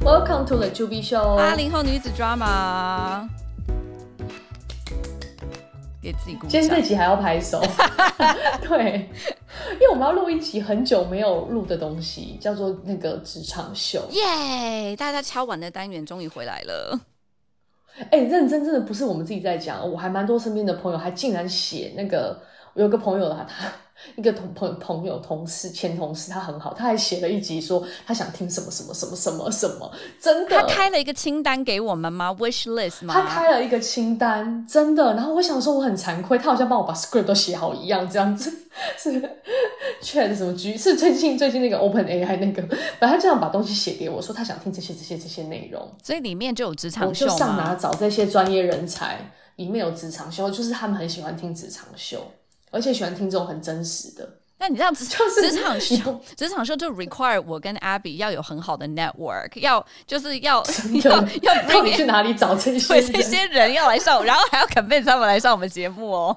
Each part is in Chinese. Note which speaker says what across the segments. Speaker 1: Welcome to the Juby Show。
Speaker 2: 八零后女子 drama，给自己鼓
Speaker 1: 今天。
Speaker 2: 掌
Speaker 1: 这集还要拍手，对，因为我们要录一集很久没有录的东西，叫做那个职场秀。
Speaker 2: 耶！大家敲完的单元终于回来了。
Speaker 1: 哎、认真真的不是我们自己在讲，我还蛮多身边的朋友还竟然写那个，我有个朋友啊，他一个同朋朋友同事前同事，他很好，他还写了一集说他想听什么什么什么什么什么，真的，
Speaker 2: 他开了一个清单给我们吗？Wish list 吗？
Speaker 1: 他开了一个清单，真的。然后我想说，我很惭愧，他好像帮我把 script 都写好一样，这样子 是 Chat 什么 G 是最近最近那个 Open AI 那个，反正他这样把东西写给我说，他想听这些这些这些内容，
Speaker 2: 所以里面就有职
Speaker 1: 我
Speaker 2: 场
Speaker 1: 就
Speaker 2: 秀
Speaker 1: 上哪
Speaker 2: 吗？
Speaker 1: 找这些专业人才？里面有职场秀，就是他们很喜欢听职场秀，而且喜欢听这种很真实 的。
Speaker 2: 那你知道职
Speaker 1: 就是
Speaker 2: 职场
Speaker 1: 你
Speaker 2: 秀
Speaker 1: 不，
Speaker 2: 职场秀就 require 我跟 Abby 要有很好的 network，要就是 要
Speaker 1: 就
Speaker 2: 要要
Speaker 1: 到底
Speaker 2: bring
Speaker 1: 去
Speaker 2: in
Speaker 1: 哪里找这些
Speaker 2: 对
Speaker 1: 人？
Speaker 2: 这些人要来上，然后还要 convince 他们来上我们节目哦。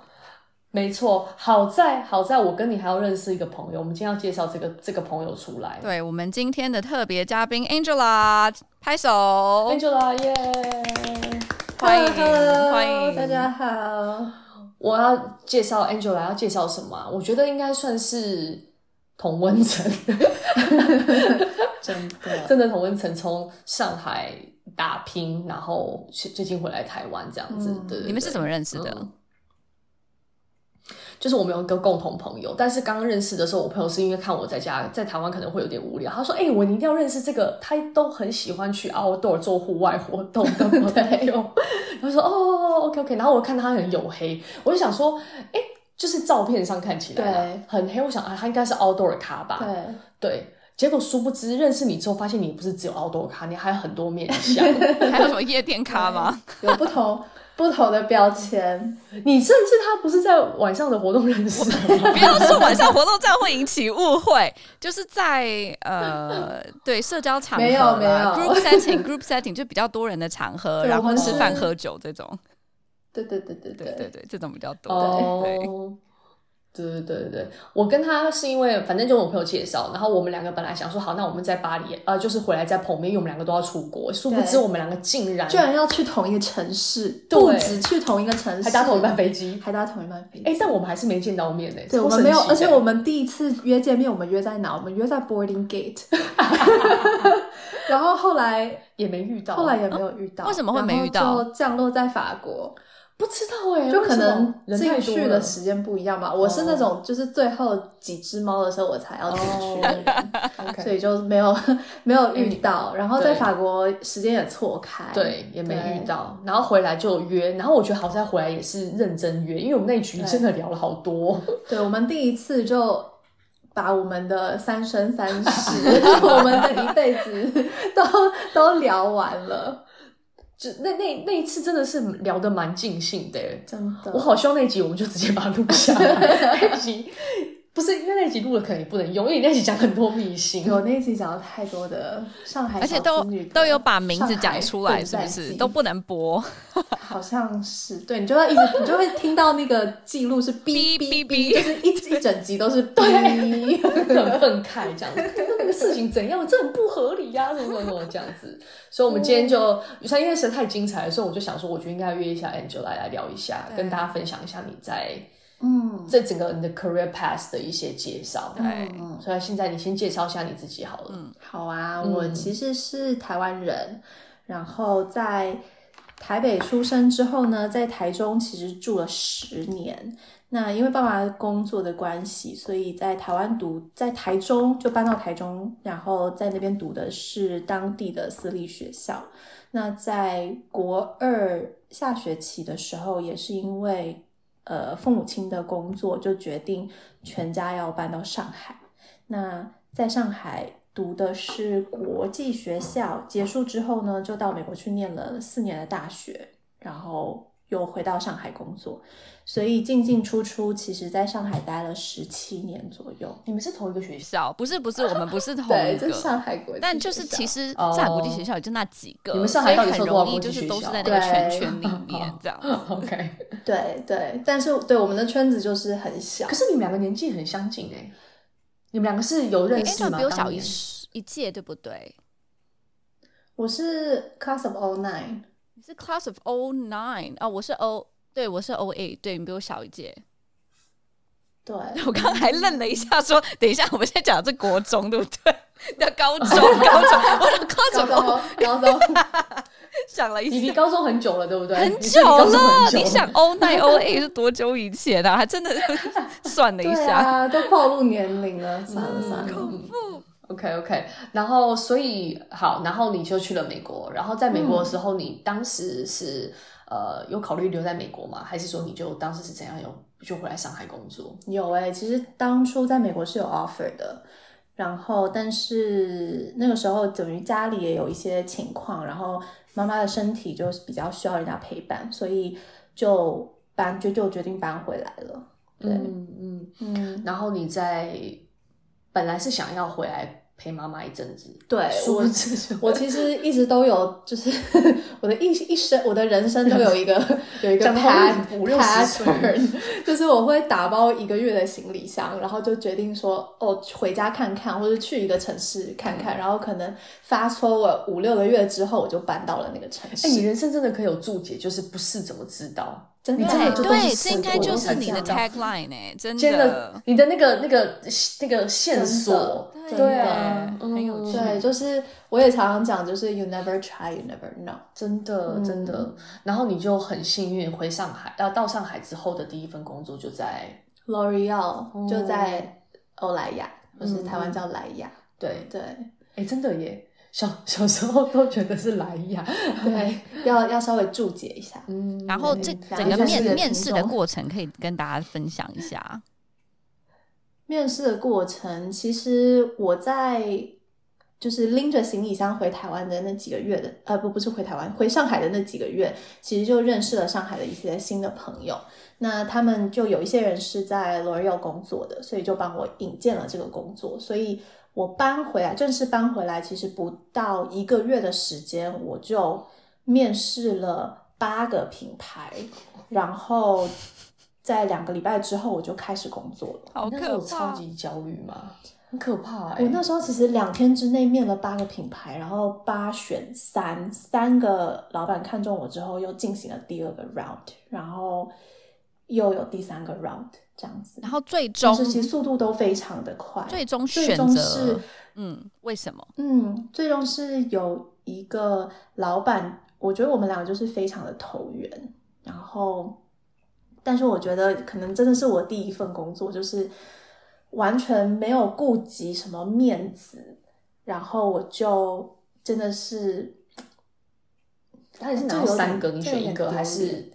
Speaker 1: 没错，好在好在我跟你还要认识一个朋友，我们今天要介绍这个这个朋友出来。
Speaker 2: 对我们今天的特别嘉宾 Angela，拍手，
Speaker 1: Angela，耶！
Speaker 2: 哦欢迎
Speaker 1: Hello，
Speaker 2: 欢迎
Speaker 1: 大家好。我要介绍 Angela 要介绍什么啊、我觉得应该算是童文成，
Speaker 3: 真 的，
Speaker 1: 真的童文成从上海打拼，然后去最近回来台湾这样子。
Speaker 3: 嗯
Speaker 1: 对对对
Speaker 2: 你们是怎么认识的？
Speaker 3: 哦
Speaker 1: 嗯就是我们有一个共同朋友，但是刚刚认识的时候，我朋友是因为看我在家在台湾可能会有点无聊，他说：“哎、我一定要认识这个，他都很喜欢去 outdoor 做户外活动的朋友。”他说：“哦，OK OK。”然后我看他很黝黑，我就想说：“哎、就是照片上看起来啊
Speaker 3: 对
Speaker 1: 很黑，我想啊，他应该是 outdoor 的咖吧？
Speaker 3: 对，
Speaker 1: 对结果殊不知认识你之后，发现你不是只有 outdoor 咖，你还有很多面相。
Speaker 2: 还有什么夜店咖吗？
Speaker 3: 有不同不同的标签，
Speaker 1: 你甚至他不是在晚上的活动认识的吗
Speaker 2: 不要说晚上活动这样会引起误会，就是在 呃，对社交场合啦
Speaker 3: 没有没有
Speaker 2: group setting group setting 就比较多人的场合，
Speaker 3: 对
Speaker 2: 然
Speaker 3: 我
Speaker 2: 后
Speaker 3: 们
Speaker 2: 吃饭
Speaker 3: 是
Speaker 2: 喝酒这种，
Speaker 3: 对对对对
Speaker 2: 对对对，这种比较多。
Speaker 1: 哦
Speaker 2: 对，
Speaker 1: 对对对对对，我跟他是因为反正就我朋友介绍，然后我们两个本来想说好，那我们在巴黎呃，就是回来再碰面，因为我们两个都要出国，殊不知
Speaker 3: 对
Speaker 1: 我们两个竟然
Speaker 3: 居然要去同一个城市，
Speaker 1: 对
Speaker 3: 不止去同一个城市，
Speaker 1: 还搭同一班，飞机，
Speaker 3: 还搭同一班飞机。
Speaker 1: 哎、但我们还是没见到面呢、
Speaker 3: 对，
Speaker 1: 超
Speaker 3: 我们
Speaker 1: 神
Speaker 3: 没有，
Speaker 1: 奇的
Speaker 3: 而且我们第一次约见面，我们约在哪？我们约在 boarding gate，然后后 来
Speaker 1: 也没遇到，
Speaker 3: 后来也没有遇到，
Speaker 2: 为什么会没遇到
Speaker 3: 然后就降落在法国，
Speaker 1: 不知道哎、
Speaker 3: 就
Speaker 1: 为
Speaker 3: 可
Speaker 1: 什么
Speaker 3: 能
Speaker 1: 人太多
Speaker 3: 进去
Speaker 1: 了哦
Speaker 3: 的时间不一样吧。我是那种就是最后几只猫的时候我才要进去
Speaker 1: 哦
Speaker 3: 的人，
Speaker 1: ，OK
Speaker 3: 所以就没有 没有遇到。
Speaker 2: 嗯
Speaker 3: 然后在法国时间也错开，
Speaker 1: 对，也没遇到，然后回来就约，然后我觉得好在回来也是认真约，因为我们那一局真的聊了好多，
Speaker 3: 对。对，我们第一次就把我们的三生三 世，我们的一辈子 都都聊完了，
Speaker 1: 就那那那一次真的是聊得蛮尽兴的、
Speaker 3: 真的
Speaker 1: 我。好希望那集我们就直接把它录下 来。那集不是因为那集录了，可能也不能用，因为你那集讲很多秘辛。
Speaker 3: 我那一集讲了太多的上海
Speaker 2: 而且
Speaker 3: 小
Speaker 2: 都
Speaker 3: 资女的
Speaker 2: 都有把名字讲出来，是
Speaker 3: 上海
Speaker 2: 不
Speaker 3: 奋战
Speaker 2: 是
Speaker 3: 记
Speaker 2: 都不能播？
Speaker 3: 好像是，对你就要一直，你就会听到那个记录是
Speaker 2: 哔
Speaker 3: 哔哔
Speaker 2: 哔
Speaker 3: 哔，就是一一整集都是 哔。
Speaker 1: 很愤慨这样子，那个事情怎样，这很不合理呀、什么什么什么这样子。所以，我们今天就，像因为实在太精彩了，所以我就想说，我觉得应该约一下 Angela 来聊一下，
Speaker 2: 对
Speaker 1: 跟大家分享一下你在
Speaker 3: 嗯，
Speaker 1: 这整个你的 career path 的一些介绍。
Speaker 2: 对
Speaker 3: 嗯
Speaker 1: 所以现在你先介绍一下你自己好了。
Speaker 2: 嗯
Speaker 3: 好啊，
Speaker 1: 嗯
Speaker 3: 我其实是台湾人，然后在台北出生之后呢，在台中其实住了十年。那因为爸爸工作的关系，所以在台湾读，在台中就搬到台中，然后在那边读的是当地的私立学校。那在国二下学期的时候，也是因为呃父母亲的工作，就决定全家要搬到上海。那在上海读的是国际学校，结束之后呢，就到美国去念了四年的大学，然后又回到上海工作，所以进进出出，其实在上海待了十七年左右。
Speaker 1: 你们是同一个学校，
Speaker 2: 小不是不是，我们不是同
Speaker 3: 对，
Speaker 2: 一
Speaker 3: 就
Speaker 2: 个。
Speaker 3: 上海国 际学校，
Speaker 2: 但就是其实
Speaker 1: 哦
Speaker 2: 上海国际学校也就那几个，
Speaker 1: 你们上海到底
Speaker 2: 所以
Speaker 1: 收
Speaker 2: 很
Speaker 1: 多少
Speaker 2: 容易
Speaker 1: 国际
Speaker 2: 就是
Speaker 1: 学
Speaker 2: 都是
Speaker 1: 校
Speaker 2: 在那个圈
Speaker 3: 对
Speaker 2: 圈里面这样。
Speaker 1: OK，
Speaker 3: 对对，但是对我们的圈子就是很小
Speaker 1: 可，是你们两个年纪很相近哎、你们两个是有认识
Speaker 2: Angela
Speaker 1: 吗？
Speaker 2: 比我小
Speaker 1: 当
Speaker 2: 一
Speaker 1: 年
Speaker 2: 一届，对不对？
Speaker 3: 我是 class of all nine，
Speaker 2: 你是 class of O nine 啊，我是 O，对我是 O eight，对你比我小一届。
Speaker 3: 对，
Speaker 2: 我刚才愣了一下，说等一下，我们现在讲的是国中，对不对？要高中，高中，我想
Speaker 3: 高
Speaker 2: class
Speaker 3: 中
Speaker 2: of O，
Speaker 3: 高中
Speaker 2: 想了
Speaker 1: 你
Speaker 2: 一
Speaker 1: 离
Speaker 2: 下。
Speaker 1: 高中很久了，对不对？
Speaker 2: 很
Speaker 1: 你是
Speaker 2: 久
Speaker 1: 离高中
Speaker 2: 了
Speaker 1: 很，久
Speaker 2: 你 想 O nine O eight 是多久以前啊？还真的 算了一
Speaker 3: 对
Speaker 2: 下，
Speaker 3: 啊，都暴露年龄了，算了算了，
Speaker 1: 嗯 OK OK，然后所以好，然后你就去了美国，然后在美
Speaker 2: 嗯
Speaker 1: 国的时候，你当时是呃有考虑留在美国吗？还是说你就当时是怎样有就回来上海工作？
Speaker 3: 有哎、其实当初在美国是有 offer 的，然后但是那个时候等于家里也有一些情况，然后妈妈的身体就是比较需要人家陪伴，所以就搬就就决定搬回来了。对，
Speaker 1: 嗯嗯，
Speaker 3: 嗯，
Speaker 1: 然后你在本来是想要回来陪妈妈一阵子，
Speaker 3: 对
Speaker 1: 殊
Speaker 3: 我
Speaker 1: 不知就
Speaker 3: 我其实一直都有，就是 我的一一生，我的人生都有一个有一个
Speaker 1: 讲得好像
Speaker 3: pat-
Speaker 1: 五六十岁
Speaker 3: pattern，就是 我会打包一个月的行李箱，然后就决定说，哦，回家看看，或者去一个城市看看，然后可能发错我五六个月之后，我就搬到了那个城市。
Speaker 1: 哎、你人生真的可以有注解，就是不是怎么知道。
Speaker 3: 真的
Speaker 1: 你真的
Speaker 3: 啊
Speaker 1: 就都
Speaker 2: 哎对，
Speaker 1: 是
Speaker 2: 这
Speaker 1: 生
Speaker 2: 应该
Speaker 1: 活
Speaker 2: 就
Speaker 1: 中
Speaker 2: 是
Speaker 1: 才
Speaker 2: 你
Speaker 1: 这
Speaker 2: 的
Speaker 1: 样
Speaker 2: tagline 哎、真
Speaker 1: 真
Speaker 2: 的
Speaker 1: 的，，你的那个那个那个线
Speaker 3: 真的
Speaker 1: 索，对
Speaker 3: 真的
Speaker 1: 啊，
Speaker 2: 很有
Speaker 1: 嗯
Speaker 2: 趣
Speaker 3: 对，就是我也常常讲，就是 you never try, you never know。
Speaker 1: 真的
Speaker 3: 嗯
Speaker 1: 真的。然后你就很幸运回上海，呃到到上海之后的第一份工作就在
Speaker 3: L'Oreal 就在
Speaker 1: 哦
Speaker 3: 欧莱雅，就是台
Speaker 1: 嗯
Speaker 3: 湾叫莱雅，
Speaker 1: 对，
Speaker 3: 对。
Speaker 1: 哎，真的耶。小小时候都觉得是莱雅，
Speaker 3: 对，要要稍微注解一下。
Speaker 1: 嗯，
Speaker 2: 然后这
Speaker 3: 嗯
Speaker 2: 整个
Speaker 3: 两个
Speaker 2: 面
Speaker 3: 是
Speaker 2: 面试的
Speaker 3: 品种
Speaker 2: 过程可以跟大家分享一下。
Speaker 3: 面试的过程，其实我在就是拎着行李箱回台湾的那几个月的，呃，不，不是回台湾，回上海的那几个月，其实就认识了上海的一些新的朋友。那他们就有一些人是在 L'Oreal 工作的，所以就帮我引荐了这个工作。所以我搬回来，正式搬回来，其实不到一个月的时间，我就面试了八个品牌，然后在两个礼拜之后我就开始工作了。
Speaker 2: 好
Speaker 1: 那时候
Speaker 2: 可
Speaker 1: 超
Speaker 2: 怕！
Speaker 1: 级焦虑嘛，很可怕哎。
Speaker 3: 我那时候其实两天之内面了八个品牌，然后八选三，三个老板看中我之后，又进行了第二个 round，然后又有第三个 round 这样子。
Speaker 2: 然后最终
Speaker 3: 但是其实速度都非常的快。
Speaker 2: 最终
Speaker 3: 最
Speaker 2: 选
Speaker 3: 终
Speaker 2: 择
Speaker 3: 是，
Speaker 2: 嗯，为什么？
Speaker 3: 嗯，最终是有一个老板，我觉得我们两个就是非常的投缘。然后，但是我觉得可能真的是我第一份工作，就是完全没有顾及什么面子，然后我就真的是，
Speaker 1: 他也是拿
Speaker 3: 就
Speaker 1: 到
Speaker 3: 有点
Speaker 1: 三个，你选一
Speaker 3: 就有
Speaker 1: 个
Speaker 3: 点
Speaker 1: 还
Speaker 3: 丢
Speaker 1: 是
Speaker 3: 脸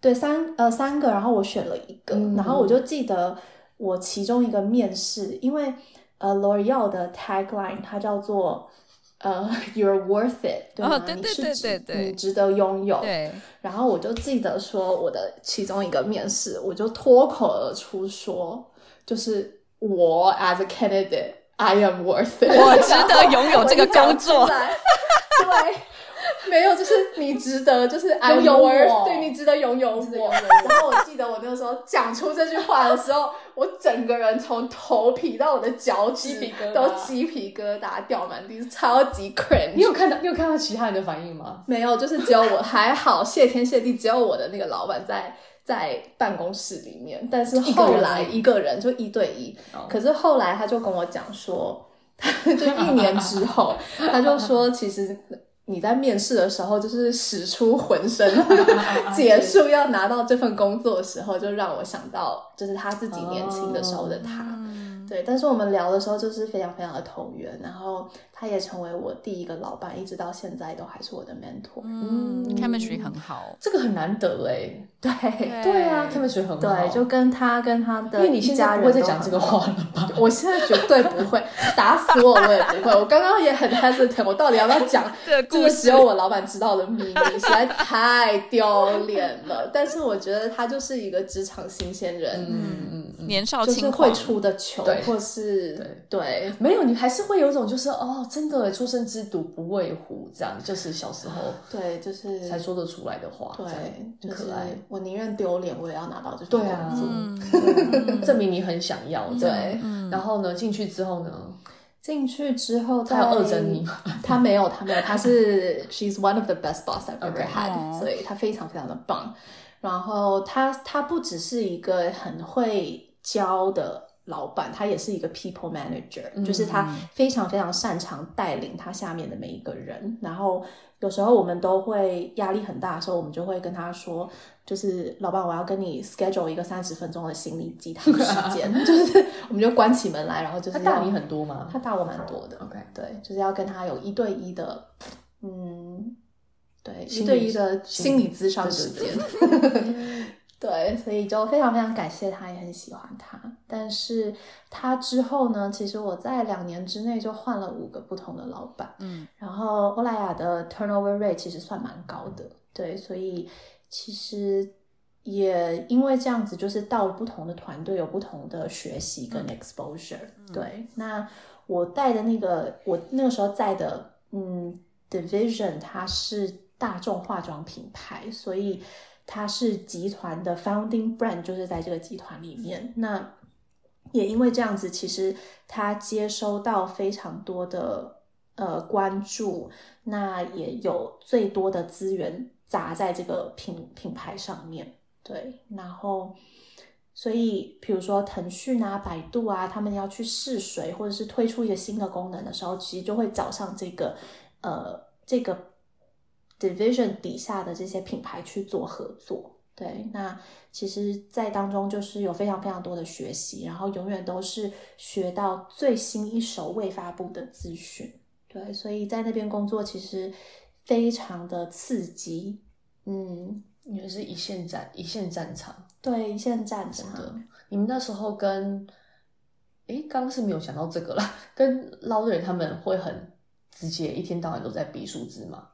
Speaker 3: 对三呃三个，然后我选了一个，
Speaker 1: 嗯
Speaker 3: 然后我就记得我其中一个面试，因为呃 L'Oreal 的 tagline 它叫做呃 You're worth it，对吗？
Speaker 2: 哦对
Speaker 3: 你
Speaker 2: 对
Speaker 3: 是
Speaker 2: 对
Speaker 3: 值
Speaker 2: 对对
Speaker 3: 你值得拥有。
Speaker 2: 对，
Speaker 3: 然后我就记得说我的其中一个面试，我就脱口而出说，就是我 as a candidate I am worth it，
Speaker 2: 我值得拥有这个工作
Speaker 3: 我一讲出来 对，没有，就是你值得，就是 I
Speaker 1: 拥有
Speaker 3: am
Speaker 1: 我
Speaker 3: worth，对你值得拥有
Speaker 1: 值得拥
Speaker 3: 我。
Speaker 1: 有
Speaker 3: 然后我记得我那个时候讲出这句话的时候，我整个人从头皮到我的脚
Speaker 1: 鸡
Speaker 3: 趾
Speaker 1: 皮疙瘩
Speaker 3: 都鸡皮疙瘩掉满地，超级 cringe。
Speaker 1: 你有看到你有看到其他人的反应吗？
Speaker 3: 没有，就是只有我 还好，谢天谢地，只有我的那个老板在在办公室里面。但是后来
Speaker 1: 一
Speaker 3: 一个人就一对一，
Speaker 1: 哦
Speaker 3: 可是后来他就跟我讲说， 就一年之后，他就说其实。你在面试的时候，就是使出浑身 结束要拿到这份工作的时候，就让我想到，就是他自己年轻的时候的他。
Speaker 2: 嗯，
Speaker 3: 对，但是我们聊的时候就是非常非常的投缘，然后他也成为我第一个老板，一直到现在都还是我的 mentor。
Speaker 2: 嗯
Speaker 1: 嗯
Speaker 2: ，chemistry 很好，
Speaker 1: 这个很难得哎。
Speaker 3: 欸对
Speaker 1: 对啊，他们水很好。
Speaker 3: 对，就跟他跟他的
Speaker 1: 因为你
Speaker 3: 一
Speaker 1: 现
Speaker 3: 家
Speaker 1: 在
Speaker 3: 人
Speaker 1: 不会再
Speaker 3: 都
Speaker 1: 讲这个
Speaker 3: 很好。
Speaker 1: 话了吧？
Speaker 3: 我现在绝对不会，打死我我也不会。我刚刚也很 hesitant，我到底要不要讲
Speaker 2: 这
Speaker 3: 这个只有我老板知道的秘密，实在太丢脸了。但是我觉得他就是一个职场新鲜人，
Speaker 1: 嗯嗯嗯。
Speaker 2: 年少
Speaker 3: 就是
Speaker 2: 轻
Speaker 3: 会
Speaker 2: 狂，
Speaker 3: 出的糗
Speaker 1: 对，
Speaker 3: 或是对
Speaker 1: 没有，你还是会有一种就是哦，真的耶出生之犊不畏虎，这样就是小时候
Speaker 3: 对，就是
Speaker 1: 才说得出来的话，这样很
Speaker 3: 对，就是
Speaker 1: 可爱。
Speaker 3: 我宁愿丢脸，我也要拿到这份
Speaker 1: 对啊
Speaker 3: 工作。
Speaker 2: 嗯，
Speaker 1: 证明你很想要，这样
Speaker 3: 嗯对
Speaker 1: 然后呢，进去之后呢，
Speaker 3: 进去之后
Speaker 1: 他
Speaker 3: 在，
Speaker 1: 有恶整你吗？
Speaker 3: 他没有，他没有，他是 she's one of the best boss I've ever
Speaker 1: Okay.
Speaker 3: had，、
Speaker 2: 哦
Speaker 3: 所以他非常非常的棒。然后他他不只是一个很会教的老板，他也是一个 people manager，、就是他
Speaker 1: 嗯
Speaker 3: 非常非常擅长带领他下面的每一个人。然后有时候我们都会压力很大的时候，我们就会跟他说，就是老板，我要跟你 schedule 一个三十分钟的心灵鸡汤时间，就是我们就关起门来，然后就是
Speaker 1: 他大
Speaker 3: 要
Speaker 1: 你很多吗
Speaker 3: 他大我蛮多的。
Speaker 1: ？OK，
Speaker 3: 对，就是要跟他有一对一的，嗯，对，
Speaker 1: 心
Speaker 3: 一对
Speaker 1: 理
Speaker 3: 一的
Speaker 1: 心
Speaker 3: 心
Speaker 1: 理
Speaker 3: 理咨商时
Speaker 1: 对
Speaker 3: 间。对，所以就非常非常感谢他，也很喜欢他。但是他之后呢，其实我在两年之内就换了五个不同的老板，
Speaker 2: 嗯，
Speaker 3: 然后欧莱雅的 turnover rate 其实算蛮高的，对，所以其实也因为这样子，就是到不同的团队有不同的学习跟 exposure、对，那我带的那个，我那个时候在的，嗯，division 它是大众化妆品牌，所以它是集团的 founding brand，就是在这个集团里面。那也因为这样子，其实他接收到非常多的呃关注，那也有最多的资源砸在这个品品牌上面。对，然后所以比如说腾讯啊、百度啊，他们要去试水或者是推出一个新的功能的时候，其实就会找上这个呃这个 division 底下的这些品牌去做合作。对，那其实，在当中就是有非常非常多的学习，然后永远都是学到最新一手未发布的资讯。对，所以在那边工作其实非常的刺激。嗯，
Speaker 1: 你们是一线战一线战场。
Speaker 3: 对，一线战场。
Speaker 1: 的你们那时候跟，诶，刚刚是没有想到这个啦，跟捞瑞他们会很直接，一天到晚都在比数字嘛。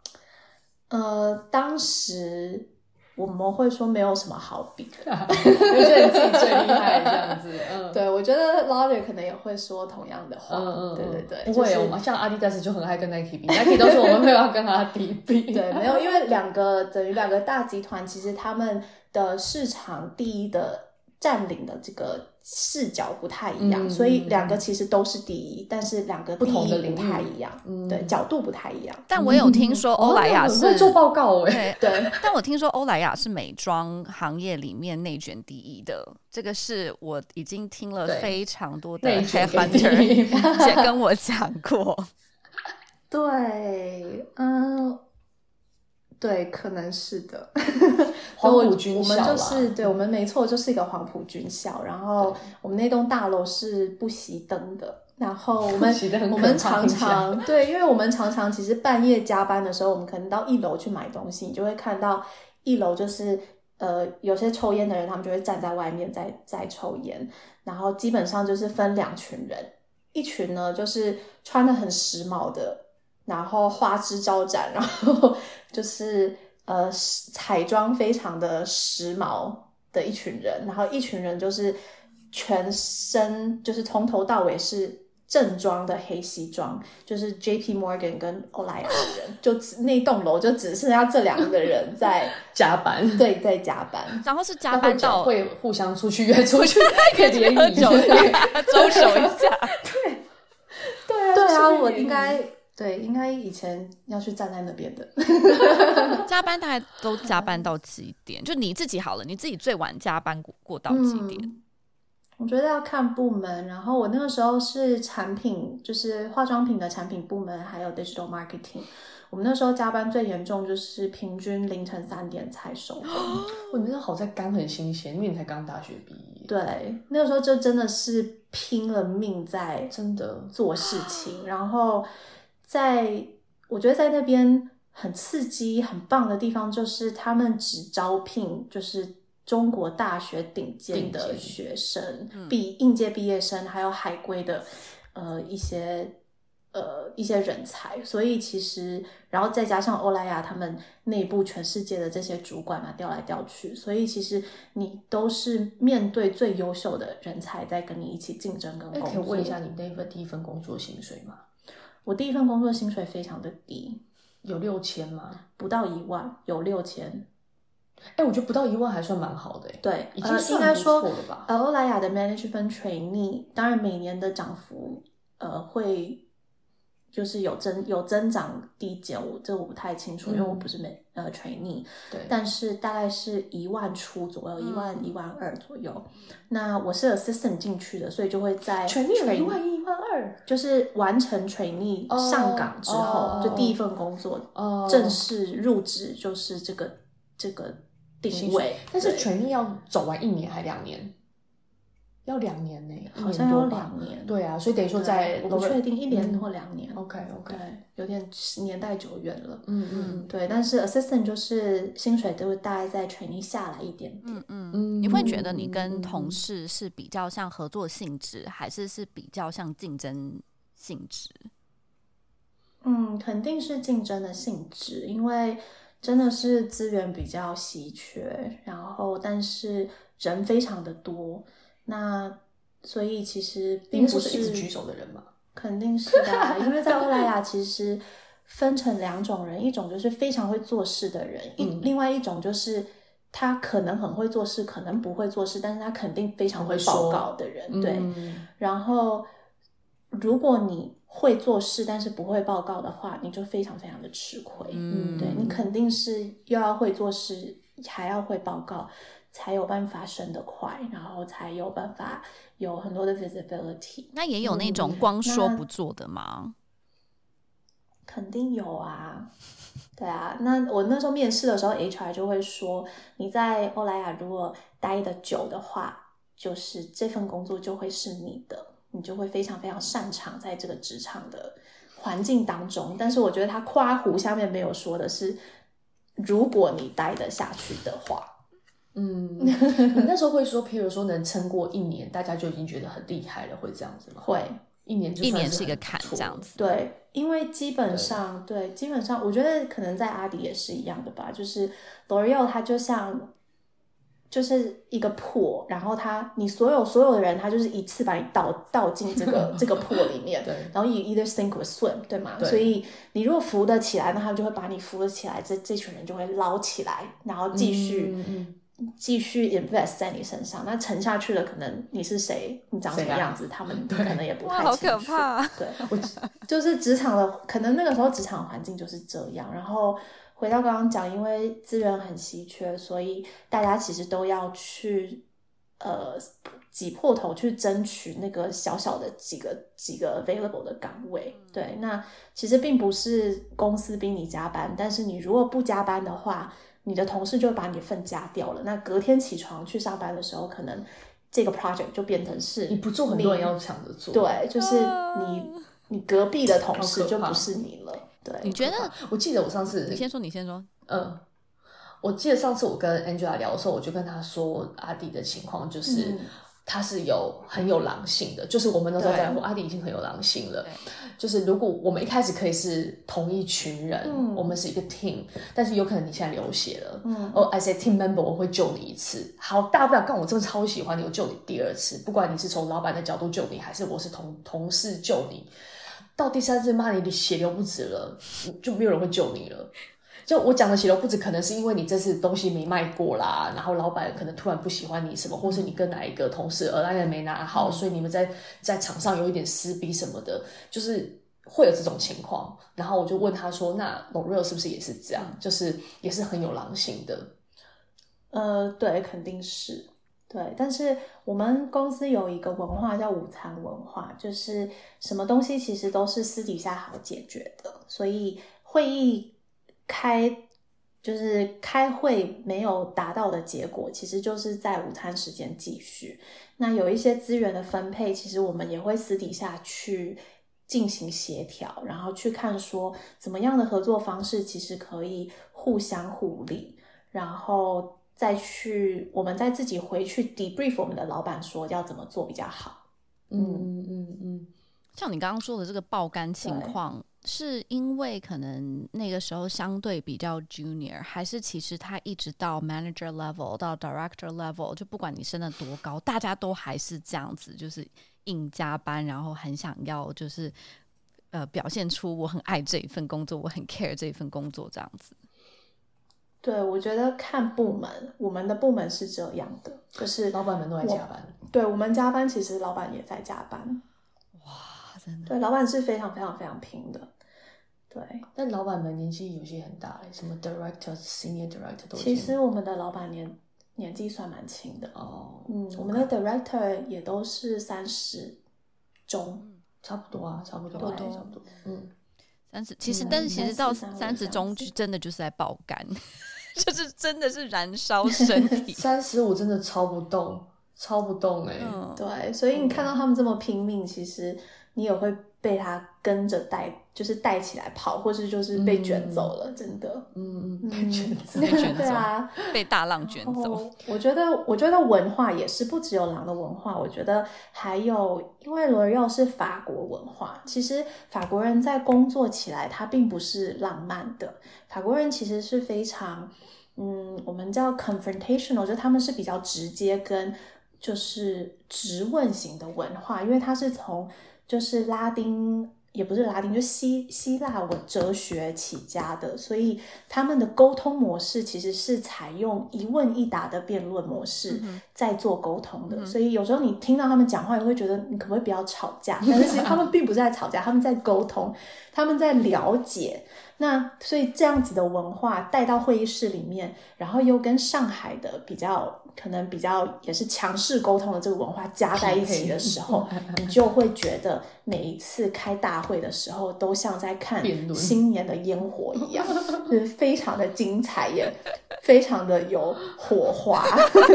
Speaker 3: 呃，当时我们会说没有什么好比的。
Speaker 1: 我觉得你自己最厉害这样子。 嗯，
Speaker 3: 对，我觉得 l a u r i 可能也会说同样的话。
Speaker 1: 嗯嗯，嗯
Speaker 3: 对对对，
Speaker 1: 不会
Speaker 3: 就是
Speaker 1: 哦，像阿迪戴斯就很爱跟 Nike 比，Nike 都说我们没有要跟阿迪 比。
Speaker 3: 对，没有，因为两个等于两个大集团，其实他们的市场第一的占领的这个视角不太一样，
Speaker 1: 嗯
Speaker 3: 所以两个其实都是第一，但是两个
Speaker 1: 不同的
Speaker 3: 第一
Speaker 1: 领域
Speaker 3: 不太一样，
Speaker 1: 嗯
Speaker 3: 对，角度不太 一样。
Speaker 2: 但我有听说欧莱雅
Speaker 1: 哦那很
Speaker 2: 是
Speaker 1: 会做报告哎，
Speaker 2: 对
Speaker 3: 对，
Speaker 2: 但我听说欧莱雅是美妆行业里面内卷第一的，这个是我已经听了
Speaker 1: 对
Speaker 2: 非常多的
Speaker 1: 内卷跟
Speaker 2: headhunter 姐跟我讲过。
Speaker 3: 对，嗯，对，可能是的。
Speaker 1: 黄
Speaker 3: 我
Speaker 1: 埔军校
Speaker 3: 我
Speaker 1: 啦
Speaker 3: 们就是对，我们没错，就是一个黄埔军校。然后我们那栋大楼是不熄灯的。然后我们
Speaker 1: 不熄灯很
Speaker 3: 我
Speaker 1: 可怕
Speaker 3: 们常
Speaker 1: 听起来
Speaker 3: 常对，因为我们常常其实半夜加班的时候，我们可能到一楼去买东西，你就会看到一楼就是呃有些抽烟的人，他们就会站在外面在在抽烟，然后基本上就是分两群人，一群呢就是穿的很时髦的，然后花枝招展，然后 就是呃时彩妆非常的时髦的一群人，然后一群人就是全身就是从头到尾是。正装的黑西装，就是 J P Morgan 跟欧莱雅的人，就只那栋楼就只剩下这两个人在
Speaker 1: 加班。
Speaker 3: 对在加班，
Speaker 2: 然后是加
Speaker 1: 那
Speaker 2: 班
Speaker 1: 会
Speaker 2: 到
Speaker 1: 会互相出去约 出去，可以联
Speaker 2: 喝
Speaker 1: 谊。啊
Speaker 2: 酒 周手一下，
Speaker 1: 对啊
Speaker 3: 对啊，
Speaker 1: 就是
Speaker 3: 我
Speaker 1: 联谊
Speaker 3: 应该对应该以前要去站在那边的，
Speaker 2: 加班大概都加班到几点？ 就你自己好了，你自己最晚加班过过到几点？
Speaker 3: 嗯我觉得要看部门，然后我那个时候是产品，就是化妆品的产品部门，还有 digital marketing。我们那时候加班最严重，就是平均凌晨三点才收 工。
Speaker 1: 我你那好在刚很新鲜，因为你才刚大学毕业。，
Speaker 3: 对，那个时候就真的是拼了命在
Speaker 1: 真的
Speaker 3: 做事情，然后在我觉得在那边很刺激、很棒的地方，就是他们只招聘就是中国大学顶尖
Speaker 1: 顶
Speaker 3: 的
Speaker 1: 尖
Speaker 3: 学生
Speaker 2: 嗯，
Speaker 3: 比应届毕业生还有海归的呃一些。呃，一些人才，所以其实，然后再加上欧莱雅他们内部全世界的这些主管啊调来调去，所以其实你都是面对最优秀的人才在跟你一起竞争跟
Speaker 1: 哎，
Speaker 3: 工作。
Speaker 1: 可以问一下你那份第一份工作薪水吗？
Speaker 3: 我第一份工作薪水非常的低，
Speaker 1: 有六千吗？
Speaker 3: 不到一万，有六千。
Speaker 1: 哎，我觉得不到一万还算蛮好的哎。
Speaker 3: 对，
Speaker 1: 已经
Speaker 3: 呃、
Speaker 1: 算
Speaker 3: 应该
Speaker 1: 不
Speaker 3: 说
Speaker 1: 错了吧
Speaker 3: 呃，欧莱雅的 management trainee，当然每年的涨幅呃会就是有增有增长递减，我这我不太清楚，
Speaker 1: 嗯
Speaker 3: 因为我不是美呃 trainee，
Speaker 1: 对，
Speaker 3: 但是大概是一万出左右，一
Speaker 1: 嗯
Speaker 3: 万一万二左右。那我是 assistant 进去的，所以就会在
Speaker 1: 全力有一
Speaker 3: train-
Speaker 1: 万一一万二
Speaker 3: 就是完成 trainee
Speaker 1: 哦
Speaker 3: 上岗之后
Speaker 1: 哦
Speaker 3: 就第一份工作
Speaker 1: 哦
Speaker 3: 正式入职就是这个这个
Speaker 1: 薪水
Speaker 3: 定位，
Speaker 1: 但是
Speaker 3: 对
Speaker 1: 全力要走完一年还两年？要两年呢、一
Speaker 3: 好
Speaker 1: 年
Speaker 3: 像
Speaker 1: 多
Speaker 3: 要
Speaker 1: 吧
Speaker 3: 两年，
Speaker 1: 对啊，所以等于说
Speaker 3: 对，
Speaker 1: 在嗯
Speaker 3: 我不
Speaker 1: Lower-
Speaker 3: 确定一年或两年，
Speaker 1: OK OK，
Speaker 3: 对，有点年代久远了。
Speaker 1: 嗯嗯
Speaker 3: 对，但是 assistant 就是薪水都会大概在 trainee 下来一点点，
Speaker 2: 嗯嗯。
Speaker 1: 嗯，
Speaker 2: 你会觉得你跟同
Speaker 1: 事
Speaker 2: 事是比较像合作性质，还是是比较像竞争性质？
Speaker 3: 嗯，肯定是竞争的性质，因为真的是资源比较稀缺，然后但是人非常的多，那所以其实并
Speaker 1: 应该
Speaker 3: 不
Speaker 1: 说是一直举手的人嘛？
Speaker 3: 肯定是的啊、因为在欧莱雅其实分成两种人，一种就是非常会做事的人，一、
Speaker 1: 嗯
Speaker 3: 另外一种就是他可能很会做事，可能不会做事，但是他肯定非常会报告的人，对。
Speaker 1: 嗯
Speaker 3: 然后，如果你会做事但是不会报告的话，你就非常非常的吃亏。
Speaker 1: 嗯
Speaker 3: 对你肯定是又要会做事，还要会报告，才有办法升得快，然后才有办法有很多的 visibility。
Speaker 2: 那也有那
Speaker 1: 嗯
Speaker 2: 种光说
Speaker 3: 那
Speaker 2: 不做的吗？
Speaker 3: 肯定有啊，对啊。那我那时候面试的时候，HR 就会说，你在欧莱雅如果待的久的话，就是这份工作就会是你的，你就会非常非常擅长在这个职场的环境当中。但是我觉得他夸胡下面没有说的是，如果你待得下去的话，
Speaker 1: 嗯，你那时候会说，譬如说能撑过一年，大家就已经觉得很厉害了，会这样子吗？
Speaker 3: 会
Speaker 1: 一年就
Speaker 2: 一
Speaker 1: 算
Speaker 2: 年
Speaker 1: 是
Speaker 2: 是一个
Speaker 1: 很不
Speaker 2: 坎
Speaker 1: 错
Speaker 2: 这样子。
Speaker 3: 对，因为基本上对基本上，我觉得可能在阿迪也是一样的吧，就是 L'Oreal 它就像就是一个破，然后它你所有所有的人，他就是一次把你倒倒进这 个这个破里面，
Speaker 1: 对
Speaker 3: 然后 you either sink or swim，对吗？
Speaker 1: 对
Speaker 3: 所以你如果浮得起来，那他们就会把你浮得起来，这这群人就会捞起来，然后继续、
Speaker 1: 嗯嗯
Speaker 3: 继续 invest 在你身上。那沉下去了，可能你是谁，你长什
Speaker 1: 谁
Speaker 3: 么
Speaker 1: 啊
Speaker 3: 样子，他们可能也不
Speaker 2: 哇
Speaker 3: 太
Speaker 2: 好
Speaker 3: 清
Speaker 2: 可
Speaker 3: 楚
Speaker 2: 怕
Speaker 3: 对，就是职场的，可能那个时候职场环境就是这样。然后回到刚刚讲，因为资源很稀缺，所以大家其实都要去呃挤破头去争取那个小小的几个几个 available 的岗位。
Speaker 2: 嗯
Speaker 3: 对，那其实并不是公司逼你加班，但是你如果不加班的话，你的同事就会把你的份加掉了。那隔天起床去上班的时候，可能这个 project 就变成是
Speaker 1: 你不做，很
Speaker 3: 你
Speaker 1: 多人要抢着做。
Speaker 3: 对，就是
Speaker 2: 啊
Speaker 3: 你你隔壁的同事
Speaker 1: 好可
Speaker 3: 就
Speaker 1: 怕
Speaker 3: 不是你了。对
Speaker 2: 你，觉
Speaker 1: 可
Speaker 2: 得
Speaker 1: 怕，？我记得我上次
Speaker 2: 你先说，你先说。
Speaker 1: 嗯，我记得上次我跟 Angela 聊的时候，我就跟她说阿迪的情况就是。
Speaker 3: 嗯
Speaker 1: 他是有很有狼性的，就是我们那时候在
Speaker 2: 对
Speaker 1: 乎阿迪已经很有狼性了
Speaker 2: 对。
Speaker 1: 就是如果我们一开始可以是同一群人，
Speaker 3: 嗯
Speaker 1: 我们是一个 team，但是有可能你现在流血了，
Speaker 3: 嗯
Speaker 1: 哦、i say team member，我会救你一次，好，大不了干我真的超喜欢你，我救你第二次，不管你是从老板的角度救你，还是我是同同事救你，到第三次骂你，你血流不止了，就没有人会救你了。就我讲的血流不止，可能是因为你这次东西没卖过啦，然后老板可能突然不喜欢你什么，或是你跟哪一个同事 a l i 没拿好，所以你们在在场上有一点撕逼什么的，就是会有这种情况。然后我就问他说：“那 L'Oreal 是不是也是这样？就是也是很有狼性的？
Speaker 3: 呃，对，肯定是对。但是我们公司有一个文化叫午餐文化，就是什么东西其实都是私底下好解决的，所以会议开。就是开会没有达到的结果，其实就是在午餐时间继续。那有一些资源的分配，其实我们也会私底下去进行协调，然后去看说怎么样的合作方式其实可以互相互利，然后再去我们再自己回去 debrief 我们的老板说要怎么做比较好。
Speaker 1: 嗯嗯嗯
Speaker 2: 像你刚刚说的这个爆肝情
Speaker 3: 对
Speaker 2: 况，是因为可能那个时候相对比较 junior，还是其实他一直到 manager level 到 director level，就不管你升的多高，大家都还是这样子，就是硬加班，然后很想要就是呃表现出我很爱这一份工作，我很 care 这一份工作这样子。
Speaker 3: 对，我觉得看部门，我们的部门是这样的，就是
Speaker 1: 嗯，老板们都在加班，
Speaker 3: 对我们加班，其实老板也在加班。
Speaker 2: 哇，真的。
Speaker 3: 对，老板是非常非常非常拼的。对，
Speaker 1: 但老板们年纪有些很大了，什么 director、senior director 都已经
Speaker 3: 其实我们的老板年年纪算蛮轻的，
Speaker 1: 哦，
Speaker 3: 嗯，我们的 director 也都是三十中，
Speaker 1: 差不多啊，差不多
Speaker 3: 差
Speaker 1: 啊，
Speaker 3: 不嗯多
Speaker 1: 差不多，嗯，
Speaker 2: 三十，其实
Speaker 3: 嗯
Speaker 2: 但是其实到
Speaker 3: 三十三
Speaker 2: 三十中
Speaker 3: 三十
Speaker 2: 就真的就是在爆肝， 就是真的是燃烧身 体。
Speaker 1: 三十五真的超不动，超不动哎、
Speaker 2: 嗯，
Speaker 3: 对，所以你看到他们这么拼命，其实你也会被他跟着带，就是带起来跑，或是就是被卷走了，真的。
Speaker 1: 嗯嗯，
Speaker 3: 嗯，
Speaker 1: 觉 得
Speaker 2: 嗯被卷走
Speaker 3: 对啊，
Speaker 2: 被大浪卷走。
Speaker 3: 哦，我觉得，我觉得文化也是不只有狼的文化，我觉得还有，因为罗耀是法国文化，其实法国人在工作起来，他并不是浪漫的，法国人其实是非常，嗯，我们叫 confrontational，就他们是比较直接跟就是直问型的文化，因为它是从就是拉丁。也不是拉丁，就希希腊文哲学起家的，所以他们的沟通模式其实是采用一问一答的辩论模式
Speaker 2: 嗯哼
Speaker 3: 在做沟通的。
Speaker 2: 嗯哼
Speaker 3: 所以有时候你听到他们讲话，你会觉得你可不可以不要吵架？但是其实他们并不是在吵架，他们在沟通，他们在了解。那所以这样子的文化带到会议室里面，然后又跟上海的比较，可能比较也是强势沟通的这个文化加在一起的时候，你就会觉得每一次开大会的时候，都像在看
Speaker 1: 辩论
Speaker 3: 新年的烟火一样，就是非常的精彩，也非常的有火花。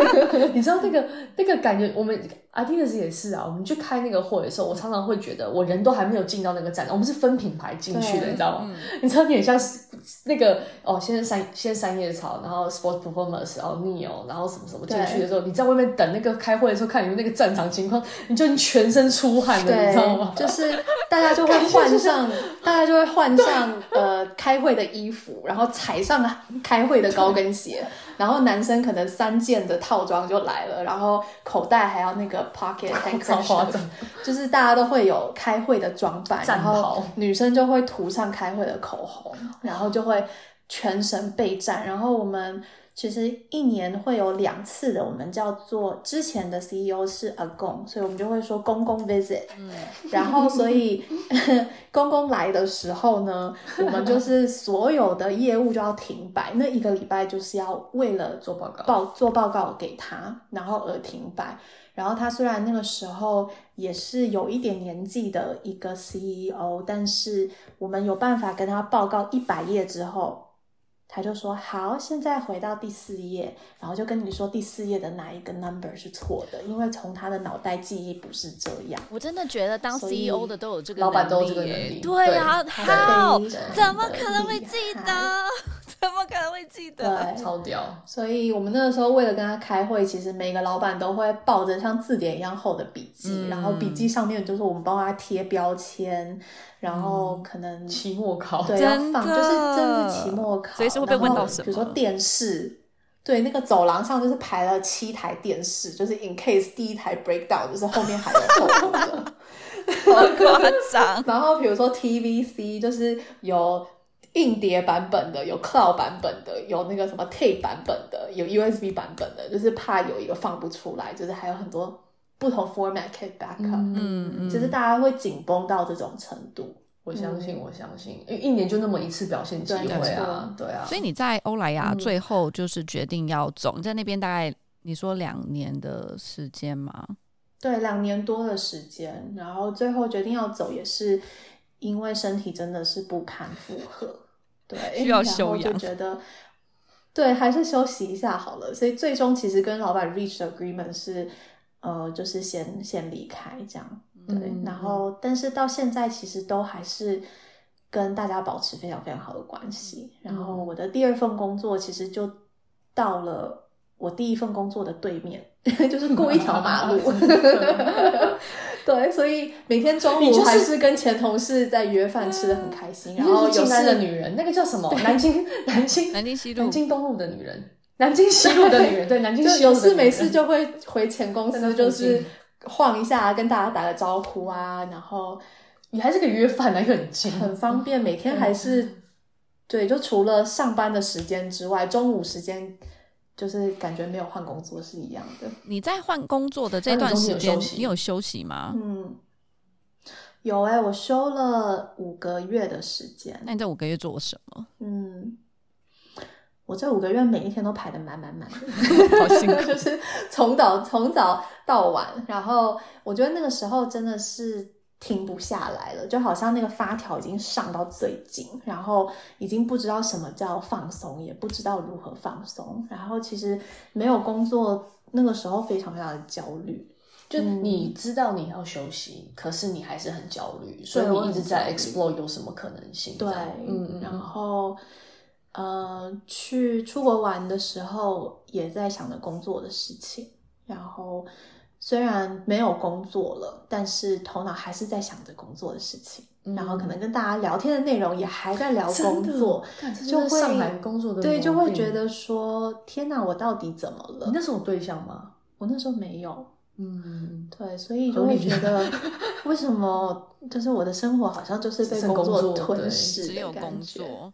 Speaker 1: 你知道那个那个感觉，我们 Adidas 也是啊，我们去开那个会的时候，我常常会觉得我人都还没有进到那个站，我们是分品牌进去的，
Speaker 3: 对嗯
Speaker 1: 你知道吗？你知道你很像是那个哦，先是三先是三叶草，然后 Sport Performance，然后 Neo，然后什么什么进
Speaker 3: 对
Speaker 1: 去的时候，你在外面等那个开会的时候，看你们那个战场情况，你就已经全身出汗了，你知道吗
Speaker 3: 对，？就是大家就会换上，大家就会换上呃开会的衣服，然后踩上开会的高跟鞋，然后男生可能三件的套装就来了，然后口袋还要那个 pocket
Speaker 1: 超夸
Speaker 3: handkerchief，
Speaker 1: 张
Speaker 3: 就是大家都会有开会的装扮，
Speaker 1: 战
Speaker 3: 然
Speaker 1: 袍
Speaker 3: 后女生就会涂上开会的口红，然后就会全神备战，然后我们。其实一年会有两次的，我们叫做之前的 CEO 是阿公，所以我们就会说公公 visit，然后，所以 公公来的时候呢，我们就是所有的业务就要停摆，那一个礼拜就是要为了做
Speaker 1: 报告
Speaker 3: 报做报告给他，然后而停摆。然后他虽然那个时候也是有一点年纪的一个 CEO，但是我们有办法跟他报告一百页之后，他就说好，现在回到第四页，然后就跟你说第四页的哪一个 number 是错的，因为从他的脑袋记忆不是这样。
Speaker 2: 我真的觉得当
Speaker 3: 所以
Speaker 2: CEO 的都有这个能力耶，
Speaker 1: 老板都有这个能力
Speaker 2: 对啊
Speaker 1: 对
Speaker 2: ，How
Speaker 3: 非常
Speaker 2: 怎么
Speaker 3: 的
Speaker 2: 可能会
Speaker 3: 厉
Speaker 2: 记得
Speaker 3: 害？
Speaker 2: 怎么可能会记得？
Speaker 3: 对，
Speaker 1: 超屌，
Speaker 3: 所以我们那个时候为了跟他开会，其实每个老板都会抱着像字典一样厚的笔记，
Speaker 2: 嗯
Speaker 3: 然后笔记上面就是我们帮他贴标签，然后可能、
Speaker 1: 期末考，
Speaker 3: 对要
Speaker 2: 嗯真的
Speaker 3: 放，就是真是期末考，
Speaker 2: 随时会被问到什么
Speaker 3: 然后比如说电视。对，那个走廊上就是排了七台电视，就是 in case 第一台 breakdown，就是后面还有后补的。！
Speaker 2: 好夸张
Speaker 3: 然后比如说 TVC 就是有硬碟版本的，有 Cloud 版本的，有那个什么 Tape 版本的，有 USB 版本的，就是怕有一个放不出来，就是还有很多不同 format 可以 backup，、
Speaker 2: 嗯嗯，
Speaker 3: 就是大家会紧绷到这种程度。
Speaker 1: 我相信，我相信，因为一年就那么一次表现机会
Speaker 3: 嗯对没
Speaker 1: 啊
Speaker 3: 错，
Speaker 1: 对啊，
Speaker 2: 所以你在欧莱雅最后就是决定要走，你在那边大概你说两年的时间吗？
Speaker 3: 对，两年多的时间，然后最后决定要走，也是因为身体真的是不堪负荷，对，
Speaker 2: 需要
Speaker 3: 然后
Speaker 2: 休养
Speaker 3: 就觉得对，还是休息一下好了。所以最终其实跟老板 reach 的 agreement 是，呃，就是先先离开这样，对。
Speaker 1: 嗯
Speaker 3: 然后，但是到现在其实都还是跟大家保持非常非常好的关系。然后
Speaker 2: 嗯
Speaker 3: 我的第二份工作其实就到了。我第一份工作的对面就是过一条 马路，对，所以每天中
Speaker 1: 你
Speaker 3: 午
Speaker 1: 就是
Speaker 3: 还是跟前同事在约饭，吃的很开心。然
Speaker 1: 你
Speaker 3: 后
Speaker 1: 就是
Speaker 3: 有
Speaker 1: 济南
Speaker 3: 事
Speaker 1: 的女人，那个叫什么？南 京，南京，
Speaker 2: 南京西路
Speaker 1: 南京东路的女人，南京西路的女人，对，南京
Speaker 3: 就
Speaker 1: 西路的
Speaker 3: 有
Speaker 1: 女
Speaker 3: 事
Speaker 1: 人
Speaker 3: 没事就会回前公
Speaker 1: 在那
Speaker 3: 司，
Speaker 1: 附近
Speaker 3: 就是晃一下，跟大家打个招呼啊，然后
Speaker 1: 你还是个约饭啊，又很近，
Speaker 3: 很方便。每天还是对，就除了上班的时间之外，中午时间就是感觉没有换工作是一样的。
Speaker 2: 你在换工作的这
Speaker 1: 那你
Speaker 2: 段
Speaker 1: 中间
Speaker 2: 时
Speaker 1: 有
Speaker 2: 间
Speaker 1: 休息，
Speaker 2: 你有休息吗？
Speaker 3: 嗯，有哎、我休了五个月的时间。
Speaker 2: 那你这五个月做了什么？
Speaker 3: 嗯，我这五个月每一天都排的满满满的。
Speaker 2: 好辛 苦
Speaker 3: 就是从早从早到晚，然后我觉得那个时候真的是停不下来了，就好像那个发条已经上到最紧，然后已经不知道什么叫放松，也不知道如何放松，然后其实没有工作，那个时候非常非常的焦虑。
Speaker 1: 就
Speaker 3: 嗯
Speaker 1: 你知道你要休息，可是你还是很焦虑，所以
Speaker 3: 我
Speaker 1: 你
Speaker 3: 很
Speaker 1: 一直在
Speaker 3: 焦虑
Speaker 1: explore 有什么可能性。
Speaker 3: 对
Speaker 1: 这样，嗯嗯，
Speaker 3: 然
Speaker 1: 嗯
Speaker 3: 后呃，去出国玩的时候也在想着工作的事情，然后虽然没有工作了，但是头脑还是在想着工作的事情，
Speaker 1: 嗯
Speaker 3: 然后可能跟大家聊天的内容也还在聊工作，，
Speaker 1: 真的干这
Speaker 3: 就是会
Speaker 1: 上海工作的
Speaker 3: 对，就
Speaker 1: 毛
Speaker 3: 会
Speaker 1: 病
Speaker 3: 觉得说天哪，我到底怎么了
Speaker 1: 你？那时候有对象吗？
Speaker 3: 我那时候没有，
Speaker 1: 嗯，
Speaker 3: 对，所以
Speaker 1: 合
Speaker 3: 就会
Speaker 1: 理
Speaker 3: 觉得为什么就是我的生活好像就是
Speaker 1: 只
Speaker 3: 被
Speaker 1: 剩工
Speaker 3: 作
Speaker 1: 作对
Speaker 3: 吞噬
Speaker 2: 只有
Speaker 3: 的感
Speaker 2: 工
Speaker 3: 觉。
Speaker 2: 作，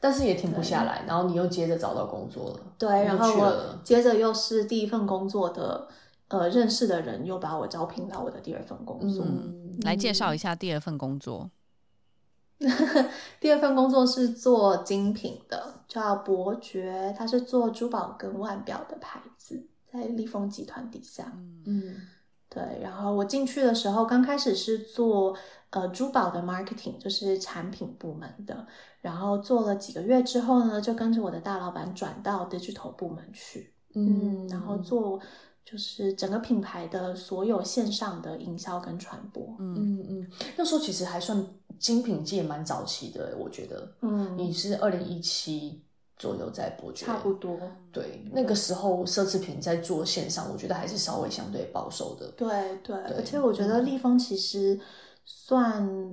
Speaker 1: 但是也停不下来，然后你又接着找到工作了，
Speaker 3: 对，
Speaker 1: 你又
Speaker 3: 然后
Speaker 1: 去
Speaker 3: 我
Speaker 1: 了
Speaker 3: 接着又是第一份工作的，呃，认识的人又把我招聘到我的第二份工作。
Speaker 1: 嗯，
Speaker 2: 来介绍一下第二份工作。
Speaker 3: 第二份工作是做精品的，叫伯爵，它是做珠宝跟腕表的牌子，在立丰集团底下。
Speaker 2: 嗯
Speaker 1: 嗯
Speaker 3: 对，然后我进去的时候，刚开始是做呃珠宝的 marketing，就是产品部门的。然后做了几个月之后呢，就跟着我的大老板转到 digital 部门去。嗯，然后做就是整个品牌的所有线上的营销跟传播。
Speaker 2: 嗯，
Speaker 1: 嗯嗯，那时候其实还算精品界蛮早期的，欸我觉得。
Speaker 3: 嗯，
Speaker 1: 你是二零一七左右在伯爵，
Speaker 3: 差不多。
Speaker 1: 对，那个时候奢侈品在做线上，我觉得还是稍微相对保守的。
Speaker 3: 对对，
Speaker 1: 对
Speaker 3: 而且我觉得立丰其实算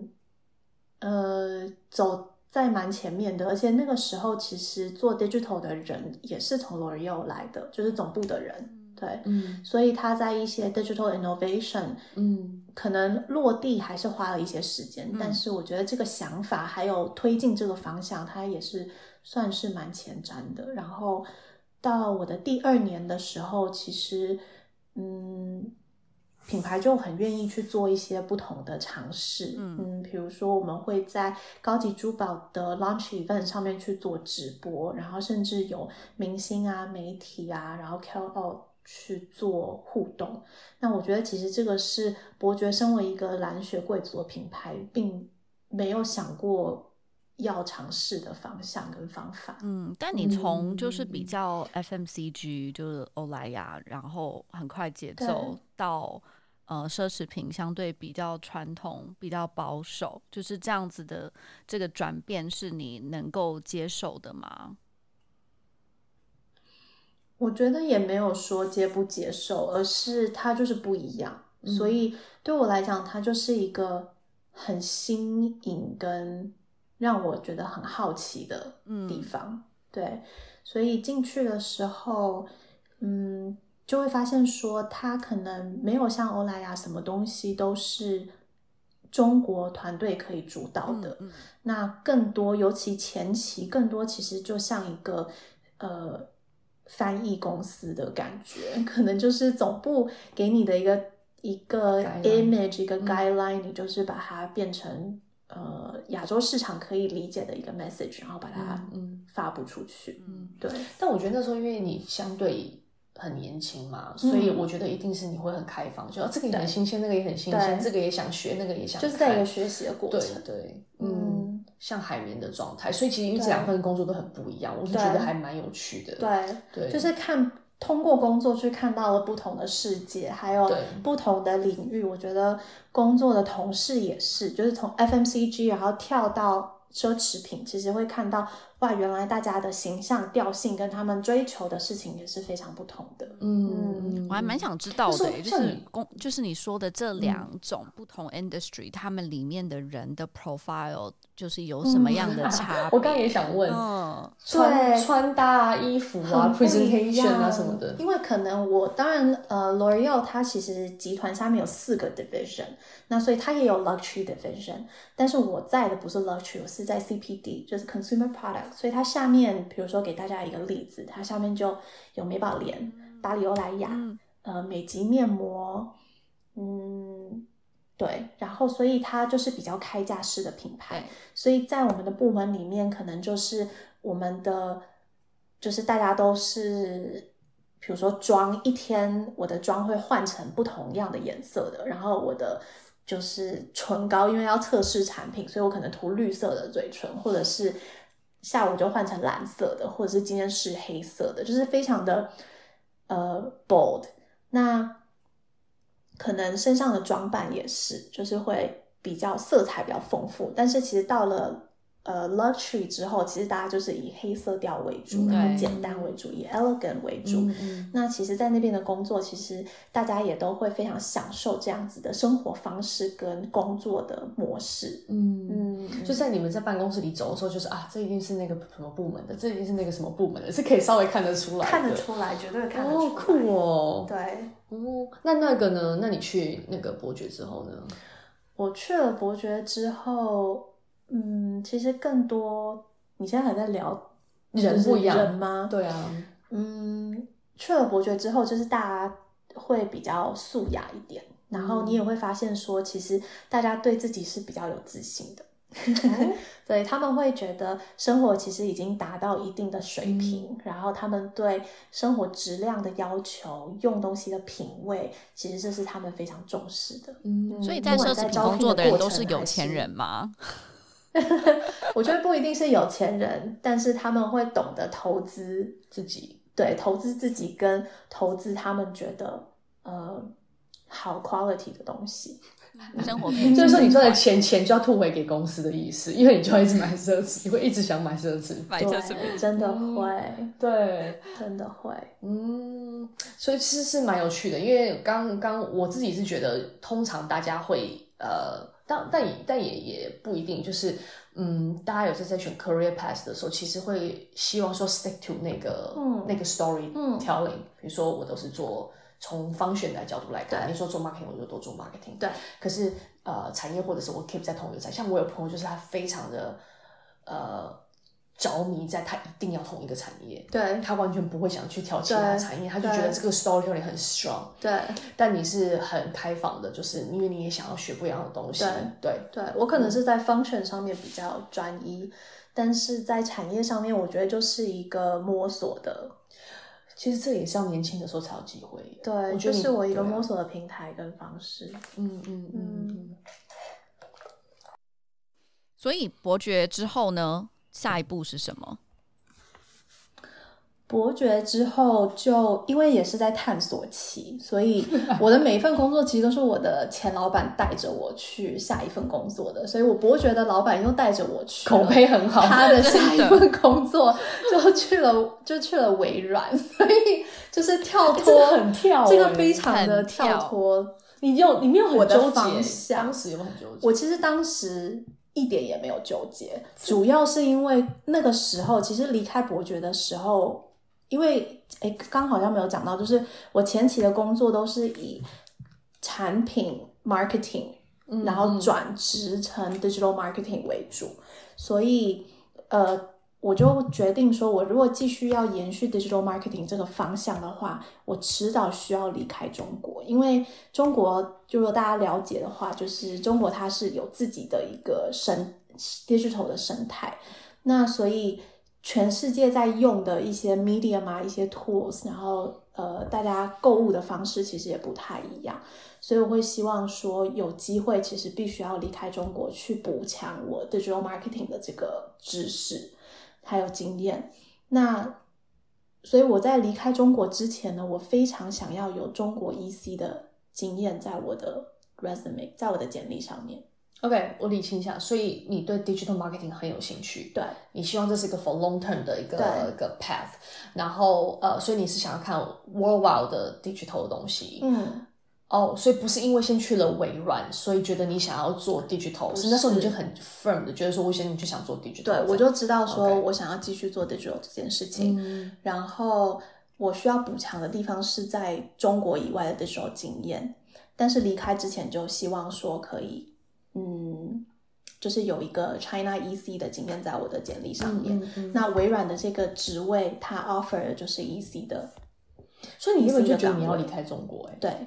Speaker 3: 呃走在蛮前面的，而且那个时候其实做 digital 的人也是从 L'Oreal 来的，就是总部的人。对，
Speaker 1: 嗯
Speaker 3: 所以他在一些 digital innovation
Speaker 1: 嗯
Speaker 3: 可能落地还是花了一些时间，
Speaker 2: 嗯
Speaker 3: 但是我觉得这个想法还有推进这个方向，它也是算是蛮前瞻的。然后到我的第二年的时候，其实嗯，品牌就很愿意去做一些不同的尝试，
Speaker 2: 嗯
Speaker 3: 嗯，比如说我们会在高级珠宝的 launch event 上面去做直播，然后甚至有明星啊、媒体啊，然后 KOL 去做互动。那我觉得其实这个是伯爵身为一个蓝血贵族的品牌，并没有想过要尝试的方向跟方法。
Speaker 2: 嗯，但你从就是比
Speaker 1: 嗯
Speaker 2: 较 FMCG 就是欧莱雅，然后很快节
Speaker 3: 对
Speaker 2: 奏到呃奢侈品相对比较传统、比较保守，就是这样子的这个转变是你能够接受的吗？
Speaker 3: 我觉得也没有说接不接受，而是它就是不一样。
Speaker 1: 嗯
Speaker 3: 所以对我来讲，它就是一个很新颖跟让我觉得很好奇的地方。对，所以进去的时候，嗯，就会发现说，它可能没有像欧莱雅什么东西都是中国团队可以主导的。
Speaker 2: 嗯
Speaker 3: 那更多，尤其前期，更多其实就像一个呃翻译公司的感觉，可能就是总部给你的一个一个
Speaker 1: Guideline
Speaker 3: image 一个 guideline，、你就是把它变成呃亚洲市场可以理解的一个 message，然后把它
Speaker 1: 嗯嗯
Speaker 3: 发布出去。
Speaker 2: 嗯
Speaker 3: 对，
Speaker 1: 但我觉得那时候因为你相对很年轻嘛，所以
Speaker 3: 嗯
Speaker 1: 我觉得一定是你会很开放，就、啊、这个也很
Speaker 3: 对
Speaker 1: 新鲜，那个也很新鲜，
Speaker 3: 对
Speaker 1: 这个也想学，那个也想看，
Speaker 3: 就是在一个学习的过
Speaker 1: 对
Speaker 3: 程。
Speaker 1: 对，嗯，
Speaker 3: 嗯，
Speaker 1: 像海绵的状态。所以其实因为这
Speaker 3: 对
Speaker 1: 两份工作都很不一样，我是
Speaker 3: 对
Speaker 1: 觉得还蛮有趣的。
Speaker 3: 对。
Speaker 1: 对，
Speaker 3: 就是看通过工作去看到了不同的世界，还有
Speaker 1: 对
Speaker 3: 不同的领域。我觉得工作的同事也是，就是从 FMCG 然后跳到奢侈品，其实会看到哇，原来大家的形象调性跟他们追求的事情也是非常不同的。
Speaker 1: 嗯，嗯
Speaker 2: 我还蛮想知道
Speaker 1: 但是
Speaker 2: 的欸，就
Speaker 1: 像
Speaker 2: 是
Speaker 1: 你
Speaker 2: 公，就是你说的
Speaker 3: 嗯
Speaker 2: 这两种不同 industry，他们里面的人的 profile 就是有什么样
Speaker 3: 嗯
Speaker 2: 的差
Speaker 1: 我
Speaker 2: 别？
Speaker 1: 刚刚也想问，
Speaker 2: 嗯，
Speaker 1: 穿
Speaker 3: 对
Speaker 1: 穿搭啊、衣服啊
Speaker 3: 很、不一
Speaker 1: presentation
Speaker 3: 样
Speaker 1: 啊什么的。
Speaker 3: 因为可能我当然呃，L'Oreal 它其实集团下面有四个 division，那所以它也有 luxury division，但是我在的不是 luxury，我是在 CPD，就是 consumer product，所以它下面比如说给大家一个例子，它下面就有美宝莲、巴黎欧莱雅、
Speaker 2: 嗯
Speaker 3: 呃美极面膜，嗯，对，然后所以它就是比较开架式的品牌
Speaker 2: 对，，
Speaker 3: 所以在我们的部门里面，可能就是我们的，就是大家都是，比如说妆一天，我的妆会换成不同样的颜色的，然后我的就是唇膏，因为要测试产品，所以我可能涂绿色的嘴唇，或者是下午就换成蓝色的，或者是今天是黑色的，就是非常的呃 bold。那可能身上的装扮也是，就是会比较色彩比较丰富。但是其实到了呃 luxury 之后，其实大家就是以黑色调为主，
Speaker 1: 嗯
Speaker 3: 然后
Speaker 2: 对
Speaker 3: 简单为主，以 elegant 为主。
Speaker 1: 嗯嗯
Speaker 3: 那其实，在那边的工作，其实大家也都会非常享受这样子的生活方式跟工作的模式。
Speaker 1: 嗯。
Speaker 3: 嗯，
Speaker 1: 就在你们在办公室里走的时候，就是啊，这一定是那个什么部门的，这一定是那个什么部门的，是可以稍微看得出来的。
Speaker 3: 看得出来，绝对看得出
Speaker 1: 哦
Speaker 3: 来。，
Speaker 1: 酷！哦。
Speaker 3: 对，
Speaker 1: 哦，那那个呢？那你去那个伯爵之后呢？
Speaker 3: 我去了伯爵之后，嗯，其实更多，你现在还在聊
Speaker 1: 人不一样
Speaker 3: 嗯人吗？
Speaker 1: 对啊，
Speaker 3: 嗯，去了伯爵之后，就是大家会比较素雅一点，然后你也会发现说，其实大家对自己是比较有自信的。对他们会觉得生活其实已经达到一定的水平，然后他们对生活质量的要求、用东西的品味，其实这是他们非常重视的。
Speaker 1: 嗯，
Speaker 2: 所以
Speaker 3: 嗯
Speaker 2: 在
Speaker 3: 不
Speaker 2: 奢
Speaker 3: 管在
Speaker 2: 侈品
Speaker 3: 招聘
Speaker 2: 工作的
Speaker 3: 的
Speaker 2: 人
Speaker 3: 过
Speaker 2: 都
Speaker 3: 程
Speaker 2: 是有
Speaker 3: 还
Speaker 2: 钱
Speaker 3: 是
Speaker 2: 人吗？
Speaker 3: 我觉得不一定是有钱人，但是他们会懂得投资
Speaker 1: 自己
Speaker 3: 对，投资自己跟投资他们觉得呃好 quality 的东西。
Speaker 2: 生活品质
Speaker 1: 就是说你赚的钱，钱就要吐回给公司的意思，因为你就要一直买奢侈，你会一直想买奢侈。
Speaker 2: 买奢侈品，
Speaker 3: 对，真的
Speaker 1: 嗯
Speaker 3: 会，
Speaker 1: 对，
Speaker 3: 真的会。
Speaker 1: 嗯，所以其实是蛮有趣的，因为刚刚我自己是觉得，通常大家会呃，但但也但也也不一定，就是嗯，大家有时候在选 career path 的时候，其实会希望说 stick to 那个、
Speaker 3: 嗯
Speaker 1: 那个 story
Speaker 3: 嗯
Speaker 1: telling，比如说我都是做。从方选的角度来看，
Speaker 3: 对
Speaker 1: 你说做 marketing，我就多做 marketing。
Speaker 3: 对，
Speaker 1: 可是呃，产业或者是我 keep 在同一个产业，像我有朋友就是他非常的呃着迷在他一定要同一个产业，
Speaker 3: 对
Speaker 1: 他完全不会想去挑其他
Speaker 3: 对
Speaker 1: 产业，他就觉得
Speaker 3: 对
Speaker 1: 这个 storytelling 很 strong。
Speaker 3: 对
Speaker 1: 但你是很开放的，就是因为你也想要学不一样的东西。对，
Speaker 3: 对，我可能是在 function 上面比较专一，但是在产业上面，我觉得就是一个摸索的，
Speaker 1: 其实这也是要年轻的时候才有机会。
Speaker 3: 对，
Speaker 1: 觉
Speaker 3: 就
Speaker 1: 得你
Speaker 3: 是我一个
Speaker 1: 对啊
Speaker 3: 摸索的平台跟方式。
Speaker 1: 嗯嗯嗯嗯
Speaker 3: 嗯，
Speaker 2: 所以伯爵之后呢，下一步是什么？
Speaker 3: 伯爵之后就因为也是在探索期，所以我的每一份工作其实都是我的前老板带着我去下一份工作的，所以我伯爵的老板又带着我去了
Speaker 1: 口碑很好。
Speaker 3: 他的下一份工作就去了就去了微软，所以就是跳
Speaker 1: 这
Speaker 3: 脱
Speaker 1: 个很跳欸
Speaker 3: 这个非常的
Speaker 2: 很跳
Speaker 3: 跳脱。
Speaker 1: 你有你没有
Speaker 3: 我
Speaker 1: 很
Speaker 3: 的
Speaker 1: 纠
Speaker 3: 方
Speaker 1: 结？
Speaker 3: 向
Speaker 1: 当时有没有很纠结？
Speaker 3: 我其实当时一点也没有纠结，主要是因为那个时候，其实离开伯爵的时候，因为诶刚好像没有讲到，就是我前期的工作都是以产品 marketing，、
Speaker 1: 嗯
Speaker 3: 然后转职成 digital marketing 为主，所以呃。我就决定说，我如果继续要延续 digital marketing 这个方向的话，我迟早需要离开中国，因为中国，就如果大家了解的话，就是中国它是有自己的一个生 digital 的生态，那所以全世界在用的一些 medium 啊，一些 tools，然后呃，大家购物的方式其实也不太一样，所以我会希望说，有机会其实必须要离开中国去补强我 digital marketing 的这个知识还有经验。那所以我在离开中国之前呢，我非常想要有中国 EC 的经验在我的 resume，在我的简历上面。
Speaker 1: OK，我理清一下。所以你对 digital marketing 很有兴趣，
Speaker 3: 对
Speaker 1: 你希望这是一个 for long term 的一个
Speaker 3: 对
Speaker 1: 一个 path，然后呃，所以你是想要看 worldwide 的 digital 的东西，
Speaker 3: 嗯，
Speaker 1: 哦，所以不是因为先去了微软，所以觉得你想要做 digital，
Speaker 3: 不
Speaker 1: 是那时候你
Speaker 3: 是
Speaker 1: 就很 firm 的觉得说，我现在就想做 digital，
Speaker 3: 对，我
Speaker 1: 这样
Speaker 3: 就知道说
Speaker 1: OK
Speaker 3: 我想要继续做 digital 这件事情。
Speaker 1: 嗯
Speaker 3: 然后我需要补强的地方是在中国以外的 digital 经验，但是离开之前就希望说可以，嗯，就是有一个 China EC 的经验在我的简历上面。
Speaker 1: 嗯嗯
Speaker 3: 那微软的这个职位，它 offer 的就是 EC 的，
Speaker 1: 所以你根本
Speaker 3: 意思
Speaker 1: 就
Speaker 3: 就
Speaker 1: 觉得
Speaker 3: 岗
Speaker 1: 你要
Speaker 3: 位
Speaker 1: 离开中国、欸，哎，
Speaker 3: 对，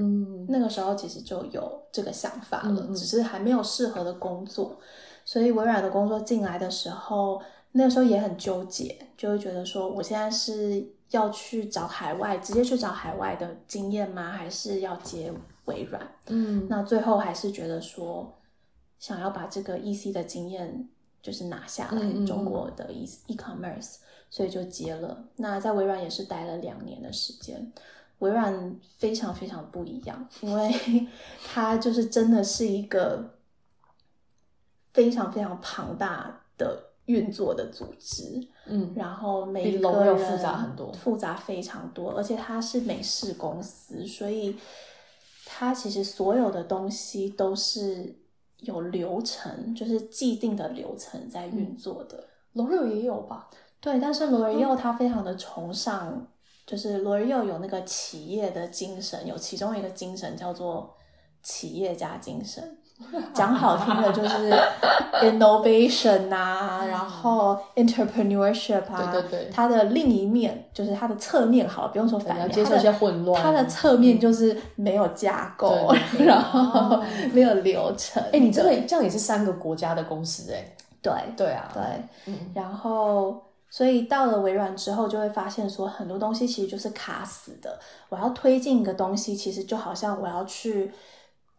Speaker 1: 嗯，
Speaker 3: 那个时候其实就有这个想法了，
Speaker 1: 嗯嗯
Speaker 3: 只是还没有适合的工作，所以微软的工作进来的时候，那个时候也很纠结，就会觉得说，我现在是要去找海外，直接去找海外的经验吗？还是要接微软？
Speaker 1: 嗯，
Speaker 3: 那最后还是觉得说，想要把这个 EC 的经验就是拿下来，
Speaker 1: 嗯嗯嗯
Speaker 3: 中国的 E e commerce，所以就接了。那在微软也是待了两年的时间。微软非常非常不一样，因为 它就是真的是一个非常非常庞大的运作的组织。
Speaker 1: 嗯，
Speaker 3: 然后每
Speaker 1: 比
Speaker 3: 一
Speaker 1: 龙
Speaker 3: 个
Speaker 1: 要
Speaker 3: 人
Speaker 1: 复杂很多
Speaker 3: 复杂非常多，而且它是美式公司，所以它其实所有的东西都是有流程，就是既定的流程在运作的。
Speaker 1: 龙肉也有吧？
Speaker 3: 嗯对，但是罗尔佑他非常的崇尚，就是罗尔佑有那个企业的精神，有其中一个精神叫做企业家精神。讲好听的就是 innovation 啊，然后 entrepreneurship 啊，
Speaker 1: 对对对
Speaker 3: 它的另一面就是它的侧面，好了，不用说反
Speaker 1: 你要
Speaker 3: 面，
Speaker 1: 接
Speaker 3: 它
Speaker 1: 受
Speaker 3: 的
Speaker 1: 一些混乱。
Speaker 3: 它的侧面就是没有架构，
Speaker 1: 对
Speaker 3: 然后
Speaker 2: 哦
Speaker 3: 没有流程。
Speaker 1: 哎，你这个这样也是三个国家的公司哎。
Speaker 3: 对
Speaker 1: 对啊，
Speaker 3: 对，
Speaker 1: 嗯，
Speaker 3: 然后，所以到了微软之后，就会发现说很多东西其实就是卡死的。我要推进一个东西，其实就好像我要去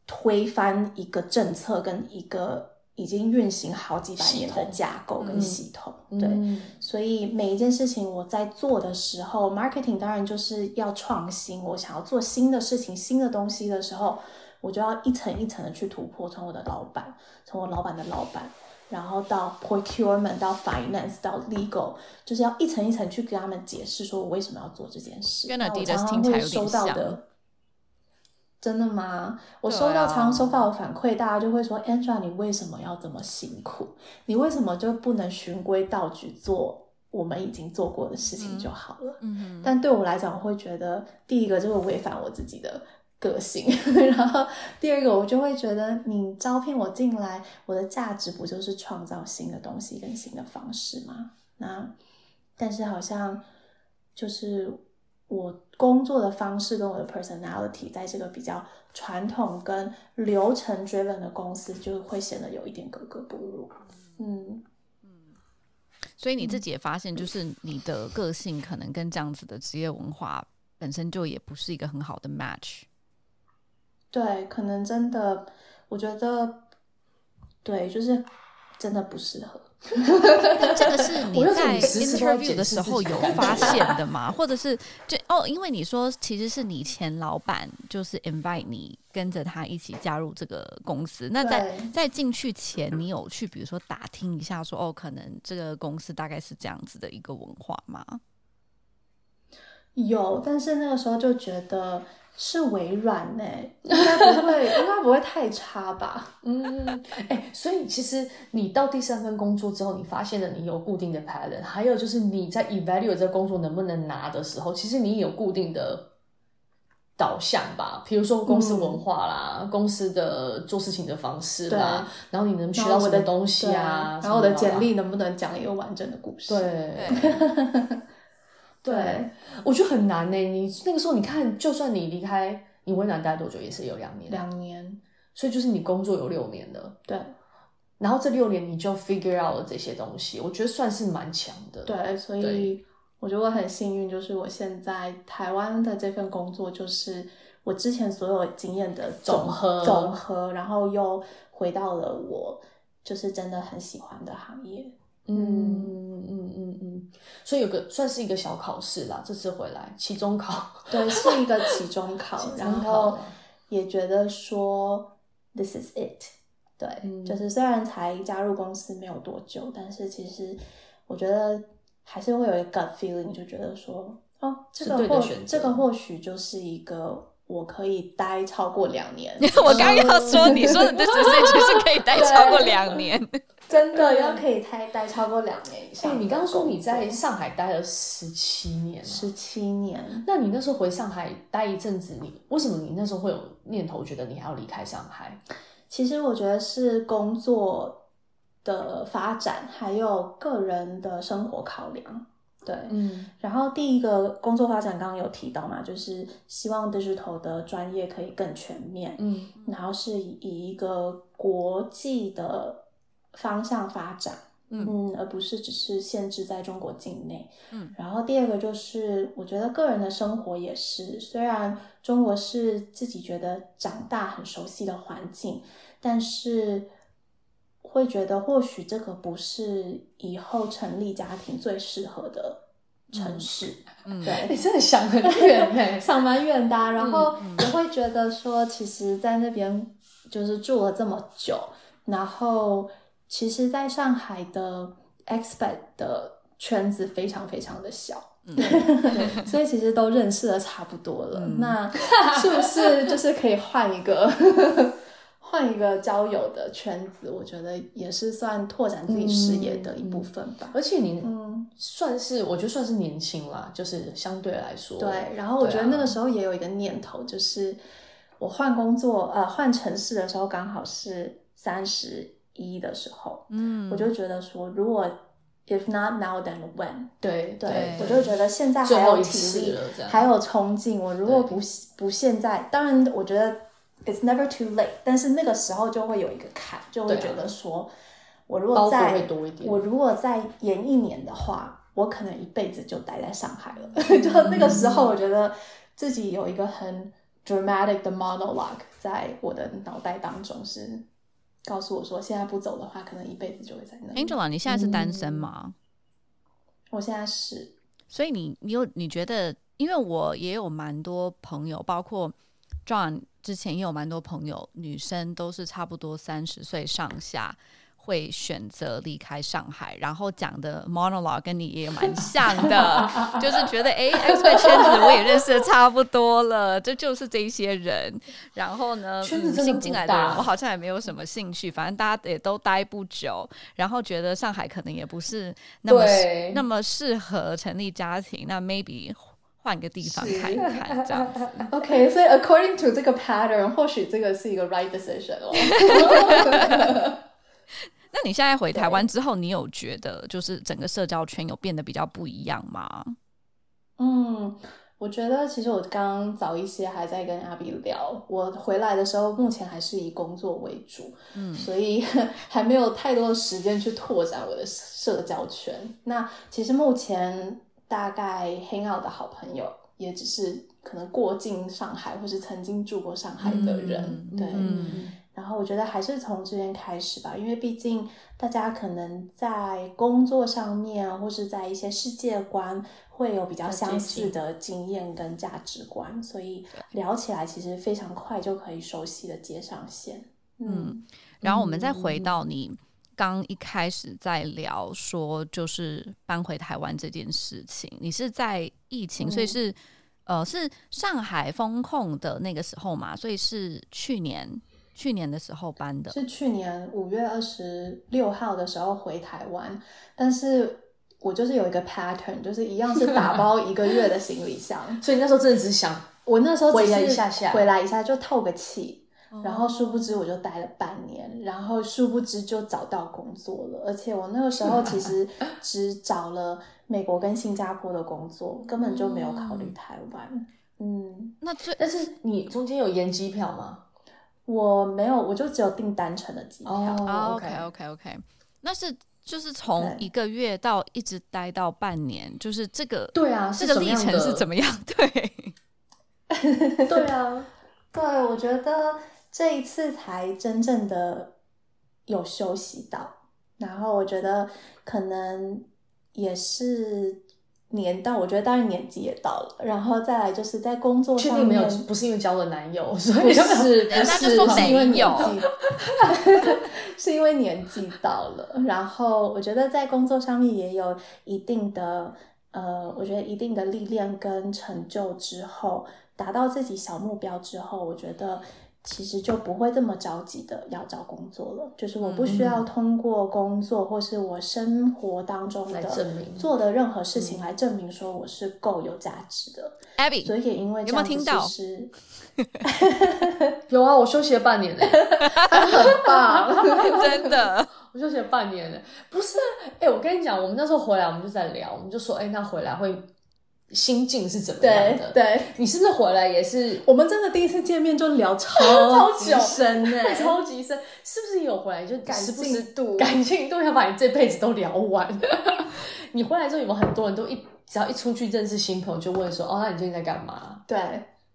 Speaker 3: 推翻一个政策跟一个已经运行好几百年
Speaker 1: 系
Speaker 3: 的
Speaker 1: 统
Speaker 3: 架构跟
Speaker 1: 嗯
Speaker 3: 系统。对，
Speaker 1: 嗯
Speaker 3: 所以每一件事情我在做的时候，marketing 当然就是要创新。我想要做新的事情、新的东西的时候，我就要一层一层的去突破，从我的老板，从我老板的老板，然后到 procurement，到 finance，到 legal，就是要一层一层去给他们解释，说我为什么要做这件事。
Speaker 2: 跟
Speaker 3: 那我
Speaker 2: Adidas
Speaker 3: 常常
Speaker 2: 听起来
Speaker 3: 会
Speaker 2: 有点
Speaker 3: 收到
Speaker 2: 像
Speaker 3: 的。真的吗？我
Speaker 2: 对
Speaker 3: 收到
Speaker 2: 啊
Speaker 3: 常常收到的反馈，大家就会说：“Angela，你为什么要这么辛苦？你为什么就不能循规蹈矩做我们已经做过的事情就好了？
Speaker 2: 嗯哼，
Speaker 3: 但对我来讲，我会觉得第一个就是违反我自己的个性， 然后第二个我就会觉得你招聘我进来，我的价值不就是创造新的东西跟新的方式吗？那但是好像就是我工作的方式跟我的 personality 在这个比较传统跟流程 driven 的公司，就会显得有一点格格不入。嗯，
Speaker 2: 所以你自己也发现，就是你的个性可能跟这样子的职业文化本身就也不是一个很好的 match。
Speaker 3: 对，可能真的，我觉得，对，就是真的不适合。
Speaker 2: 但 这个是你
Speaker 1: 我就说
Speaker 2: 在
Speaker 1: 你时时都要检
Speaker 2: interview 的
Speaker 1: 视
Speaker 2: 时
Speaker 1: 自
Speaker 2: 候
Speaker 1: 己
Speaker 2: 有发现的吗？ 或者是就哦，因为你说其实是你前老板就是 invite 你跟着他一起加入这个公司，那在
Speaker 3: 对
Speaker 2: 在进去前，你有去比如说打听一下说哦，可能这个公司大概是这样子的一个文化吗？，
Speaker 3: 有，但是那个时候就觉得是微软呢、应该不会，应该不会太差吧？
Speaker 1: 嗯，哎、所以其实你到第三份工作之后，你发现了你有固定的 pattern，还有就是你在 evaluate 这个工作能不能拿的时候，其实你有固定的导向吧，比如说公司文化啦，
Speaker 3: 嗯
Speaker 1: 公司的做事情的方式啦，然 后你能学
Speaker 3: 然
Speaker 1: 到
Speaker 3: 后
Speaker 1: 什
Speaker 3: 我
Speaker 1: 么
Speaker 3: 的
Speaker 1: 东西
Speaker 3: 对
Speaker 1: 啊，
Speaker 3: 然后我的
Speaker 1: 什么啦
Speaker 3: 简历能不能讲一个完整的故事？
Speaker 1: 对。
Speaker 3: 对
Speaker 1: 我觉得很难呢、你那个时候，你看，就算你离开你微软待多久，也是有两年，
Speaker 3: 两年，
Speaker 1: 所以就是你工作有六年了。
Speaker 3: 对
Speaker 1: 然后这六年你就 figure out 了这些东西，我觉得算是蛮强的。，
Speaker 3: 对，所
Speaker 1: 对
Speaker 3: 以我觉得我很幸运，就是我现在台湾的这份工作，就是我之前所有经验的
Speaker 1: 总和
Speaker 3: 总和，然后又回到了我就是真的很喜欢的行业。
Speaker 1: 嗯嗯嗯嗯，所以有个算是一个小考试啦，这次回来期中考，
Speaker 3: 对，是一个期中考
Speaker 1: 期，中
Speaker 3: 然
Speaker 1: 考
Speaker 3: 后
Speaker 1: 啊
Speaker 3: 也觉得说 this is it。对，
Speaker 1: 嗯
Speaker 3: 就是虽然才加入公司没有多久，但是其实我觉得还是会有一个 gut feeling，就觉得说，哦，这
Speaker 1: 是
Speaker 3: 个
Speaker 1: 对的
Speaker 3: 或
Speaker 1: 选择
Speaker 3: 这个或许就是一个我可以待超过两 年
Speaker 2: 我刚刚要说，你说的这件事情是可以待超过两年，
Speaker 3: 真的要可以待待超过两年以
Speaker 1: 嗯哎、
Speaker 3: 上。
Speaker 1: 你刚刚说你在上海待了十七年、啊，
Speaker 3: 十七年，
Speaker 1: 那你那时候回上海待一阵子，你为什么你那时候会有念头觉得你还要离开上海？
Speaker 3: 其实我觉得是工作的发展，还有个人的生活考量。对，
Speaker 1: 嗯
Speaker 3: 然后第一个工作发展刚刚有提到嘛，就是希望 digital 的专业可以更全面，
Speaker 1: 嗯
Speaker 3: 然后是以以一个国际的方向发展，
Speaker 1: 嗯
Speaker 3: 而不是只是限制在中国境内，
Speaker 2: 嗯。
Speaker 3: 然后第二个就是，我觉得个人的生活也是，虽然中国是自己觉得长大很熟悉的环境，但是会觉得或许这个不是以后成立家庭最适合的城市，
Speaker 2: 嗯
Speaker 1: 哎你
Speaker 3: 对。
Speaker 1: 真的想很远呢、
Speaker 3: 上班远的啊、然后
Speaker 2: 嗯
Speaker 3: 也会觉得说，其实，在那边就是住了这么久，然后其实，在上海的 expat 的圈子非常非常的小，
Speaker 1: 对，
Speaker 3: 所以其实都认识的差不多了。
Speaker 2: 嗯
Speaker 3: 那是不是就是可以换一个 换一个交友的圈子？我觉得也是算拓展自己视野的一部分吧。
Speaker 1: 而且你
Speaker 3: 嗯，
Speaker 1: 算是，我觉得算是年轻啦，就是相对来说，
Speaker 3: 对。然后我觉得那个时候也有一个念头，就是我换工作呃换城市的时候，刚好是三十一的时候，
Speaker 2: 嗯，
Speaker 3: 我就觉得说，如果 if not now then when，
Speaker 1: 对
Speaker 3: 对
Speaker 1: 对，
Speaker 3: 我就觉得现在
Speaker 1: 最
Speaker 3: 还
Speaker 1: 后
Speaker 3: 有
Speaker 1: 一
Speaker 3: 体
Speaker 1: 次
Speaker 3: 力
Speaker 1: 了，这样
Speaker 3: 还有冲劲。我如果
Speaker 1: 对
Speaker 3: 不不现在，当然我觉得 it's never too late，但是那个时候就会有一个坎，就会
Speaker 1: 对啊
Speaker 3: 觉得说，我如
Speaker 1: 包
Speaker 3: 果
Speaker 1: 袱会
Speaker 3: 再
Speaker 1: 多一点，
Speaker 3: 我如果再延一年的话，我可能一辈子就待在上海了。
Speaker 1: 嗯
Speaker 3: 就那个时候，我觉得自己有一个很 dramatic 的 monologue 在我的脑袋当中是。告诉我说，现在不走的话，可能一辈子就会在那里。
Speaker 2: Angela，你现在是单身吗？
Speaker 3: 我现在是，
Speaker 2: 所以你你有你觉得，因为我也有蛮多朋友，包括 John 之前也有蛮多朋友，女生都是差不多三十岁上下。会选择离开上海，然后讲的 monologue 跟你也蛮像 的，就是觉得哎 x y 圈子我也认识的差不多了，这就是这一些人。然后呢，
Speaker 1: 圈子
Speaker 2: 嗯
Speaker 1: 真的
Speaker 2: 新
Speaker 1: 不
Speaker 2: 进来的人，
Speaker 1: 大
Speaker 2: 我好像也没有什么兴趣，反正大家也都待不久，然后觉得上海可能也不是那么
Speaker 1: 对
Speaker 2: 那么适合成立家庭，那 maybe 换个地方
Speaker 3: 是
Speaker 2: 看一看这样 子。
Speaker 3: OK，所以 according to 这个 pattern，或许这个是一个 right decision 哦。
Speaker 2: 那你现在回台湾之后，你有觉得就是整个社交圈有变得比较不一样吗？
Speaker 3: 嗯，我觉得其实我刚早一些还在跟阿比聊，我回来的时候目前还是以工作为主，
Speaker 2: 嗯
Speaker 3: 所以还没有太多的时间去拓展我的社交圈。那其实目前大概 hang out 的好朋友也只是可能过境上海或是曾经住过上海的人，
Speaker 2: 嗯
Speaker 3: 对。
Speaker 1: 嗯
Speaker 3: 然后我觉得还是从这边开始吧，因为毕竟大家可能在工作上面，或是在一些世界观会有比较相似的经验跟价值观，所以聊起来其实非常快就可以熟悉的接上线。嗯
Speaker 2: 然后我们再回到你刚一开始在聊说，就是搬回台湾这件事情，你是在疫情，
Speaker 3: 嗯
Speaker 2: 所以是呃是上海封控的那个时候嘛，所以是去年去年的时候搬的。
Speaker 3: 是去年五月二十六号的时候回台湾，但是我就是有一个 pattern，就是一样是打包一个月的行李箱，
Speaker 1: 所以那时候真的只想
Speaker 3: 我那时候只
Speaker 1: 回
Speaker 3: 是
Speaker 1: 来一下下
Speaker 3: 回来一下就透个气，
Speaker 1: 哦
Speaker 3: 然
Speaker 2: 哦
Speaker 3: 后殊不知我就待了半年，然后殊不知就找到工作了，而且我那个时候其实 只找了美国跟新加坡的工作，根本就没有考虑台湾。嗯，
Speaker 2: 那最
Speaker 1: 但是你中间有延机票吗？
Speaker 3: 我没有，我就只有订单程的机票。
Speaker 2: 哦 OK OK OK，那是就是从
Speaker 3: 对
Speaker 2: 一个月到一直待到半年，就是这个
Speaker 1: 对啊是
Speaker 2: 这个
Speaker 1: 什么
Speaker 2: 历
Speaker 1: 样
Speaker 2: 程
Speaker 1: 的
Speaker 2: 是怎么样？ 对，
Speaker 1: 对 啊，
Speaker 3: 对，我觉得这一次才真正的有休息到，然后我觉得可能也是年到，我觉得当然年纪也到了，然后再来就是在工作
Speaker 1: 确
Speaker 3: 上
Speaker 1: 定没
Speaker 3: 面，
Speaker 1: 有不是因为交了男友， 所
Speaker 3: 不
Speaker 1: 以
Speaker 3: 是不是，
Speaker 2: 人家就 说
Speaker 3: 是因为
Speaker 2: 没有
Speaker 3: 年纪， 是因为年纪到了。然后我觉得在工作上面也有一定的呃，我觉得一定的历练跟成就之后，达到自己小目标之后，我觉得。其实就不会这么着急的要找工作了，就是我不需要通过工作或是我生活当中
Speaker 1: 来
Speaker 3: 的
Speaker 1: 证明
Speaker 3: 做的任何事情来证明说我是够有价值的，所
Speaker 2: Abby，
Speaker 3: 以也因为
Speaker 2: 有
Speaker 3: 这
Speaker 2: 没有
Speaker 3: 样子
Speaker 2: 听到
Speaker 3: 其实
Speaker 1: 有啊，我休息了半年嘞，
Speaker 3: 棒，
Speaker 2: 真的，
Speaker 1: 我休学半年了，不是啊？哎、我跟你讲，我们那时候回来，我们就在聊，我们就说，哎、那回来会心境是怎么样
Speaker 3: 对
Speaker 1: 的？
Speaker 3: 对，
Speaker 1: 你是不是回来也是
Speaker 3: 我们真的第一次见面就聊 超级
Speaker 1: 久
Speaker 3: 深哎、
Speaker 1: 超级深？是不是有回来就
Speaker 3: 感
Speaker 1: 时不时
Speaker 3: 进度
Speaker 1: 感情都要把你这辈子都聊完？ 你回来之后有没有很多人都一只要一出去认识新朋友就问说，哦，那你最近在干嘛？
Speaker 3: 对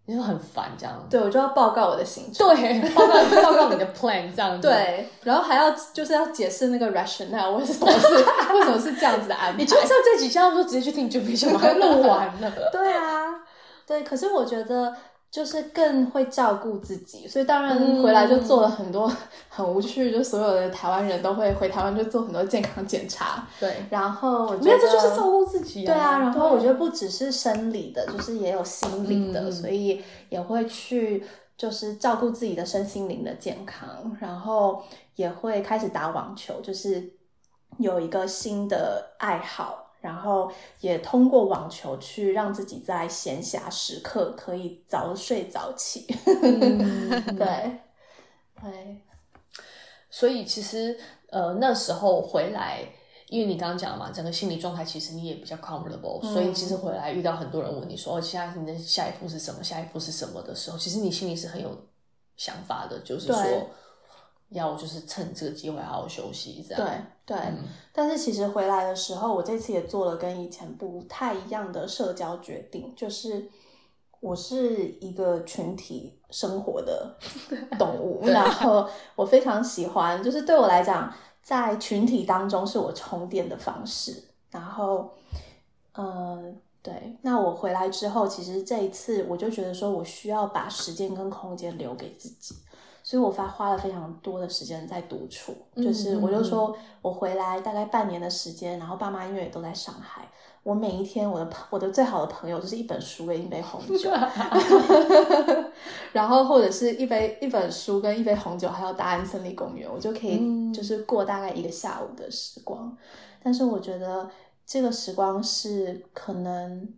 Speaker 1: 你就很烦这样。
Speaker 3: 对，我就要报告我的行程。嗯
Speaker 1: 对，报告报告你的 plan 这样 子。，
Speaker 3: 对，然后还要就是要解释那个 rationale，为什么是为什么是这样子的安排？
Speaker 1: 你就像这几家，我就直接去听 j u p i 小孩录完了。
Speaker 3: 对啊，对，可是我觉得就是更会照顾自己，所以当然回来就做了很多、很无趣，就所有的台湾人都会回台湾就做很多健康检查，
Speaker 1: 对，
Speaker 3: 然后我觉得
Speaker 1: 没有，这就是照顾自己、
Speaker 3: 对啊，然后我觉
Speaker 1: 得
Speaker 3: 得不只是生理的，就是也有心理的，
Speaker 1: 嗯
Speaker 3: 所以也会去就是照顾自己的身心灵的健康，然后也会开始打网球，就是有一个新的爱好。然后也通过网球去让自己在闲暇时刻可以早睡早起，
Speaker 1: 嗯
Speaker 3: 对，对，
Speaker 1: 所以其实呃那时候回来，因为你刚刚讲嘛，整个心理状态其实你也比较 comfortable，、
Speaker 3: 嗯
Speaker 1: 所以其实回来遇到很多人问你说，哦，现在你的下一步是什么？下一步是什么的时候，其实你心里是很有想法的，就是
Speaker 3: 对
Speaker 1: 说，要我就是趁这个机会好好休息这样。
Speaker 3: 对对、
Speaker 1: 嗯
Speaker 3: 但是其实回来的时候，我这次也做了跟以前不太一样的社交决定，就是我是一个群体生活的动物，然后我非常喜欢，就是对我来讲，在群体当中是我充电的方式。然后，呃，对，那我回来之后，其实这一次我就觉得说我需要把时间跟空间留给自己。所以我发花了非常多的时间在独处，
Speaker 1: 嗯
Speaker 3: 就是我就
Speaker 1: 嗯
Speaker 3: 说我回来大概半年的时间，然后爸妈因为也都在上海，我每一天我的朋我的最好的朋友就是一本书跟一杯红 酒，然后或者是一杯一本书跟一杯红酒，还有大安森林公园，我就可以
Speaker 1: 嗯
Speaker 3: 就是过大概一个下午的时光。但是我觉得这个时光是可能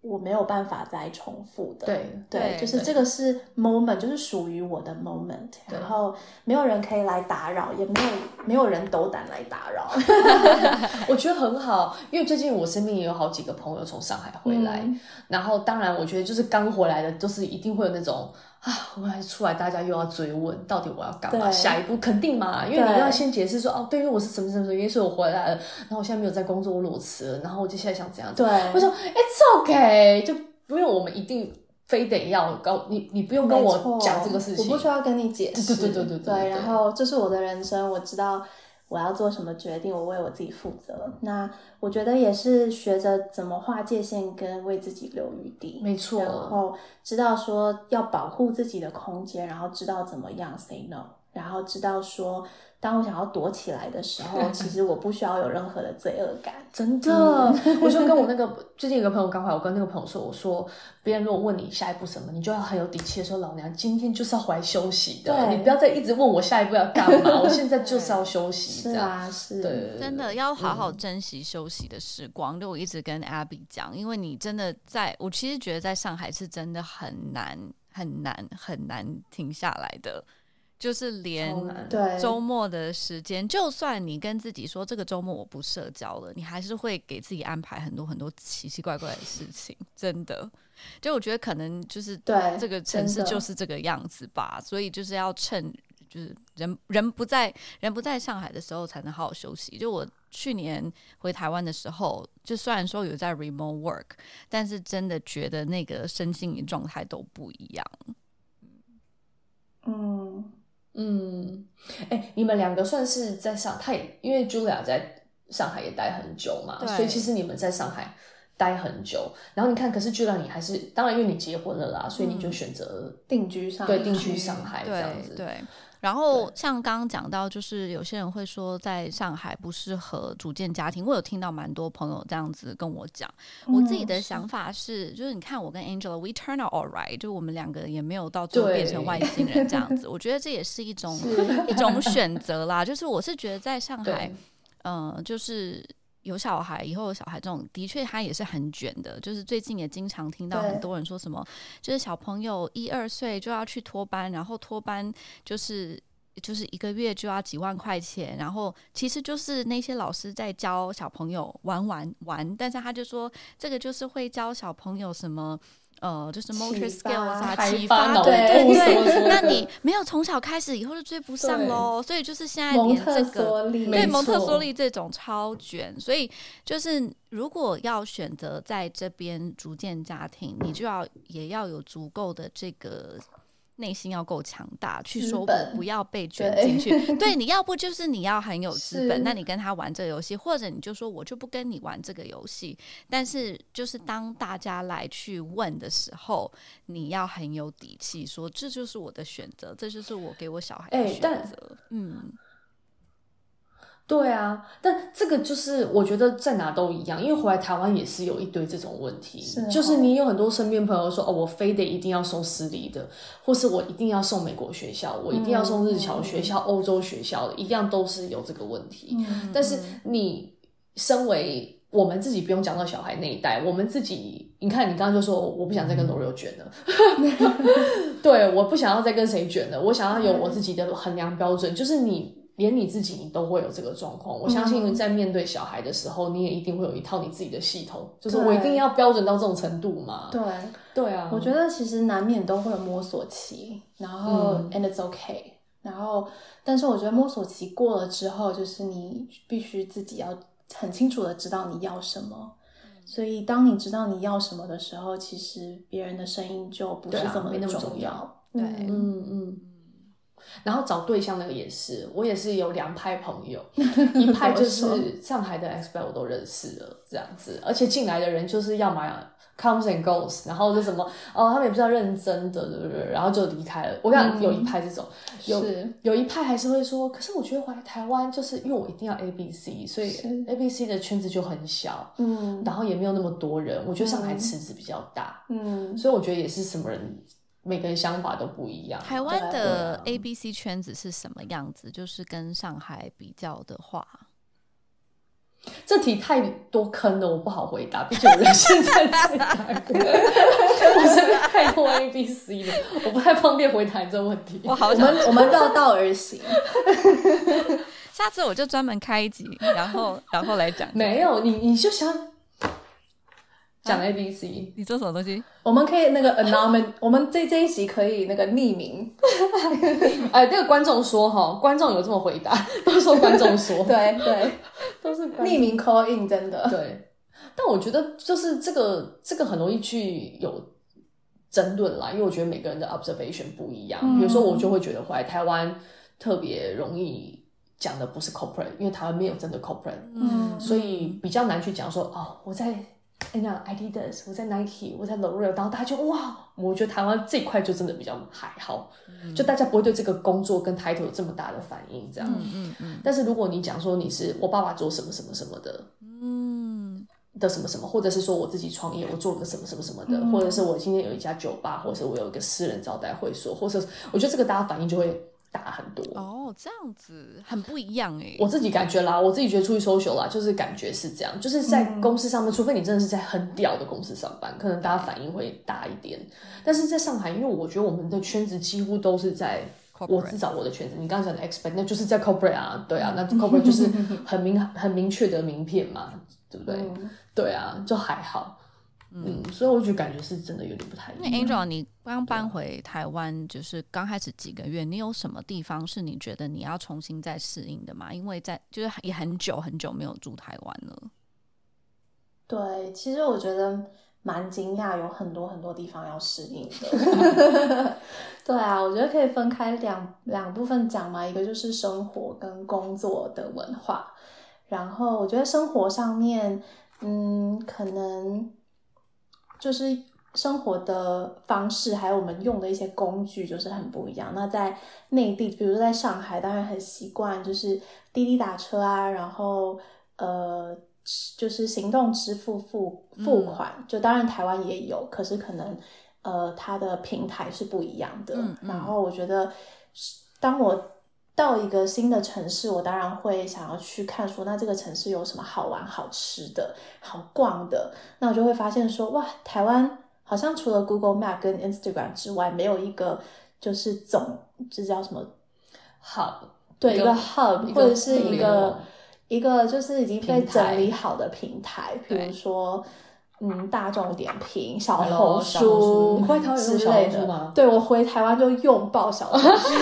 Speaker 3: 我没有办法再重复的，
Speaker 1: 对
Speaker 3: 对，
Speaker 2: 对
Speaker 3: 就是
Speaker 1: 对
Speaker 3: 这个是 moment，就是属于我的 moment，
Speaker 1: 对
Speaker 3: 然后没有人可以来打扰，也没有没有人斗胆来打扰。
Speaker 1: 嗯我觉得很好，因为最近我身边也有好几个朋友从上海回来，
Speaker 3: 嗯
Speaker 1: 然后当然我觉得就是刚回来的，就是一定会有那种啊，我还出来大家又要追问到底我要干嘛，
Speaker 3: 对
Speaker 1: 下一步肯定嘛，因为
Speaker 3: 对
Speaker 1: 你要先解释说哦，对，因为我是什么什么什么原因，所以我回来了，然后我现在没有在工作，我裸辞了，然后我接下来想怎样？
Speaker 3: 对，
Speaker 1: 我说 It's OK，就不用我们一定非得要告你，你不用跟
Speaker 3: 没错
Speaker 1: 我讲这个事情，
Speaker 3: 我不需要跟你解释。
Speaker 1: 对对对对对对对
Speaker 3: 然后这是我的人生，我知道我要做什么决定，我为我自己负责。那我觉得也是学着怎么划界限跟为自己留余地。
Speaker 1: 没错，
Speaker 3: 然后知道说要保护自己的空间，然后知道怎么样 say no，然后知道说，当我想要躲起来的时 候，其实我不需要有任何的罪恶感。
Speaker 1: 真的， 我就跟我那个最近有个朋友刚回来，我跟那个朋友说，我说别人如果问你下一步什么，你就要很有底气的说，老娘今天就是要回来休息的，
Speaker 3: 对
Speaker 1: 你不要再一直问我下一步要干嘛，我现在就是要休息，
Speaker 3: 是
Speaker 1: 这样，
Speaker 3: 啊，是，
Speaker 1: 对，嗯
Speaker 2: 真的要好好珍惜休息的时光。就我一直跟 Abby 讲，因为你真的在，我其实觉得在上海是真的很难、很难、很难停下来的，就是连
Speaker 1: 超难
Speaker 3: 对，
Speaker 2: 周末的时间，就算你跟自己说这个周末我不社交了，你还是会给自己安排很多很多奇奇怪怪的事情， 真的。就我觉得可能就是
Speaker 3: 对
Speaker 2: 这个城市
Speaker 3: 真的
Speaker 2: 就是这个样子吧，所以就是要趁就是人人不在人不在上海的时候才能好好休息。就我去年回台湾的时候，就虽然说有在 remote work，但是真的觉得那个身心灵状态都不一样。
Speaker 3: 嗯，
Speaker 1: 嗯，哎、你们两个算是在上，他也因为 Julia 在上海也待很久嘛，
Speaker 2: 对
Speaker 1: 所以其实你们在上海待很久，然后你看，可是 Julia 你还是，当然因为你结婚了啦，所以你就选择、
Speaker 3: 定居上
Speaker 1: 对定居上海这
Speaker 2: 对
Speaker 1: 样子，
Speaker 2: 对。然后像刚刚讲到，就是有些人会说在上海不适合组建家庭，我有听到蛮多朋友这样子跟我讲。我
Speaker 3: 嗯
Speaker 2: 自己
Speaker 1: 嗯
Speaker 2: 的想法是，就是你看我跟 Angela，we turn out all right，就我们两个也没有到最后
Speaker 1: 对
Speaker 2: 变成外星人这样 子。我觉得这也是一种
Speaker 3: 是
Speaker 2: 一种选择啦。就是我是觉得在上
Speaker 1: 对
Speaker 2: 海，嗯、就是。有小孩，以后有小孩，这种的确他也是很卷的。就是最近也经常听到
Speaker 3: 对
Speaker 2: 很多人说什么，就是小朋友一二岁就要去托班，然后托班就是就是一个月就要几万块钱，然后其实就是那些老师在教小朋友玩玩玩，但是他就说这个就是会教小朋友什么。呃，就是
Speaker 3: 启
Speaker 2: motor
Speaker 3: 发
Speaker 2: skills 啊，
Speaker 1: 开
Speaker 2: 启
Speaker 1: 发
Speaker 2: 发
Speaker 1: 脑
Speaker 2: 对
Speaker 3: 部
Speaker 2: 对
Speaker 3: 什么之
Speaker 2: 对，
Speaker 1: 类
Speaker 2: 那
Speaker 1: 的
Speaker 2: 你没有从小开始，以后就追不上
Speaker 1: 对
Speaker 2: 喽。所以就是现在
Speaker 3: 蒙
Speaker 2: 连
Speaker 3: 特
Speaker 2: 这个
Speaker 3: 梭利，
Speaker 1: 没
Speaker 2: 对蒙特
Speaker 1: 错
Speaker 2: 梭利这种超卷，所以就是如果要选择在这边逐渐家庭，你就要也要有足够的这个内心要够强大，去
Speaker 3: 资
Speaker 2: 说我
Speaker 3: 本
Speaker 2: 不要被卷
Speaker 3: 对
Speaker 2: 进去。对，你要不就是你要很有资
Speaker 3: 是
Speaker 2: 本，那你跟他玩这个游戏，或者你就说我就不跟你玩这个游戏。但是就是当大家来去问的时候，你要很有底气说这就是我的选择，这就是我给我小孩
Speaker 1: 哎
Speaker 2: 的选
Speaker 1: 但
Speaker 2: 择。嗯，
Speaker 1: 对啊，但这个就是我觉得在哪都一样，因为回来台湾也是有一堆这种问题，
Speaker 3: 是哦
Speaker 1: 就是你有很多身边朋友说哦，我非得一定要送私立的，或是我一定要送美国学校，我一定要送日侨学校、欧洲学校的，一样都是有这个问题。
Speaker 3: 嗯
Speaker 1: 但是你身为我们自己不用讲到小孩那一代，我们自己，你看你刚刚就说我不想再
Speaker 3: 嗯
Speaker 1: 跟 L'Oreal 卷了， 对，我不想要再跟谁卷了，我想要有我自己的衡量标准，就是你。连你自己，你都会有这个状况。我相
Speaker 3: 嗯
Speaker 1: 信，在面对小孩的时候，你也一定会有一套你自己的系统，就是我一定要标准到这种程度嘛。
Speaker 3: 对，
Speaker 1: 对啊，
Speaker 3: 我觉得其实难免都会有摸索期，然后、
Speaker 1: 嗯
Speaker 3: and it's okay，然后但是我觉得摸索期过了之后，就是你必须自己要很清楚的知道你要什
Speaker 1: 嗯
Speaker 3: 么。所以，当你知道你要什么的时候，其实别人的声音就不是
Speaker 1: 对啊
Speaker 3: 这么
Speaker 1: 没那么
Speaker 3: 重
Speaker 1: 重要
Speaker 2: 对
Speaker 3: 嗯
Speaker 1: 嗯嗯。然后找对象那个也是，我也是有两派朋 友，一派就
Speaker 3: 怎么说
Speaker 1: 是上海的 expert 我都认识了这样子，而且进来的人就是要么 comes and goes，然后就什么哦，他们也不知道认真的，对不对？然后就离开了。我
Speaker 3: 嗯
Speaker 1: 想有一派这种，有
Speaker 3: 是
Speaker 1: 有一派还是会说，可是我觉得回来台湾就是因为我一定要 A B C，所以
Speaker 3: 是
Speaker 1: A B C 的圈子就很小，
Speaker 3: 嗯
Speaker 1: 然后也没有那么多人。我觉得上海
Speaker 3: 嗯
Speaker 1: 池子比较大，
Speaker 3: 嗯，
Speaker 1: 所以我觉得也是什么人每个人想法都不一样。
Speaker 2: 台湾的
Speaker 1: 对
Speaker 2: A B C 圈子是什么样子？就是跟上海比较的话，
Speaker 1: 这题太多坑了，我不好回答，毕竟我人生在这里打工，我身边太多 A B C 了，我不太方便回答这个问题。
Speaker 2: 我好
Speaker 3: 我
Speaker 2: 想
Speaker 3: 们 我们绕道而行，
Speaker 2: 下次我就专门开一集，然后然后来讲。
Speaker 1: 没，有你，你就想讲 A B C，
Speaker 2: 你做什么东西？
Speaker 3: 我们可以那个 anonymous，我们这这一集可以那个匿名，
Speaker 1: 哎，那个观众说哈，观众有这么回答，都说观众 说，
Speaker 3: 对对，
Speaker 1: 都是观
Speaker 3: 匿名 call in 真的，
Speaker 1: 对。但我觉得就是这个这个很容易去有争论啦，因为我觉得每个人的 observation 不一样。
Speaker 3: 嗯
Speaker 1: 比如说，我就会觉得回来台湾特别容易讲的不是 corporate，因为台湾没有真的 corporate，、
Speaker 3: 嗯
Speaker 1: 所以比较难去讲说哦，我在。哎呀，Adidas，我在 Nike，我在 L'Oreal，然后大家就哇，我觉得台湾这一块就真的比较还好，
Speaker 2: 嗯
Speaker 1: 就大家不会对这个工作跟 title 有这么大的反应，这样。
Speaker 2: 嗯嗯
Speaker 1: 但是如果你讲说你是我爸爸做什么什么什么的
Speaker 2: 嗯，
Speaker 1: 的什么什么，或者是说我自己创业，我做个什么什么什么的，
Speaker 3: 嗯
Speaker 1: 或者是我今天有一家酒吧，或者是我有一个私人招待会所，或者是我觉得这个大家反应就会大很多。
Speaker 2: 哦，这样子很不一样哎。
Speaker 1: 我自己感觉啦，我自己觉得出去 social 啦，就是感觉是这样，就是在
Speaker 3: 嗯
Speaker 1: 公司上面，除非你真的是在很屌的公司上班，可能大家反应会大一点。但是在上海，因为我觉得我们的圈子几乎都是在。
Speaker 2: Corporate
Speaker 1: 我至少我的圈子，你刚刚讲的 expect，那就是在 corporate 啊，对 啊，那 corporate 就是很明很明确的名片嘛，对不对？
Speaker 3: 嗯
Speaker 1: 对啊，就还好，嗯，所以我就感觉是真的有点不太一
Speaker 2: 那
Speaker 1: 样。
Speaker 2: Angel，你刚搬回台湾，就是刚开始几个月，你有什么地方是你觉得你要重新再适应的吗？因为在就是也很久很久没有住台湾了。
Speaker 3: 对，其实我觉得蛮惊讶，有很多很多地方要适应的。对啊，我觉得可以分开两两部分讲嘛，一个就是生活跟工作的文化，然后我觉得生活上面，嗯，可能就是生活的方式，还有我们用的一些工具，就是很不一样。那在内地，比如说在上海，当然很习惯就是滴滴打车啊，然后呃，就是行动支付付付款，就当然台湾也有，可是可能呃它的平台是不一样的。
Speaker 2: 嗯嗯
Speaker 3: 然后我觉得是，当我到一个新的城市，我当然会想要去看说，那这个城市有什么好玩、好吃的、好逛的。那我就会发现说，哇，台湾好像除了 Google Map 跟 Instagram 之外，没有一个就是总这叫什么
Speaker 1: hub，
Speaker 3: 对
Speaker 1: 一
Speaker 3: 一
Speaker 1: 个
Speaker 3: 个 hub
Speaker 1: 一个
Speaker 3: 或者是
Speaker 1: 互
Speaker 3: 一
Speaker 1: 联网
Speaker 3: 个一个就是已经被
Speaker 1: 平台
Speaker 3: 整理好的平台，比
Speaker 2: 对
Speaker 3: 如说。嗯，大众点评、小
Speaker 1: 哎呦
Speaker 3: 红
Speaker 1: 小红书
Speaker 3: 书
Speaker 1: 你回台湾有
Speaker 3: 之
Speaker 1: 用小
Speaker 3: 类
Speaker 1: 红书
Speaker 3: 的
Speaker 1: 吗
Speaker 3: 对我回台湾就用爆小红书，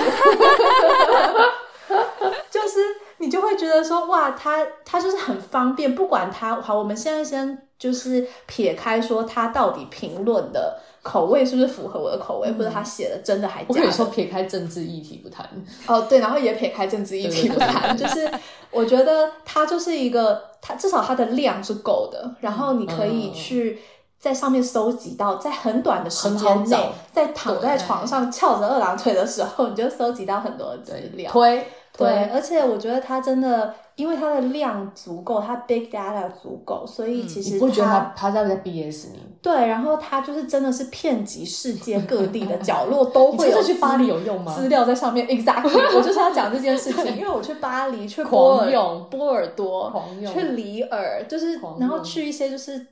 Speaker 3: 就是你就会觉得说，哇，它它就是很方便，不管它好，我们现在先就是撇开说它到底评论的口味是不是符合我的口味，或者它写的真的还
Speaker 1: 嗯我
Speaker 3: 假
Speaker 1: 跟
Speaker 3: 的
Speaker 1: 你说，撇开政治议题不谈，
Speaker 3: 哦，对，然后也撇开政治议题不谈，就是我觉得它就是一个，它至少它的量是够的，然后你可以
Speaker 1: 嗯
Speaker 3: 去在上面搜集到，在很短的时
Speaker 1: 很好
Speaker 3: 间
Speaker 1: 找
Speaker 3: 内，在躺在
Speaker 2: 对
Speaker 3: 床上翘着二郎腿的时候，你就搜集到很多资料。
Speaker 1: 推
Speaker 3: 对，啊而且我觉得它真的，因为它的量足够，它 big data 足够，所以
Speaker 1: 嗯
Speaker 3: 其
Speaker 1: 你
Speaker 3: 实
Speaker 1: 不会觉得
Speaker 3: 它
Speaker 1: 他他在在 BS 你？
Speaker 3: 对，然后它就是真的是遍及世界各地的角落 都
Speaker 1: 你
Speaker 3: 会
Speaker 1: 真
Speaker 3: 有
Speaker 1: 的去巴
Speaker 3: 资
Speaker 1: 黎有用吗？
Speaker 3: 资料在上面，exactly，我就是 要讲这件事情，因为我去巴黎、去波
Speaker 1: 狂
Speaker 3: 尔、
Speaker 1: 用
Speaker 3: 波尔多、
Speaker 1: 狂用
Speaker 3: 去里尔，就是
Speaker 1: 狂
Speaker 3: 然后
Speaker 1: 用
Speaker 3: 去一些就是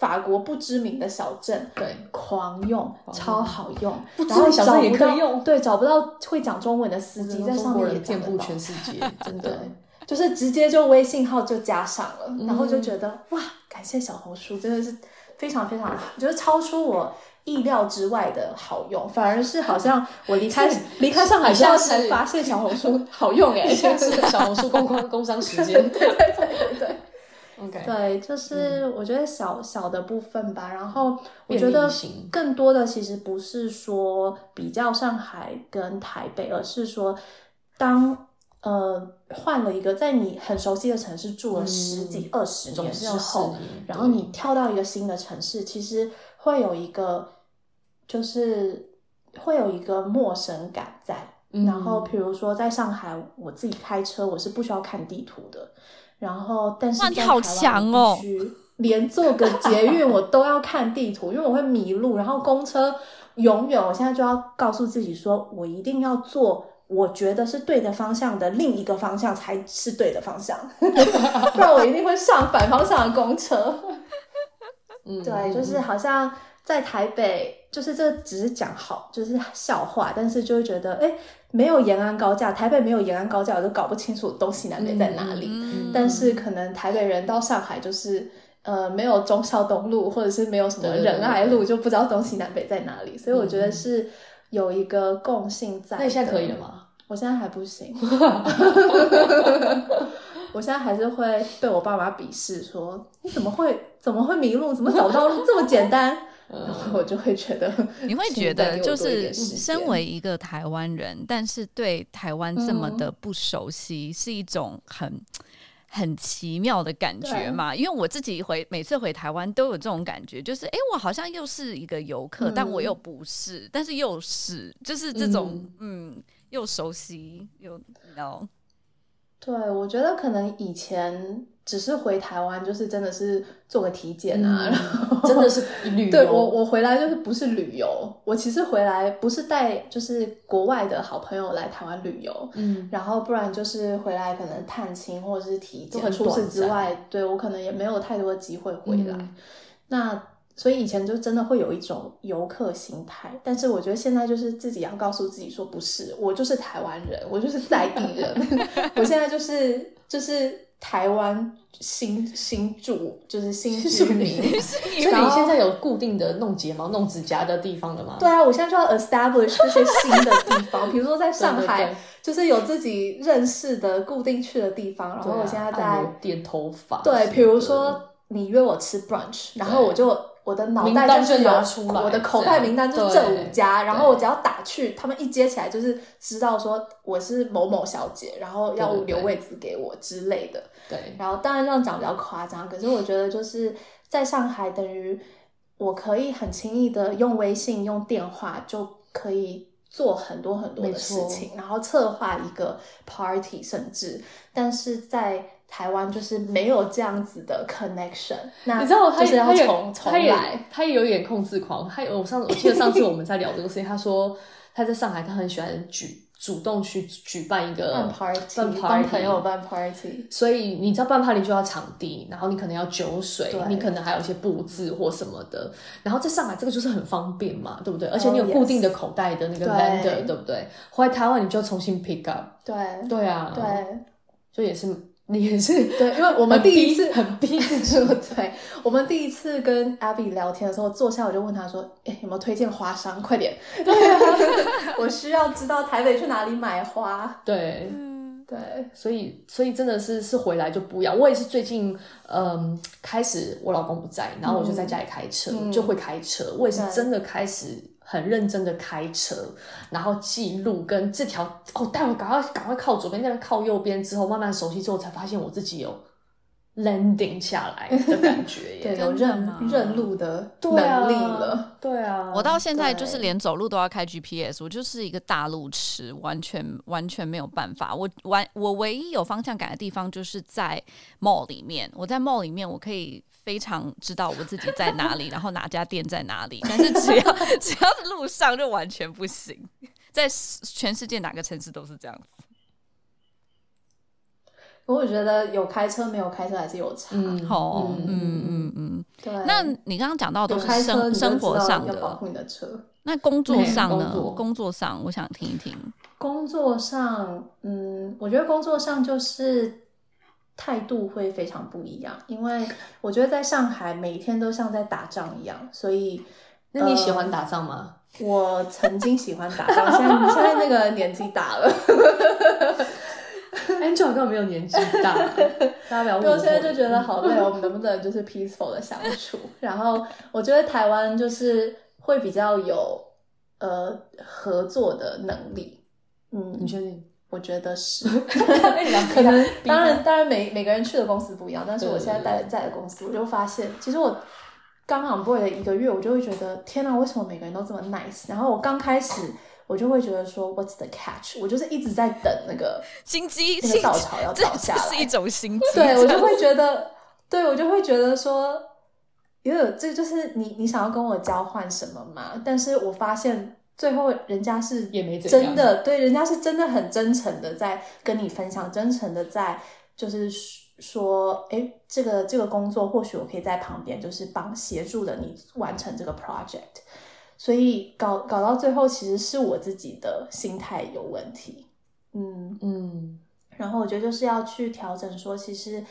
Speaker 3: 法国不知名的小镇，
Speaker 1: 对，
Speaker 3: 狂用，
Speaker 1: 用
Speaker 3: 超好用，
Speaker 1: 不知
Speaker 3: 然后
Speaker 1: 名小
Speaker 3: 找
Speaker 1: 镇也
Speaker 3: 不
Speaker 1: 可以
Speaker 3: 到
Speaker 1: 用
Speaker 3: 对，找不到会讲中文的司
Speaker 1: 我觉
Speaker 3: 机
Speaker 1: 得
Speaker 3: 在
Speaker 1: 中
Speaker 3: 上
Speaker 1: 国
Speaker 3: 面也
Speaker 1: 人
Speaker 3: 讲
Speaker 1: 遍
Speaker 3: 得
Speaker 1: 布
Speaker 3: 到
Speaker 1: 全世 界，真
Speaker 3: 对
Speaker 1: 的。，
Speaker 3: 就是直接就微信号就加上了，然后就
Speaker 1: 嗯
Speaker 3: 觉得哇，感谢小红书，真的是非常非常，就是超出我意料之外的好用，反而是好像我 离开离开上海之后
Speaker 1: 你下
Speaker 3: 才
Speaker 1: 次
Speaker 3: 发现小红书好用 哎、
Speaker 1: 现在欸是小红书公关工商时 间。 对对对对 OK，
Speaker 3: 对，就是我觉得小小的部分吧，然后我
Speaker 1: 便
Speaker 3: 觉得
Speaker 1: 利型
Speaker 3: 更多的其实不是说比较上海跟台北，而是说当呃换了一个在你很熟悉的城市住了十几二十年
Speaker 1: 嗯总
Speaker 3: 之
Speaker 1: 是要适
Speaker 3: 后，
Speaker 1: 应
Speaker 3: 然后你跳到一个新的城市，其实会有一个就是会有一个陌生感在。
Speaker 1: 嗯
Speaker 3: 然后比如说在上海，我自己开车我是不需要看地图的。然后但是
Speaker 2: 哇
Speaker 3: 在
Speaker 2: 你
Speaker 3: 台
Speaker 2: 好
Speaker 3: 湾
Speaker 2: 强哦
Speaker 3: 我必须连坐个捷运我都要看地图，因为我会迷路。然后公车永远，我现在就要告诉自己说，我一定要坐。我觉得是对的方向的另一个方向才是对的方向， 不然我一定会上反方向的公车。
Speaker 1: 嗯
Speaker 3: 对，就是好像在台北，就是这只是讲好，就是笑话，但是就会觉得，哎，没有延安高架，台北没有延安高架，我都搞不清楚东西南北在哪里。
Speaker 2: 嗯
Speaker 3: 但是可能台北人到上海就是。呃，没有忠孝东路，或者是没有什么
Speaker 1: 对对对嗯
Speaker 3: 仁爱路，就不知道东西南北在哪里。所以我觉得是有一个共性在。
Speaker 1: 那你现在可以了？吗？
Speaker 3: 我现在还不行， 我现在还是会被我爸妈鄙视说，你怎么会怎么会迷路，怎么找不到路这么简单？ 然后我就会觉得，
Speaker 2: 你会觉
Speaker 3: 请再
Speaker 2: 得
Speaker 3: 给我
Speaker 2: 就
Speaker 3: 多一
Speaker 2: 是
Speaker 3: 点时间
Speaker 2: 身为一个台湾人，但是对台湾这么
Speaker 3: 嗯
Speaker 2: 的不熟悉，是一种很。很奇妙的感觉
Speaker 3: 对
Speaker 2: 嘛，因为我自己回每次回台湾都有这种感觉，就是诶，我好像又是一个游客，但
Speaker 3: 嗯
Speaker 2: 我又不是，但是又是，就是这种嗯又熟悉又你知道，
Speaker 3: 对我觉得可能以前只是回台湾，就是真的是做个体检啊，然后
Speaker 1: 真的是嗯哦旅 游，
Speaker 3: 对我，我回来就是不是旅游，我其实回来不是带就是国外的好朋友来台湾旅游，
Speaker 1: 嗯，
Speaker 3: 然后不然就是回来可能探亲或者是体
Speaker 1: 都
Speaker 3: 检。
Speaker 1: 很
Speaker 3: 除此之
Speaker 1: 短暂
Speaker 3: 外，对我可能也没有太多的机会回 来。
Speaker 1: 嗯
Speaker 3: 那所以以前就真的会有一种游客心态，但是我觉得现在就是自己要告诉自己说，不是，我就是台湾人，我就是在地人， 我现在就是就是台湾新新住，就是新居民。
Speaker 1: 因为你现在有固定的弄睫毛、弄指甲的地方了吗？
Speaker 3: 对，啊，我现在就要 establish 这些新的地方，比如说在上
Speaker 1: 对对
Speaker 3: 海，
Speaker 1: 对啊
Speaker 3: 就是有自己认识的固定去的地方，然
Speaker 1: 啊
Speaker 3: 后我现在在
Speaker 1: 点头发什么的，
Speaker 3: 对，比如说你约我吃 brunch，然后我就我的脑
Speaker 1: 名
Speaker 3: 袋
Speaker 1: 单
Speaker 3: 就是
Speaker 1: 就
Speaker 3: 有
Speaker 1: 拿出来
Speaker 3: 我的口
Speaker 1: 这样
Speaker 3: 袋名单就是这
Speaker 1: 对
Speaker 3: 五家，然后
Speaker 1: 对
Speaker 3: 我只要打去，他们一接起来就是知道说我是某某小姐，然后要
Speaker 1: 对对对
Speaker 3: 留位置给我之类的。
Speaker 1: 对，
Speaker 3: 然后当然这样讲比较夸张，可是我觉得就是在上海，等于我可以很轻易的用微信、用电话就可以做很多很多
Speaker 1: 没
Speaker 3: 的事
Speaker 1: 错
Speaker 3: 情，然后策划一个 party，甚至但是在台湾就是没有这样子的 connection，那
Speaker 1: 你知道他
Speaker 3: 嗯就是
Speaker 1: 也
Speaker 3: 要
Speaker 1: 他也
Speaker 3: 重重
Speaker 1: 他也
Speaker 3: 来，
Speaker 1: 他也有点控制狂。他有我上我记得上次我们在聊这个事情，他说他在上海，他很喜欢举主动去举办一个
Speaker 3: 办
Speaker 1: 嗯
Speaker 3: party，
Speaker 1: 办 party
Speaker 3: 帮朋友办 party，
Speaker 1: 所以你知道办 party 就要场地，然后你可能要酒水
Speaker 3: 对，
Speaker 1: 你可能还有一些布置或什么的。然后在上海这个就是很方便嘛，对不对？而且你有
Speaker 3: 哦 yes
Speaker 1: 固定的口袋的那个
Speaker 3: 对
Speaker 1: vendor，对不对？回来台湾你就要重新 pick up。
Speaker 3: 对
Speaker 1: 对啊，，
Speaker 3: 对
Speaker 1: 就也是你也是
Speaker 3: 对，因为我
Speaker 1: 我
Speaker 3: 们第一次
Speaker 1: 很逼自 己，
Speaker 3: 对，我们第一次跟 Abby 聊天的时候，坐下我就问她说：“哎、有没有推荐花商？快点！
Speaker 2: 啊
Speaker 3: 对、 我需要知道台北去哪里买花。
Speaker 1: 对。
Speaker 2: 嗯，”
Speaker 3: 对，
Speaker 1: 所以，所以真的是是回来就不一样。我也是最近，嗯，开始我老公不在，然后我就在家里开车，
Speaker 3: 嗯
Speaker 1: 就会开车。我也是
Speaker 3: 对
Speaker 1: 真的开始很认真的开车，然后记录跟这条哦，待会赶快赶快靠左边，那边靠右边之后，慢慢熟悉之后，才发现我自己有 landing 下来的感觉
Speaker 3: 对，
Speaker 1: 耶。
Speaker 3: 有
Speaker 2: 真的吗
Speaker 3: 认认路的能
Speaker 1: 对啊
Speaker 3: 力了。
Speaker 1: 对啊，
Speaker 2: 我到现在就是
Speaker 3: 对
Speaker 2: 连走路都要开 GPS，我就是一个大路痴，完全完全没有办法。我完我唯一有方向感的地方就是在 mall 里面，我在 mall 里面我可以非常知道我自己在哪里，然后哪家店在哪里，但是只要只要是路上就完全不行，在全世界哪个城市都是这样子。
Speaker 3: 不过我觉得有开车没有开车还是有差。
Speaker 1: 嗯，
Speaker 2: 哦，嗯嗯嗯
Speaker 3: 对，
Speaker 2: 那你刚刚讲到的都
Speaker 3: 有
Speaker 2: 是
Speaker 3: 开车
Speaker 2: 生
Speaker 3: 你就
Speaker 2: 生活
Speaker 3: 知道
Speaker 2: 上
Speaker 3: 要保
Speaker 2: 的，
Speaker 3: 护你嗯的车。
Speaker 2: 那工作
Speaker 1: 对
Speaker 2: 上呢？
Speaker 1: 工作
Speaker 2: 工作上，我想听一听。
Speaker 3: 工作上，嗯，我觉得工作上就是态度会非常不一样，因为我觉得在上海每天都像在打仗一样，所以
Speaker 1: 那你喜欢打仗 吗？
Speaker 3: 呃我曾经喜欢打仗，现在现在那个年纪大了，
Speaker 1: Angel 根本没有年纪 大，大家不要误 会。
Speaker 3: 我现在就觉得好累，哦我们能不能就是 peaceful 的相处？ 然后我觉得台湾就是会比较有呃合作的能力，嗯
Speaker 1: 你，确 定？
Speaker 3: 我觉得是。
Speaker 1: 可能
Speaker 3: 当然，当然每每个人去的公司不一样，但是
Speaker 1: 对
Speaker 3: 我现在待在的公司，我就发现，其实我刚 on board 的一个月，我就会觉得，天哪，为什么每个人都这么 nice？然后我刚开始，我就会觉得说，What's the catch？我就是一直在等那个
Speaker 2: 心机，
Speaker 3: 那
Speaker 2: 心
Speaker 3: 个稻草要
Speaker 2: 这
Speaker 3: 倒下
Speaker 2: 这是一
Speaker 3: 来，
Speaker 2: 种心机。
Speaker 3: 对我就会觉得，对我就会觉得说，因为这就是你你想要跟我交换什么嘛？但是我发现最后人家是
Speaker 1: 也没怎样
Speaker 3: 真的对，人家是真的很真诚的在跟你分享，真诚的在就是说，哎，这个这个工作或许我可以在旁边就是帮协助的你完成这个 project，所以搞搞到最后其实是我自己的心态有问题，嗯，
Speaker 1: 嗯，
Speaker 3: 然后我觉得就是要去调整说，其实，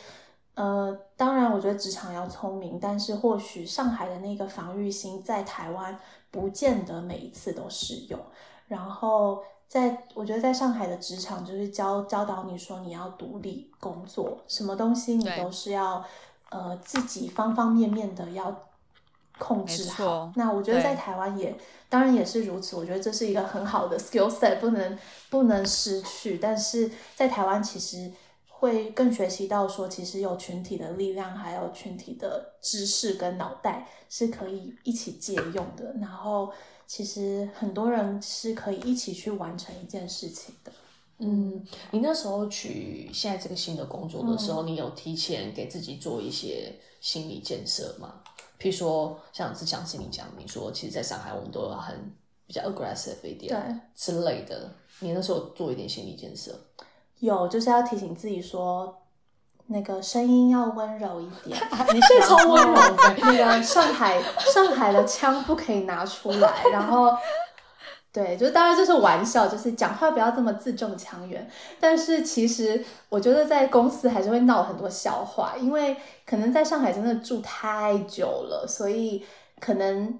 Speaker 3: 呃，当然我觉得职场要聪明，但是或许上海的那个防御心在台湾不见得每一次都适用。然后在我觉得在上海的职场就是教教导你说你要独立工作，什么东西你
Speaker 2: 对
Speaker 3: 都是要呃自己方方面面的要
Speaker 2: 没
Speaker 3: 控制好
Speaker 2: 错。
Speaker 3: 那我觉得
Speaker 2: 对
Speaker 3: 在台湾也当然也是如此，我觉得这是一个很好的 skill set，不能不能失去。但是在台湾其实会更学习到说，其实有群体的力量，还有群体的知识跟脑袋是可以一起借用的。然后其实很多人是可以一起去完成一件事情的。
Speaker 1: 嗯，你那时候去现在这个新的工作的时
Speaker 3: 嗯
Speaker 1: 候，你有提前给自己做一些心理建设吗？譬如说，像之前是你讲，你说其实，在上海我们都要很比较 aggressive 一
Speaker 3: 对
Speaker 1: 点之类的，你那时候有做一点心理建设，
Speaker 3: 有就是要提醒自己说，那个声音要温柔一点。
Speaker 1: 你现在超温柔的，
Speaker 3: 那个上海上海的枪不可以拿出来，然后。对，就当然这是玩笑，就是讲话不要这么字正腔圆。但是其实我觉得在公司还是会闹很多笑话，因为可能在上海真的住太久了，所以可能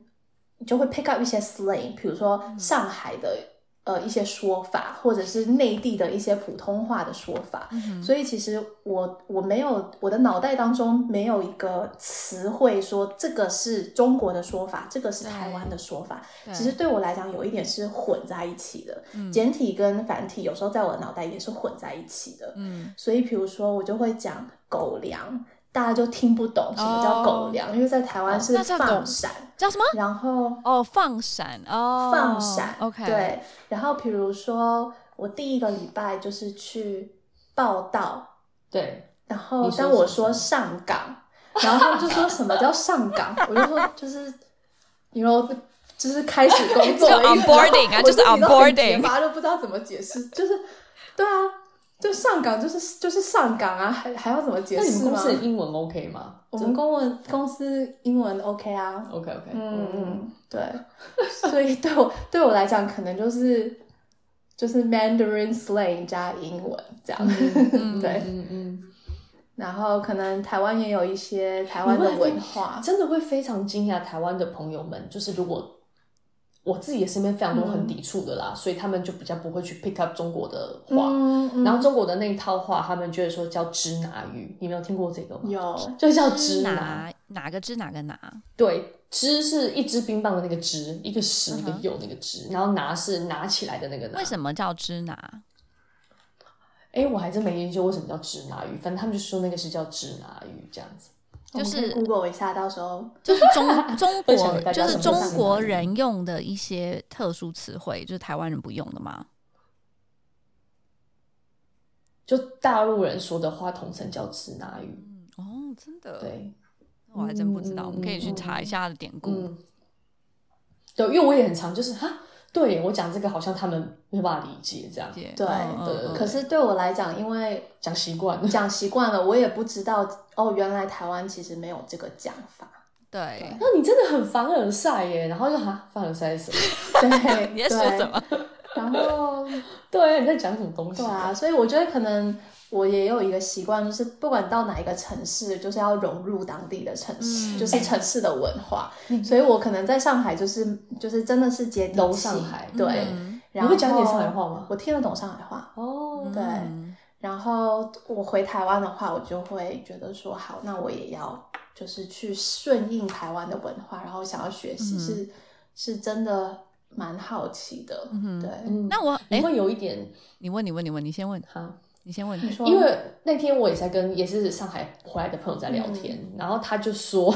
Speaker 3: 就会 pick up 一些 slang，比如说上海的呃一些说法，或者是内地的一些普通话的说法。所以其实我我没有我的脑袋当中没有一个词汇说这个是中国的说法，这个是台湾的说法。
Speaker 2: 对
Speaker 3: 其实对我来讲有一点是混在一起的，
Speaker 2: 嗯
Speaker 3: 简体跟繁体有时候在我的脑袋也是混在一起的。
Speaker 2: 嗯，
Speaker 3: 所以比如说我就会讲狗粮，大家就听不懂什么叫狗粮，因为在台湾是
Speaker 2: 哦那叫狗
Speaker 3: 放闪，
Speaker 2: 叫什么？
Speaker 3: 然后
Speaker 2: 哦，放闪哦，
Speaker 3: 放闪。
Speaker 2: OK，，
Speaker 3: 对，然后比如说我第一个礼拜就是去报道。
Speaker 1: 对，
Speaker 3: 然后
Speaker 1: 你说
Speaker 3: 当我
Speaker 1: 什么
Speaker 3: 说上岗，然后他们就说什么叫上岗，我就说就是，你说就是开始工作的
Speaker 2: 就
Speaker 3: 意思然后
Speaker 2: onboarding 啊
Speaker 3: 我
Speaker 2: 就是
Speaker 3: 自己都很
Speaker 2: onboarding
Speaker 3: 结巴都不知道怎么解释，就是对啊，就上岗就是就是上岗啊，还还要怎么解
Speaker 1: 那你们
Speaker 3: 释
Speaker 1: 公
Speaker 3: 吗？
Speaker 1: 司的英文 OK 吗？
Speaker 3: 我们公文公司英文 OK 啊，
Speaker 1: OK OK，
Speaker 3: 嗯，嗯，对，所以对我对我来讲，可能就是就是 Mandarin slang 加英文这样， 对。
Speaker 1: 嗯嗯，
Speaker 3: 然后可能台湾也有一些台湾的文化，
Speaker 1: 啊真的会非常惊讶台湾的朋友们，就是如果。我自己也身边非常多
Speaker 2: 嗯
Speaker 1: 很抵触的啦，所以他们就比较不会去 pick up 中国的话，
Speaker 3: 嗯嗯
Speaker 1: 然后中国的那一套话，他们就会说叫支那语，你没有听过这个吗？
Speaker 3: 有
Speaker 1: 就叫
Speaker 2: 支
Speaker 1: 支那，
Speaker 2: 哪哪个支哪个哪？
Speaker 1: 对，支是一支冰棒的那个支，一个十一个
Speaker 2: 嗯哼
Speaker 1: 右那个支，然后拿是拿起来的那个拿。
Speaker 2: 为什么叫支哪？
Speaker 1: 哎，我还真没研究为什么叫支那语，反正他们就说那个是叫支那语这样子。
Speaker 2: 就
Speaker 3: 我们可以
Speaker 2: 是
Speaker 3: Google 一下，到时候
Speaker 2: 就是中中
Speaker 1: 分享给大家
Speaker 2: 国就是
Speaker 1: 什么
Speaker 2: 中
Speaker 1: 是
Speaker 2: 国
Speaker 1: 哪里
Speaker 2: 人用的一些特殊词汇，就是台湾人不用的吗？
Speaker 1: 就大陆人说的话，统称叫支那语。
Speaker 2: 嗯，哦，真的，，
Speaker 1: 对，
Speaker 2: 我还真不知道，我们可以去
Speaker 1: 嗯
Speaker 2: 查一下典故。
Speaker 1: 嗯，对，因为我也很常就是哈，对耶我讲这个好像他们没有办法理解，这样
Speaker 2: 姐
Speaker 3: 对
Speaker 2: 嗯
Speaker 1: 对
Speaker 2: 嗯
Speaker 3: 可是对我来讲，因为
Speaker 1: 讲习惯了。
Speaker 3: 讲习惯了，我也不知道哦，原来台湾其实没有这个讲法。
Speaker 2: 对，
Speaker 1: 那你真的很凡尔赛耶，然后就哈，凡尔赛是什么？
Speaker 3: 对，
Speaker 2: 你在说什么？
Speaker 3: 对？然后
Speaker 1: 对，你在讲什么东西？
Speaker 3: 对啊，所以我觉得可能我也有一个习惯，就是不管到哪一个城市，就是要融入当地的城市，
Speaker 2: 嗯
Speaker 3: 就是城市的文化。
Speaker 1: 嗯
Speaker 3: 所以我可能在上海就是就是真的是接地
Speaker 1: 楼
Speaker 3: 气
Speaker 1: 上海
Speaker 3: 对。
Speaker 2: 嗯
Speaker 3: 然
Speaker 1: 你
Speaker 3: 后
Speaker 1: 会讲点上海话吗
Speaker 3: 我听得懂上海话。
Speaker 1: 哦，
Speaker 3: 对
Speaker 2: 嗯
Speaker 3: 然后我回台湾的话，我就会觉得说，好，那我也要就是去顺应台湾的文化，然后想要学习，
Speaker 2: 嗯
Speaker 3: 是是真的蛮好奇的。
Speaker 2: 嗯哼
Speaker 3: 对，
Speaker 1: 嗯，
Speaker 2: 那我哎
Speaker 1: 你，会有一点
Speaker 2: 你问你问你问，你先问，
Speaker 1: 哈。
Speaker 2: 你先问，
Speaker 3: 你说，
Speaker 1: 因为那天我也在跟也是上海回来的朋友在聊天，
Speaker 3: 嗯
Speaker 1: 然后他就说，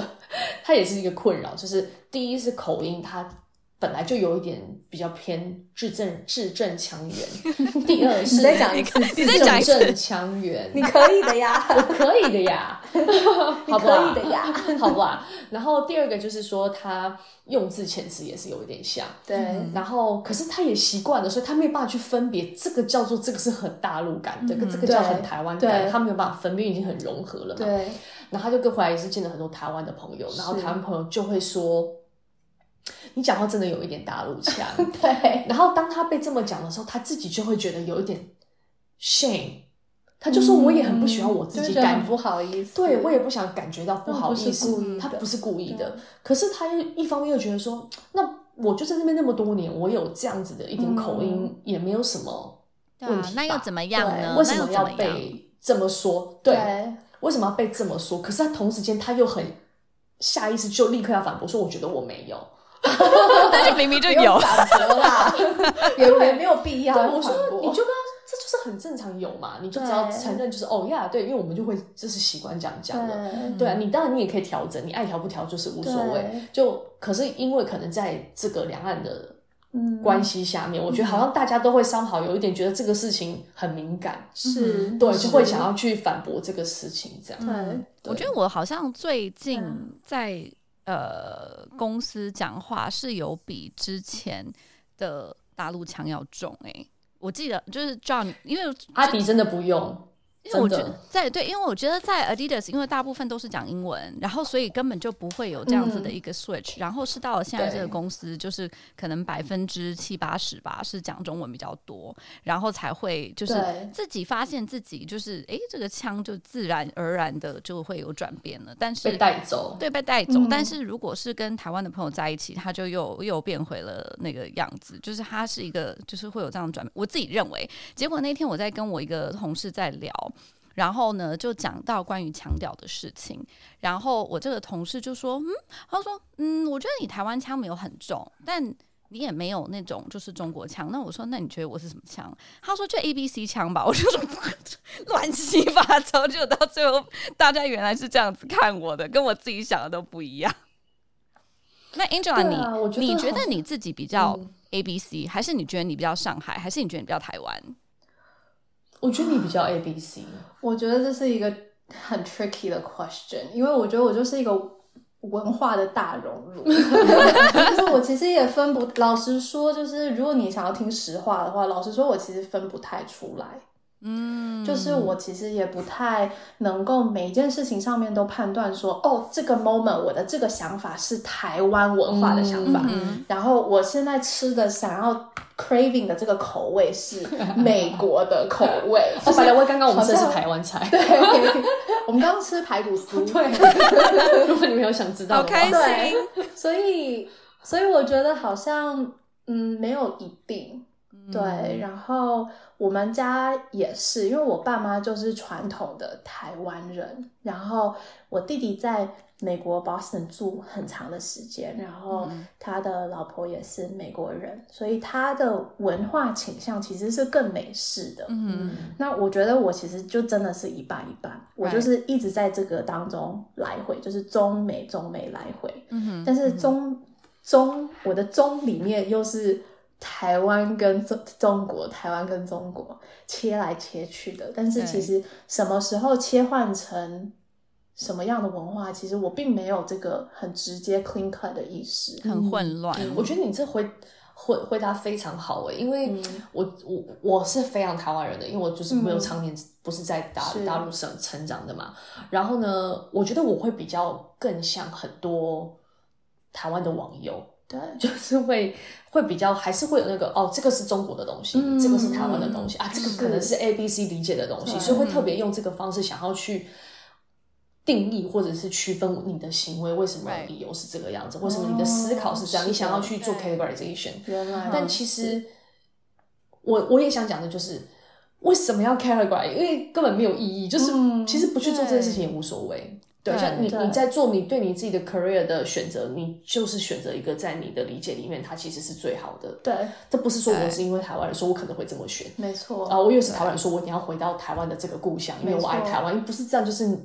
Speaker 1: 他也是一个困扰，就是第一是口音，他本来就有一点比较偏字正字正腔 圆，第二是
Speaker 3: 你再讲一次，
Speaker 2: 你再
Speaker 1: 字
Speaker 2: 讲一次
Speaker 1: 正腔圆，
Speaker 3: 你可以的呀，
Speaker 1: 可以的呀，
Speaker 3: 你
Speaker 1: 好不好
Speaker 3: 可以的呀。
Speaker 1: 好吧。然后第二个就是说他用字遣词也是有一点像，
Speaker 3: 对，
Speaker 1: 然后可是他也习惯了，所以他没有办法去分别这个叫做这个是很大陆感的，
Speaker 2: 嗯
Speaker 1: 跟这个叫
Speaker 3: 对
Speaker 1: 很台湾感，
Speaker 3: 对
Speaker 1: 他没有办法分辨，已经很融合了嘛。
Speaker 3: 对，
Speaker 1: 然后他就跟回来也是见了很多台湾的朋友，然后
Speaker 3: 是
Speaker 1: 台湾朋友就会说，你讲话真的有一点大陆腔。
Speaker 3: 对，
Speaker 1: 然后当他被这么讲的时候，他自己就会觉得有一点 shame，他就说我也很不喜欢我自己
Speaker 3: 嗯就觉得
Speaker 1: 感
Speaker 3: 很不好意思。
Speaker 1: 对我也不想感觉到不好意
Speaker 3: 他不是故
Speaker 1: 思，
Speaker 3: 意的
Speaker 1: 他不是故意的
Speaker 3: 对。啊
Speaker 1: 可是他又一方面又觉得说，那我就在那边那么多年，我有这样子的一点口音，
Speaker 3: 嗯
Speaker 1: 也没有什么
Speaker 2: 对
Speaker 1: 问
Speaker 2: 啊
Speaker 1: 题，
Speaker 2: 那又
Speaker 1: 吧
Speaker 2: 怎么样
Speaker 3: 对
Speaker 2: 呢？
Speaker 1: 为
Speaker 2: 那
Speaker 1: 什
Speaker 2: 又
Speaker 1: 么
Speaker 2: 怎
Speaker 1: 要
Speaker 2: 么 样？
Speaker 1: 被这么说？对，
Speaker 3: 对，
Speaker 1: 为什么要被这么说？可是他同时间他又很下意识就立刻要反驳说，我觉得我没有。
Speaker 2: 但是明明就
Speaker 3: 不用
Speaker 2: 有，
Speaker 3: 反驳啦，也也 没有必要
Speaker 1: 对，
Speaker 3: 反
Speaker 1: 我说
Speaker 3: 驳。
Speaker 1: 你就跟他。这就是很正常有嘛，你就只要
Speaker 3: 对
Speaker 1: 承认就是哦呀对，因为我们就会就是习惯这样讲了。
Speaker 3: 对
Speaker 1: 对啊，你当然你也可以调整，你爱调不调就是无所谓
Speaker 3: 对。
Speaker 1: 就可是因为可能在这个两岸的
Speaker 3: 嗯
Speaker 1: 关系下面，我觉得好像大家都会稍好有一点觉得这个事情很敏感，
Speaker 3: 是
Speaker 1: 对，就会
Speaker 3: 嗯是嗯
Speaker 1: 想要去反驳这个事情这样。
Speaker 3: 对
Speaker 2: 我觉得我好像最近
Speaker 3: 对啊
Speaker 1: 嗯
Speaker 2: 在呃公司讲话是有比之前的大陆腔要重诶、我记得就是 John，因为
Speaker 1: 阿迪真的不用，
Speaker 2: 因为我觉
Speaker 1: 真的
Speaker 2: 得在对，因为我觉得在 Adidas，因为大部分都是讲英文，然后所以根本就不会有这样子的一个 switch、然后是到了现在这个
Speaker 1: 嗯对
Speaker 2: 公司，就是可能百分之七八十吧是讲中文比较多，然后才会就是
Speaker 3: 对
Speaker 2: 自己发现自己就是诶，这个腔就自然而然的就会有转变了。但
Speaker 1: 被
Speaker 2: 是
Speaker 1: 带走。
Speaker 2: 对被带走、
Speaker 3: 嗯
Speaker 2: 但是如果是跟台湾的朋友在一起，他就又又变回了那个样子，就是他是一个就是会有这样的转变。我自己认为，结果那天我在跟我一个同事在聊。然后呢，就讲到关于腔调的事情。然后我这个同事就说：“嗯，他说，嗯，我觉得你台湾腔没有很重，但你也没有那种就是中国腔。”那我说：“那你觉得我是什么腔？”他说：“就 A B C 腔吧。”我 就说：“乱七八糟。”就到最后大家原来是这样子看我的，跟我自己想的都不一样。那 Angela，、
Speaker 1: 对啊我觉得
Speaker 2: 你你觉
Speaker 1: 好嗯
Speaker 2: 得你自己比较 A B C，、还是你觉得你比较上海，还是你觉得你比较台湾？
Speaker 1: 我觉得你比较
Speaker 3: 嗯
Speaker 1: A B C，
Speaker 3: 我觉得这是一个很 tricky 的 question，因为我觉得我就是一个文化的大熔炉。 就是我其实也分不，老实说，就是如果你想要听实话的话，老实说，我其实分不太出来。
Speaker 2: 嗯，
Speaker 3: 就是我其实也不太能够每一件事情上面都判断说，哦，这个 moment 我的这个想法是台湾文化的想法，
Speaker 2: 嗯哼
Speaker 3: 然后我现在吃的想要 craving 的这个口味是美国的口味，
Speaker 1: 哦，白了，我刚刚我们吃的是
Speaker 3: 好像
Speaker 1: 台湾菜，
Speaker 3: 对， 我们刚刚吃排骨丝，
Speaker 1: 对，如果你们有想知道
Speaker 2: 好
Speaker 1: 的
Speaker 2: 开
Speaker 1: 话，
Speaker 2: 心，
Speaker 3: 对，所以所以我觉得好像嗯没有一定。对，然后我们家也是，因为我爸妈就是传统的台湾人，然后我弟弟在美国 Boston 住很长的时间，然后他的老婆也是美国人，所以他的文化倾向其实是更美式的。
Speaker 2: 嗯，
Speaker 3: 那我觉得我其实就真的是一半一半，我
Speaker 2: Right
Speaker 3: 就是一直在这个当中来回，就是中美中美来回。
Speaker 2: 嗯哼，
Speaker 3: 但是中、中我的中里面又是台湾跟中中国，台湾跟中国切来切去的。但是
Speaker 2: 对
Speaker 3: 其实什么时候切换成什么样的文化，其实我并没有这个很直接 clean cut 的意识。嗯
Speaker 2: 很混乱，
Speaker 1: 我觉得你这回回回答非常好欸诶、因为
Speaker 3: 嗯
Speaker 1: 我、我我是非常台湾人的，因为我就是没有
Speaker 3: 嗯
Speaker 1: 常年不是在大、
Speaker 3: 是
Speaker 1: 大陆省成长的嘛。然后呢，我觉得我会比较更像很多台湾的网友，
Speaker 3: 对，
Speaker 1: 就是会会比较还是会有那个哦，这个是中国的东西，
Speaker 3: 嗯
Speaker 1: 这个是台湾的东西啊，这个可能
Speaker 3: 是
Speaker 1: 是 A B C 理解的东西，
Speaker 3: 对嗯
Speaker 1: 所以会特别用这个方式想要去定义或者是区分你的行为为什么
Speaker 2: Right
Speaker 1: 理由是这个样子，为什么你的思考是这样，
Speaker 3: 哦是的
Speaker 1: 你想要去做
Speaker 2: 对
Speaker 1: categorization，
Speaker 3: 原来
Speaker 1: 但其实我我也想讲的就是。为什么要 categorize？因为根本没有意义，就是
Speaker 3: 嗯
Speaker 1: 其实不去做这件事
Speaker 2: 对
Speaker 1: 情也无所谓。对，
Speaker 2: 对
Speaker 1: 像你
Speaker 3: 对
Speaker 1: 你在做你对你自己的 career 的选择，你就是选择一个在你的理解里面，它其实是最好的。
Speaker 3: 对，
Speaker 1: 这不是说
Speaker 2: 对
Speaker 1: 我是因为台湾人，说我可能会这么选
Speaker 3: 没错。
Speaker 2: 哦
Speaker 1: 啊，我也是台湾人，说我一定要回到台湾的这个故乡，因为我爱
Speaker 3: 没错
Speaker 1: 台湾，因为不是这样，就是你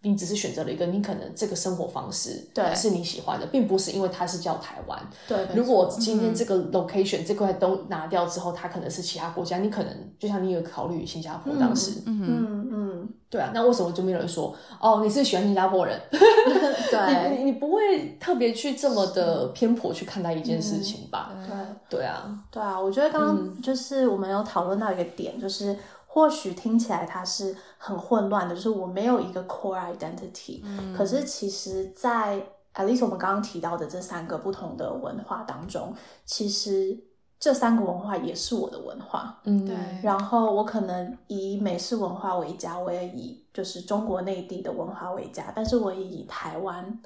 Speaker 1: 你只是选择了一个你可能这个生活方式
Speaker 3: 对
Speaker 1: 是你喜欢的，并不是因为它是叫台湾。
Speaker 3: 对，没
Speaker 1: 如果
Speaker 3: 错
Speaker 1: 今天这个 location 这块都拿掉之后，它可能是其他国家，你可能就像你有考虑新加坡当时，
Speaker 2: 嗯
Speaker 3: 嗯嗯，
Speaker 1: 对啊，那为什么就没有人说哦你是喜欢新加坡人？ 你
Speaker 3: 对
Speaker 1: 你你不会特别去这么的偏颇去看待一件事情吧？
Speaker 3: 对。
Speaker 1: 对啊，
Speaker 3: 对啊，我觉得刚刚就是我们有讨论到一个点，就是或许听起来它是很混乱的，就是我没有一个 core identity，、可
Speaker 2: 嗯
Speaker 1: 嗯
Speaker 3: 是其实在 at least 我们刚刚提到的这三个不同的文化当中，其实这三个文化也是我的文化，
Speaker 1: 嗯，
Speaker 2: 对
Speaker 3: 然后我可能以美式文化为家，我也以就是中国内地的文化为家，但是我也以台湾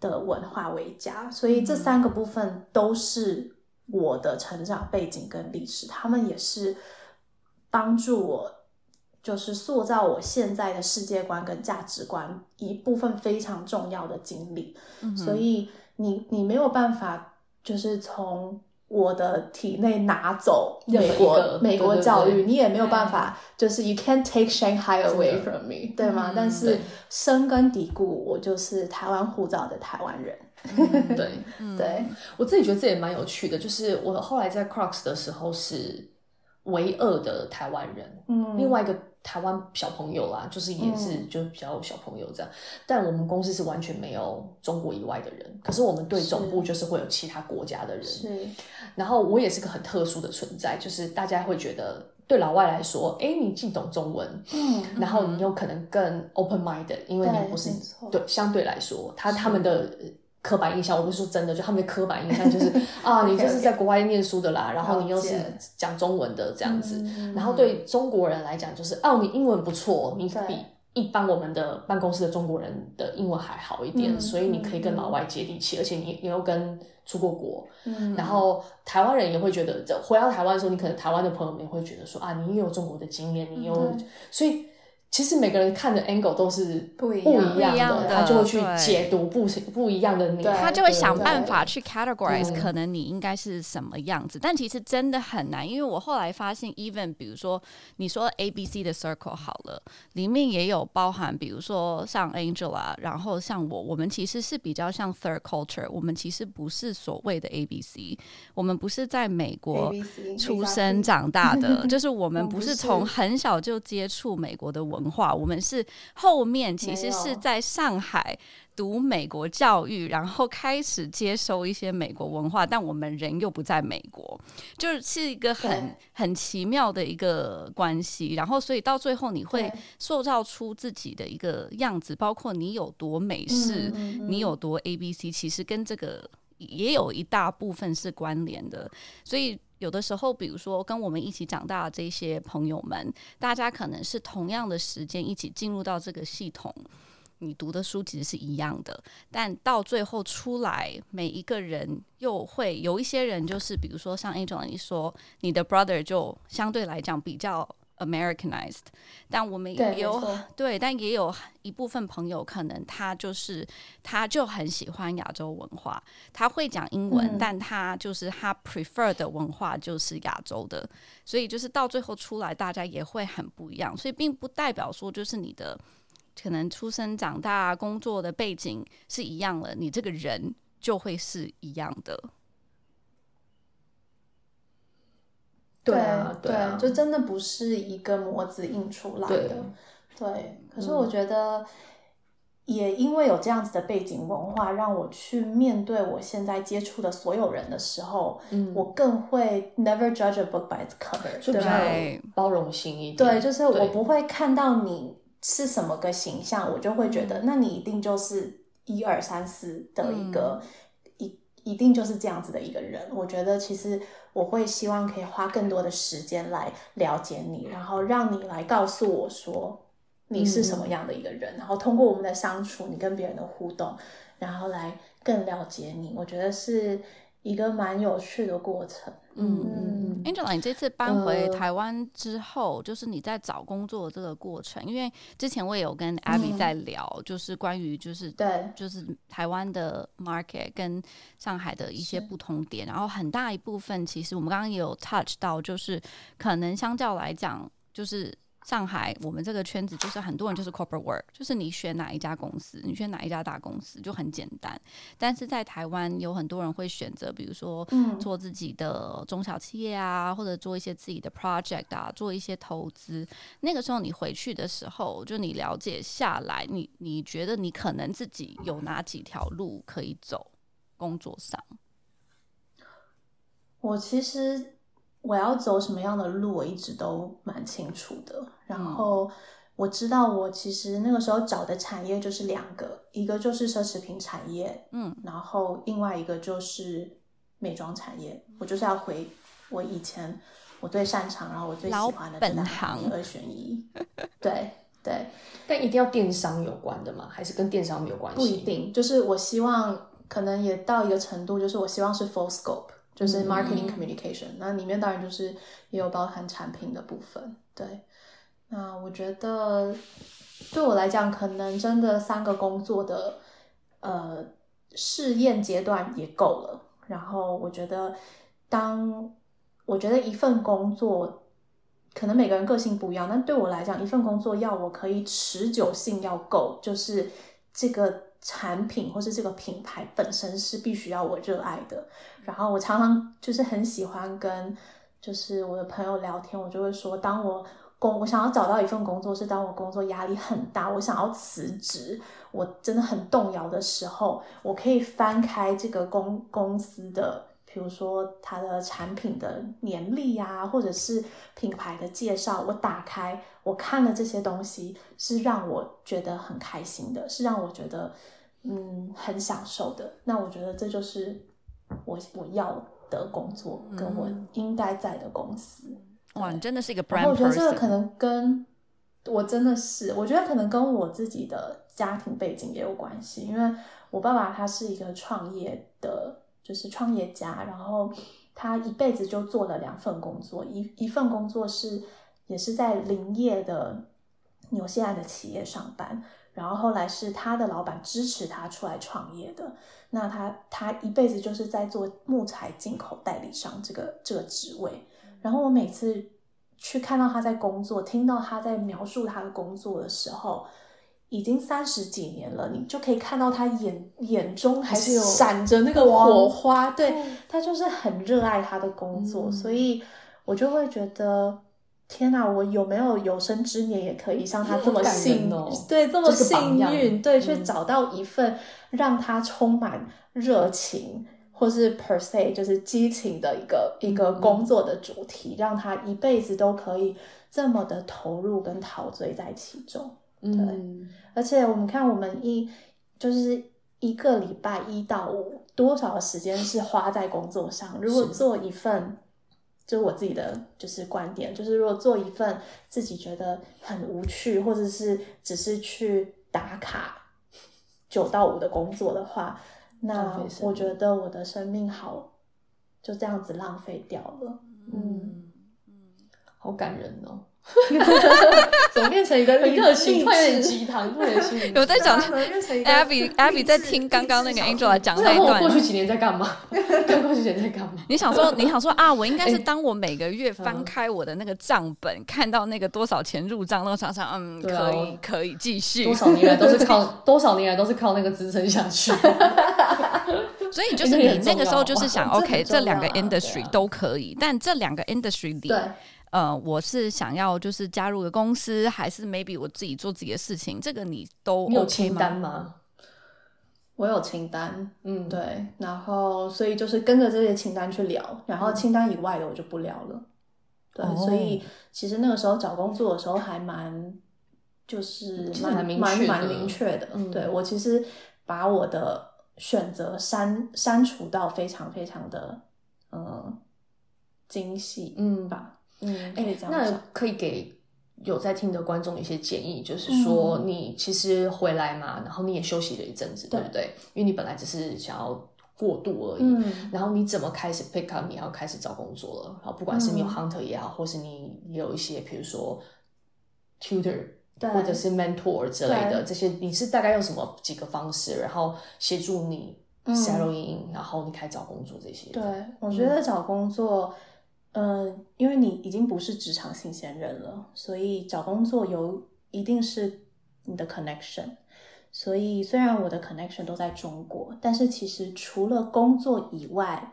Speaker 3: 的文化为家，所以这三个部分都是我的成长背景跟历史，他们也是帮助我。就是塑造我现在的世界观跟价值观一部分非常重要的经历，
Speaker 2: 嗯哼，
Speaker 3: 所以你你没有办法，就是从我的体内拿走
Speaker 1: 任
Speaker 3: 美
Speaker 1: 何一
Speaker 3: 国
Speaker 1: 个
Speaker 3: 美国
Speaker 1: 对对
Speaker 3: 教育，
Speaker 1: 对哎
Speaker 3: 你也没有办法，就是 you can't take Shanghai
Speaker 1: 真的
Speaker 3: away from me，对吗？
Speaker 2: 嗯
Speaker 3: 但是
Speaker 1: 对
Speaker 3: 深根蒂固，我就是台湾护照的台湾人，
Speaker 1: 对
Speaker 2: 嗯
Speaker 3: 对，
Speaker 1: 我自己觉得这也蛮有趣的，就是我后来在 Crocs 的时候是唯二的台湾人，
Speaker 3: 嗯，
Speaker 1: 另外一个台湾小朋友啦，就是也是、
Speaker 3: 嗯
Speaker 1: 就比较小朋友这样，但我们公司是完全没有中国以外的人，可是我们对总部就是会有其他国家的人，
Speaker 3: 是
Speaker 1: 然后我也是个很特殊的存在，就是大家会觉得对老外来说，哎，你既懂中文，
Speaker 3: 嗯
Speaker 1: 然后你有可能更 open minded，因为
Speaker 3: 对
Speaker 1: 你不是
Speaker 3: 没错
Speaker 1: 对相对来说，他
Speaker 3: 是
Speaker 1: 他们的呃刻板印象，我不是说真的，就他们的刻板印象 就是啊，你就是在国外念书的啦，然后你又是
Speaker 3: 了解
Speaker 1: 讲中文的这样子，
Speaker 3: 嗯
Speaker 1: 然后对中国人来讲就是哦，你英文不错，你
Speaker 3: 对
Speaker 1: 比。一般我们的办公室的中国人的英文还好一点，
Speaker 3: 嗯
Speaker 1: 所以你可以跟
Speaker 3: 嗯
Speaker 1: 老外接地气，而且你你又跟出过国，
Speaker 3: 嗯
Speaker 1: 然后台湾人也会觉得，这回到台湾的时候，你可能台湾的朋友们也会觉得说啊，你也有中国的经验，你有，
Speaker 3: 嗯对
Speaker 1: 所以其实每个人看的 angle 都是
Speaker 3: 不一
Speaker 1: 不
Speaker 3: 样
Speaker 1: 一
Speaker 2: 不一样
Speaker 1: 的，
Speaker 2: 的
Speaker 1: 他就会去
Speaker 2: 对
Speaker 1: 解读不不一样的你。
Speaker 3: 对
Speaker 2: 他就会
Speaker 3: 对
Speaker 2: 想
Speaker 3: 对
Speaker 2: 办法去 categorize，
Speaker 1: 嗯
Speaker 2: 可能你应该是什么样子，但其实真的很难，因为我后来发现，even 比如说你说 A B C 的 circle 好了，里面也有包含，比如说像 Angela，然后像我，我们其实是比较像 third culture，我们其实不是所谓的 A B C，我们不是在美国
Speaker 3: ABC
Speaker 2: 出生长大的，就是我们
Speaker 3: 嗯
Speaker 2: 不
Speaker 3: 不
Speaker 2: 是
Speaker 3: 是
Speaker 2: 从很小就接触美国的文文化，我们是后面其
Speaker 3: 没
Speaker 2: 实
Speaker 3: 有
Speaker 2: 是在上海读美国教育，然后开始接收一些美国文化，但我们人又不在美国，就是一个很
Speaker 3: 对
Speaker 2: 很奇妙的一个关系。然后，所以到最后你会
Speaker 3: 对
Speaker 2: 塑造出自己的一个样子，包括你有多美式，
Speaker 3: 嗯嗯
Speaker 2: 你有多 A B C，其实跟这个也有一大部分是关联的。所以有的时候，比如说跟我们一起长大的这些朋友们，大家可能是同样的时间一起进入到这个系统。你读的书其实是一样的，但到最后出来，每一个人又会有一些人，就是比如说像 Angel 你说，你的 brother 就相对来讲比较 Americanized，但我们
Speaker 3: 对，
Speaker 2: 也
Speaker 3: 没
Speaker 2: 有
Speaker 3: 错
Speaker 2: 对，但也有一部分朋友，可能他就是他就很喜欢亚洲文化，他会讲英文，
Speaker 3: 嗯
Speaker 2: 但他就是他 prefer 的文化就是亚洲的，所以就是到最后出来，大家也会很不一样，所以并不代表说就是你的可能出生、长大、工作的背景是一样了，你这个人就会是一样的。
Speaker 1: 对啊，对啊，
Speaker 3: 就真的不是一个模子印出来
Speaker 1: 对嗯
Speaker 3: 的。对，可是我觉得，也因为有这样子的背景文化，让我去面对我现在接触的所有人的时候，
Speaker 1: 嗯
Speaker 3: 我更会 never judge a book by its cover，
Speaker 1: 就
Speaker 3: 对
Speaker 1: 比较
Speaker 3: 吧？
Speaker 2: 对
Speaker 1: 包容心一点。
Speaker 3: 对，就是我
Speaker 1: 对
Speaker 3: 不会看到你是什么个形象，我就会觉得，那你一定就是一二三四的一个、一一定就是这样子的一个人。我觉得其实我会希望可以花更多的时间来了解你，然后让你来告诉我说你是什么样的一个人，然后通过我们的相处，你跟别人的互动，然后来更了解你。我觉得是一个蛮有趣的过程。
Speaker 2: 嗯
Speaker 1: 嗯嗯
Speaker 2: Angela，你这次搬回
Speaker 1: 呃
Speaker 2: 台湾之后，就是你在找工作的这个过程，因为之前我也有跟 Abby
Speaker 3: 嗯
Speaker 2: 在聊，就是关于就是
Speaker 3: 对
Speaker 2: 就是台湾的 market 跟上海的一些
Speaker 3: 是
Speaker 2: 不同点，然后很大一部分其实我们刚刚也有 touch 到，就是可能相较来讲，就是上海我们这个圈子就是很多人就是 corporate work，就是你选哪一家公司，你选哪一家大公司就很简单，但是在台湾有很多人会选择，比如说
Speaker 3: 嗯
Speaker 2: 做自己的中小企业啊，或者做一些自己的 project 啊，做一些投资。那个时候你回去的时候，就你了解下来，你你觉得你可能自己有哪几条路可以走？工作上，
Speaker 3: 我其实我要走什么样的路，我一直都蛮清楚的。
Speaker 2: 嗯
Speaker 3: 然后我知道，我其实那个时候找的产业就是两个，一个就是奢侈品产业，
Speaker 2: 嗯
Speaker 3: 然后另外一个就是美妆产业。我就是要回我以前我最擅长，然后我最喜欢
Speaker 2: 老
Speaker 3: 的这
Speaker 2: 本
Speaker 3: 两行
Speaker 2: 行
Speaker 3: 二选一。 对对，
Speaker 1: 但一定要电商有关的吗？还是跟电商没有关系？
Speaker 3: 不一。定，就是我希望可能也到一个程度，就是我希望是 full scope，就是
Speaker 1: 嗯
Speaker 3: marketing
Speaker 2: 嗯
Speaker 3: communication，、那里面当然就是也有包含产品的部分。对，那我觉得对我来讲，可能真的三个工作的呃试验阶段也够了。然后我觉得当我觉得一份工作。可能每个人个性不一样，但对我来讲，一份工作要我可以持久性要够，就是这个产品或是这个品牌本身是必须要我热爱的。然后我常常就是很喜欢跟就是我的朋友聊天，我就会说，当我工我想要找到一份工作，是当我工作压力很大，我想要辞职，我真的很动摇的时候，我可以翻开这个公公司的。比如说它的产品的年历呀、或者是品牌的介绍，我打开我看了这些东西，是让我觉得很开心的，是让我觉得嗯很享受的。那我觉得这就是我我要的工作，跟我应该在的公司。
Speaker 2: 哇，你真的是一个
Speaker 3: 然后
Speaker 2: brand
Speaker 3: 我觉得这个
Speaker 2: person，
Speaker 3: 可能跟我真的是，我觉得可能跟我自己的家庭背景也有关系，因为我爸爸他是一个创业的，就是创业家，然后他一辈子就做了两份工作，一一份工作是也是在林业的纽西兰的企业上班。然后后来是他的老板支持他出来创业的，那他他一辈子就是在做木材进口代理商这个这个职位，然后我每次去看到他在工作，听到他在描述他的工作的时候，已经三十几年了，你就可以看到他眼眼中还
Speaker 1: 是有
Speaker 3: 闪着那个
Speaker 1: 光
Speaker 3: 火花，
Speaker 1: 嗯
Speaker 3: 对他就是很热爱他的工作，所以我就会觉得天哪，我有没有有生之年也可以像他这么
Speaker 1: 好感
Speaker 3: 幸
Speaker 1: 人哦
Speaker 3: 对这么
Speaker 1: 这个
Speaker 3: 幸
Speaker 1: 榜样
Speaker 3: 运，对，
Speaker 1: 嗯
Speaker 3: 去找到一份让他充满热情。或是 per se 就是激情的一个一
Speaker 1: 嗯
Speaker 3: 个工作的主题，让他一辈子都可以这么的投入跟陶醉在其中。
Speaker 1: 嗯，
Speaker 3: 而且我们看，我们一就是一个礼拜一到五多少的时间是花在工作上？如果
Speaker 1: 是
Speaker 3: 做一份，就是我自己的就是观点，就是如果做一份自己觉得很无趣，或者是只是去打卡九到五的工作的话，那
Speaker 1: 浪费生命
Speaker 3: 我觉得我的生命好就这样子浪费掉了。
Speaker 2: 嗯嗯，
Speaker 1: 好感人 哦，
Speaker 3: 怎么变成一个
Speaker 1: 很热情，突
Speaker 3: 快
Speaker 1: 然有点鸡汤，突然有点 心灵鸡汤
Speaker 2: 有在哎讲
Speaker 3: 怎么啊变成一个
Speaker 2: Abby
Speaker 3: 励
Speaker 2: Abby 在
Speaker 3: 志
Speaker 2: 听刚刚那个
Speaker 3: 励志小
Speaker 2: Angela
Speaker 3: 品
Speaker 2: 讲
Speaker 1: 我
Speaker 2: 那
Speaker 1: 想
Speaker 2: 一
Speaker 1: 问我
Speaker 2: 段
Speaker 1: 过，去几年在干 嘛？看过去几年在干 嘛？
Speaker 2: 你想说，你想说啊，我应该是
Speaker 1: 哎
Speaker 2: 当我每个月翻
Speaker 1: 嗯
Speaker 2: 开我的那个账本，看到那个多少钱入账，那个账上，嗯，
Speaker 1: 对啊
Speaker 2: 可以可以继续
Speaker 1: 多。少年来都是 靠多少年来都是靠那个支撑下去。
Speaker 2: 所以
Speaker 1: 这
Speaker 2: 就是
Speaker 3: 哎
Speaker 1: 个也
Speaker 2: 你
Speaker 1: 很
Speaker 2: 那个时候就
Speaker 1: 重要
Speaker 2: 是想
Speaker 3: 啊哇这
Speaker 2: ，OK，
Speaker 3: 很
Speaker 2: 这
Speaker 3: 重
Speaker 2: 两个
Speaker 3: 要啊对啊
Speaker 2: industry 都可以，但这两个 industry 里，
Speaker 3: 对。
Speaker 2: 呃，我是想要就是加入个公司，还是 maybe 我自己做自己的事情，这个你都
Speaker 1: 你有
Speaker 2: OK
Speaker 1: 清
Speaker 2: 吗
Speaker 1: 单？吗？
Speaker 3: 我有清单，
Speaker 1: 嗯，
Speaker 3: 对，然后所以就是跟着这些清单去聊，然
Speaker 1: 嗯
Speaker 3: 后清单以外的我就不聊了。对，
Speaker 2: 哦
Speaker 3: 所以其实那个时候找工作的时候还蛮，就是
Speaker 1: 是
Speaker 3: 蛮
Speaker 1: 蛮明
Speaker 3: 蛮
Speaker 1: 确
Speaker 3: 蛮
Speaker 1: 的
Speaker 3: 明确的。
Speaker 1: 嗯
Speaker 3: 对我其实把我的选择删删除到非常非常的嗯精细，
Speaker 1: 嗯
Speaker 3: 吧，嗯，可
Speaker 1: 哎、
Speaker 3: 以这样
Speaker 1: 那
Speaker 3: 讲。
Speaker 1: 可以给有在听的观众一些建议，就是说你其实回来嘛，然后你也休息了一阵子，对不对？因为你本来只是想要过渡而已。
Speaker 3: 嗯，
Speaker 1: 然后你怎么开始 pick up？你要开始找工作了。然后不管是你有
Speaker 3: 嗯
Speaker 1: hunter 也好，或是你也有一些，比如说 tutor
Speaker 3: 对，
Speaker 1: 或者是 mentor 之类的
Speaker 3: 对
Speaker 1: 这些，你是大概用什么几个方式，然后协助你
Speaker 3: 嗯
Speaker 1: settle in，、然后你开始找工作这些？
Speaker 3: 对，我觉得找工作，嗯、因为你已经不是职场新鲜人了，所以找工作有一定是你的 connection。所以虽然我的 connection 都在中国，但是其实除了工作以外，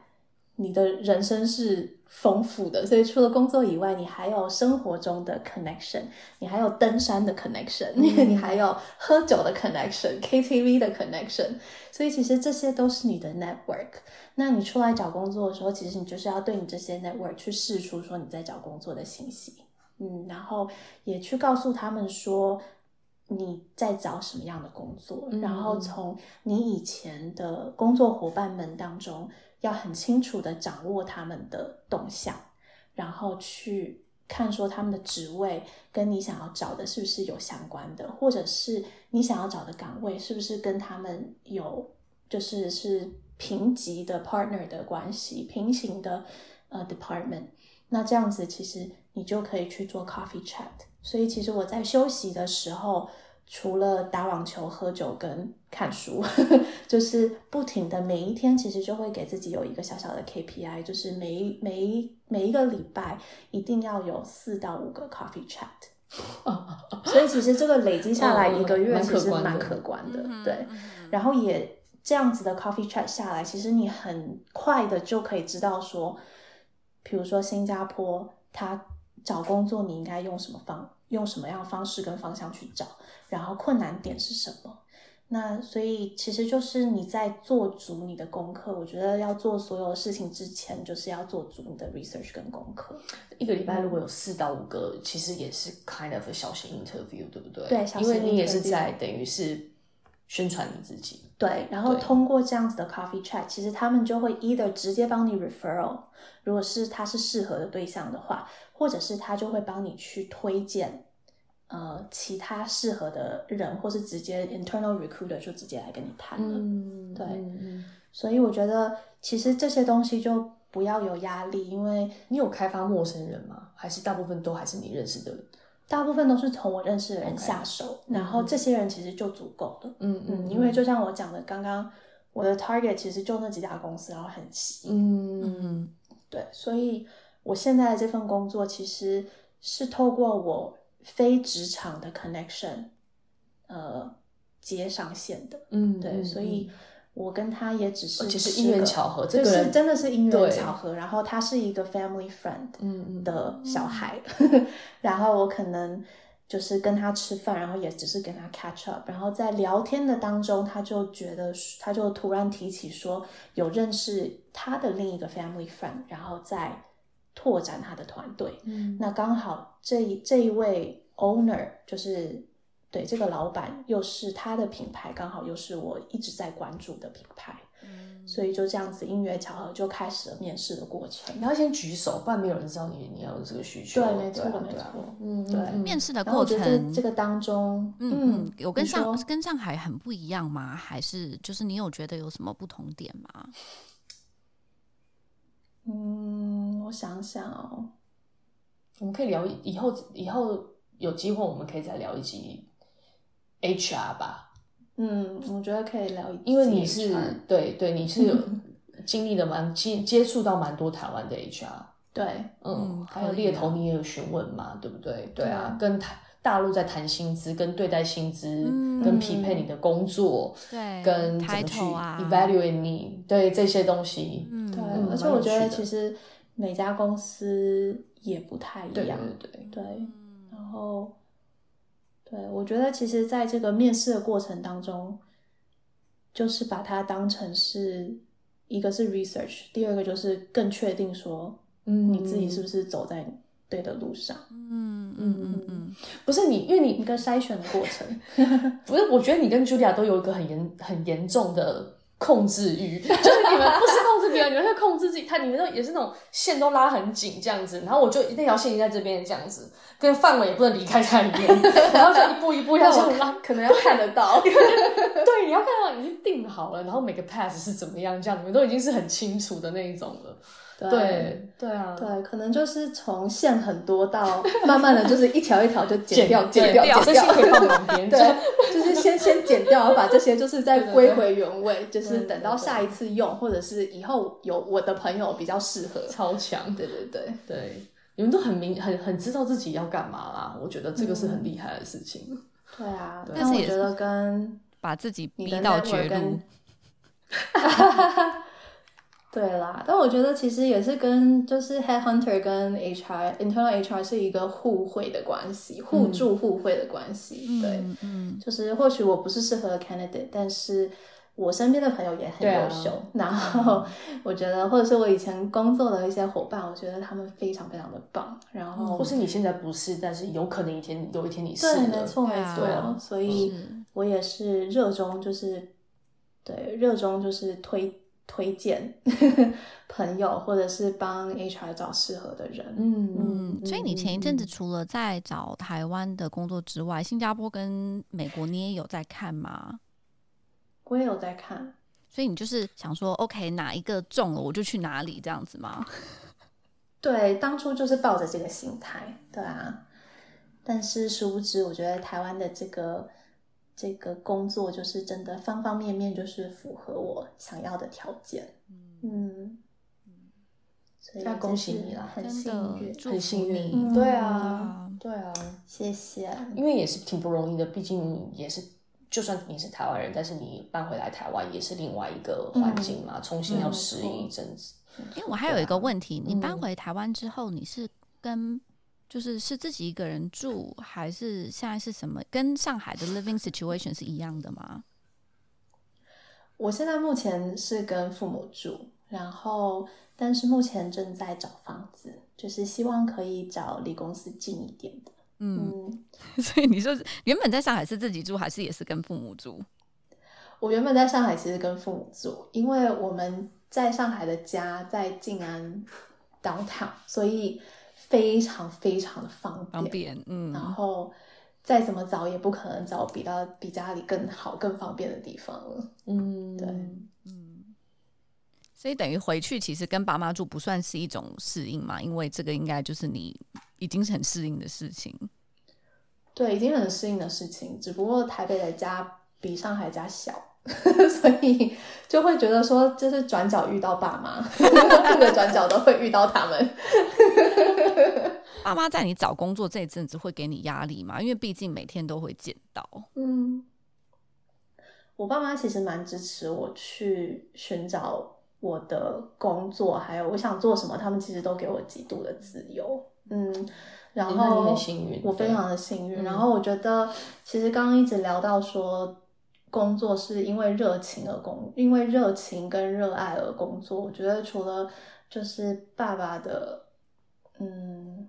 Speaker 3: 你的人生是丰富的。所以除了工作以外，你还有生活中的 connection，你还有登山的 connection，、
Speaker 1: 嗯
Speaker 3: 你还有喝酒的 connection，KTV 的 connection。所以其实这些都是你的 network。那你出来找工作的时候，其实你就是要对你这些 network 去试出说你在找工作的信息，嗯，然后也去告诉他们说你在找什么样的工作，
Speaker 1: 嗯
Speaker 3: 然后从你以前的工作伙伴们当中，要很清楚的掌握他们的动向，然后去看说他们的职位跟你想要找的是不是有相关的，或者是你想要找的岗位是不是跟他们有就是是平级的 partner 的关系，平行的呃 department。那这样子其实你就可以去做 coffee chat。所以其实我在休息的时候，除了打网球、喝酒跟看书， 就是不停的每一天，其实就会给自己有一个小小的 KPI，就是每一每一每一个礼拜一定要有四到五个 coffee chat。所以其实这个累积下来
Speaker 1: 嗯
Speaker 3: 一个月
Speaker 1: 蛮
Speaker 3: 其
Speaker 1: 可
Speaker 3: 实
Speaker 1: 观的
Speaker 3: 蛮可观的，
Speaker 2: 嗯
Speaker 3: 对。
Speaker 2: 嗯
Speaker 3: 然后也这样子的 coffee chat 下来，其实你很快的就可以知道说，比如说新加坡，他找工作你应该用什么方用什么样的方式跟方向去找，然后困难点是什么。那所以其实就是你在做足你的功课，我觉得要做所有事情之前，就是要做足你的 research 跟功课。
Speaker 1: 一个礼拜如果有四到五个，其实也是 kind of a 小型 interview，对不对？
Speaker 3: 对小
Speaker 1: 因
Speaker 3: 型
Speaker 1: 为你也是
Speaker 3: interview
Speaker 1: 在等于是宣传你自己。
Speaker 3: 对，然后
Speaker 1: 对
Speaker 3: 通过这样子的 coffee chat，其实他们就会 either 直接帮你 referral，如果是他是适合的对象的话，或者是他就会帮你去推荐，呃，其他适合的人，或是直接 internal recruiter 就直接来跟你谈了。
Speaker 1: 嗯，
Speaker 3: 对
Speaker 1: 嗯
Speaker 3: 所以我觉得其实这些东西就不要有压力，因为
Speaker 1: 你有开发陌生人吗？还是大部分都还是你认识的人？
Speaker 3: 大部分都是从我认识的人
Speaker 1: OK
Speaker 3: 下手然后这些人其实就足够了。
Speaker 1: 嗯
Speaker 3: 嗯，因为就像我讲的，刚刚我的 target 其实就那几家公司，然后很细。
Speaker 1: 嗯
Speaker 2: 嗯
Speaker 3: 对，所以我现在的这份工作其实是透过我非职场的 connection，呃，接上线的。
Speaker 1: 嗯，
Speaker 3: 对，
Speaker 1: 嗯
Speaker 3: 所以我跟他也只嗯是
Speaker 1: 而且是
Speaker 3: 吃
Speaker 1: 因缘
Speaker 3: 个
Speaker 1: 巧合这
Speaker 3: 就
Speaker 1: 个
Speaker 3: 是
Speaker 1: 人
Speaker 3: 真的是因
Speaker 1: 对
Speaker 3: 缘巧合。然后他是一个 family friend，
Speaker 1: 嗯嗯
Speaker 3: 的小孩， 然后我可能就是跟他吃饭，然后也只是跟他 catch up，然后在聊天的当中，他就觉得他就突然提起说有认识他的另一个 family friend，然后再拓展他的团队。
Speaker 1: 嗯
Speaker 3: 那刚好这一这一位 owner 就是对这个老板，又是他的品牌，刚好又是我一直在关注的品牌，所以就这样子因缘巧合就开始了面试的过程
Speaker 1: 你。要先举手，不然没有人知道你你要有这个需求。
Speaker 3: 对，没错，
Speaker 1: 啊
Speaker 3: 没
Speaker 1: 对啊
Speaker 3: 错。
Speaker 1: 嗯，
Speaker 3: 对
Speaker 1: 嗯
Speaker 2: 面试的
Speaker 3: 然后我
Speaker 2: 过
Speaker 3: 觉
Speaker 2: 程
Speaker 3: 得这这个当中，
Speaker 2: 嗯嗯，有跟
Speaker 3: 你
Speaker 2: 上
Speaker 3: 说
Speaker 2: 跟上海很不一样吗？还是就是你有觉得有什么不同点吗？
Speaker 3: 嗯，我想想哦，
Speaker 1: 我们可以聊以后以后有机会，我们可以再聊一集 HR 吧，
Speaker 3: 嗯，我觉得可以聊一集 HR，
Speaker 1: 因为你是对对，你是 有经历的蛮接接触到蛮多台湾的 HR，
Speaker 3: 对，
Speaker 1: 嗯，
Speaker 2: 嗯
Speaker 1: 还有
Speaker 2: 可以
Speaker 1: 猎
Speaker 2: 啊
Speaker 1: 头你也有询问嘛，对不对？对啊
Speaker 3: 啊，
Speaker 1: 跟台大陆在谈薪资，跟对待薪资，
Speaker 2: 嗯
Speaker 1: 跟匹配你的工作，
Speaker 2: 对，
Speaker 1: 跟怎么去
Speaker 2: title 啊
Speaker 1: evaluate 你，对这些东西，
Speaker 2: 嗯，
Speaker 3: 对，
Speaker 1: 嗯
Speaker 3: 而且
Speaker 1: 蛮
Speaker 3: 我
Speaker 1: 有
Speaker 3: 觉
Speaker 1: 趣的
Speaker 3: 得其实每家公司也不太一
Speaker 1: 对对
Speaker 3: 样，
Speaker 1: 对对。
Speaker 3: 对，
Speaker 2: 嗯
Speaker 3: 然后，对，我觉得其实在这个面试的过程当中，就是把它当成是一个是 research，第二个就是更确定说
Speaker 1: 嗯
Speaker 3: 你自己是不是走在对的路上，
Speaker 2: 嗯嗯嗯嗯，
Speaker 1: 不是你，因为
Speaker 3: 一
Speaker 1: 你
Speaker 3: 个筛选的过 程。
Speaker 1: 不是，我觉得你跟 Julia 都有一个很严很严重的控制欲， 就是你们不是控制别人，你们会控制自己。他你们都也是那种线都拉很紧这样子，然后我就那条线一定在这边这样子，跟范围也不能离开太远， 然后就一步一步要这样拉。
Speaker 3: 可能要看得到，
Speaker 1: 对，你要看到已经定好了，然后每个 pass 是怎么样，这样你们都已经是很清楚的那一种了。对对啊，
Speaker 3: 对，可能就是从线很多到慢慢的就是一条一条就剪掉，
Speaker 1: 剪
Speaker 3: 剪掉，
Speaker 1: 这
Speaker 3: 剪
Speaker 1: 些可以
Speaker 3: 掉。
Speaker 1: 放旁 边。就
Speaker 3: 对，就是先先剪掉，然后把这些就是再
Speaker 1: 对对
Speaker 3: 归
Speaker 1: 对
Speaker 3: 回原位，
Speaker 1: 对
Speaker 3: 就是
Speaker 1: 对
Speaker 3: 等到
Speaker 1: 对
Speaker 3: 下一次用，或者是以后有我的朋友比较适合。
Speaker 1: 超强。
Speaker 3: 对对对，
Speaker 1: 对，你们都很明很很知道自己要干嘛啦，我觉得这个是很厉害的事情。
Speaker 3: 对啊，
Speaker 1: 对
Speaker 2: 但
Speaker 3: 但
Speaker 2: 是
Speaker 3: 我
Speaker 2: 也
Speaker 3: 觉
Speaker 2: 是
Speaker 3: 得跟
Speaker 2: 把自己
Speaker 3: 你
Speaker 2: 逼
Speaker 3: 的
Speaker 2: 到
Speaker 3: network
Speaker 2: 绝路
Speaker 3: 跟。 对啦，但我觉得其实也是跟就是 headhunter 跟 HR internal HR 是一个互惠的关系，
Speaker 1: 嗯
Speaker 3: 互助互惠的关系。对，
Speaker 2: 嗯嗯，
Speaker 3: 就是或许我不是适合的 candidate，但是我身边的朋友也很
Speaker 1: 对啊
Speaker 3: 优秀。然后我觉得，或者是我以前工作的一些伙伴，我觉得他们非常非常的棒。然后，
Speaker 1: 或是你现在不是，但是有可能一天有一天哦你是
Speaker 3: 对，
Speaker 1: 的
Speaker 3: 没错，
Speaker 2: 对
Speaker 3: 没
Speaker 2: 啊
Speaker 3: 错。
Speaker 1: 对啊
Speaker 3: 所以我也是热衷，就是对热衷就是推推荐 朋友，或者是帮 HR 找适合的人。
Speaker 1: 嗯
Speaker 2: 嗯，所以你前一阵子
Speaker 1: 嗯
Speaker 2: 除了在找台湾的工作之外，新加坡跟美国你也有在看吗？
Speaker 3: 我也有在看，
Speaker 2: 所以你就是想说，OK，哪一个中了我就去哪里这样子吗？
Speaker 3: 对，当初就是抱着这个心态，对啊。但是殊不知，我觉得台湾的这个这个工作，就是真的方方面面，就是符合我想要的条件。嗯，所以
Speaker 1: 那恭喜
Speaker 3: 真是
Speaker 1: 你啦
Speaker 3: 很
Speaker 2: 真
Speaker 3: 幸
Speaker 2: 的
Speaker 3: 运，
Speaker 2: 祝
Speaker 1: 很
Speaker 2: 福
Speaker 1: 幸
Speaker 2: 你。
Speaker 1: 运，
Speaker 3: 嗯
Speaker 1: 对
Speaker 2: 对
Speaker 1: 啊，
Speaker 2: 啊
Speaker 1: 对啊，
Speaker 3: 谢谢。
Speaker 1: 因为也是挺不容易的，毕竟也是。就算你是台湾人，但是你搬回来台湾也是另外一个环境嘛，重新要
Speaker 3: 嗯
Speaker 1: 适应一阵子。
Speaker 2: 因为我还有一个问题，你搬
Speaker 1: 嗯
Speaker 2: 回台湾之后，你是跟就是是自己一个人住，还是现在是什么？跟上海的 living situation 是一样的吗？
Speaker 3: 我现在目前是跟父母住，然后但是目前正在找房子，就是希望可以找离公司近一点的。
Speaker 2: 嗯，
Speaker 3: 嗯，
Speaker 2: 所以你说原本在上海是自己住，还是也是跟父母住？
Speaker 3: 我原本在上海其实跟父母住，因为我们在上海的家在静安 downtown，所以非常非常的方便。
Speaker 2: 方便，嗯，
Speaker 3: 然后再怎么找也不可能找比到比家里更好、更方便的地方了。
Speaker 1: 嗯，
Speaker 3: 对
Speaker 2: 嗯所以等于回去其实跟爸妈住不算是一种适应嘛，因为这个应该就是你已经是很适应的事情。
Speaker 3: 对，已经很适应的事情，只不过台北的家比上海家小。 所以就会觉得说，就是转角遇到爸妈， 各个转角都会遇到他们。
Speaker 2: 爸妈在你找工作这一阵子会给你压力嘛？因为毕竟每天都会见到。
Speaker 3: 嗯，我爸妈其实蛮支持我去寻找我的工作，还有我想做什么，他们其实都给我极度的自由。嗯，然
Speaker 1: 那
Speaker 3: 后
Speaker 1: 你很幸运嗯
Speaker 3: 我非常的幸运。然后我觉得，其实刚刚一直聊到说，工作是因为热情而工，因为热情跟热爱而工作。我觉得除了就是爸爸的，嗯，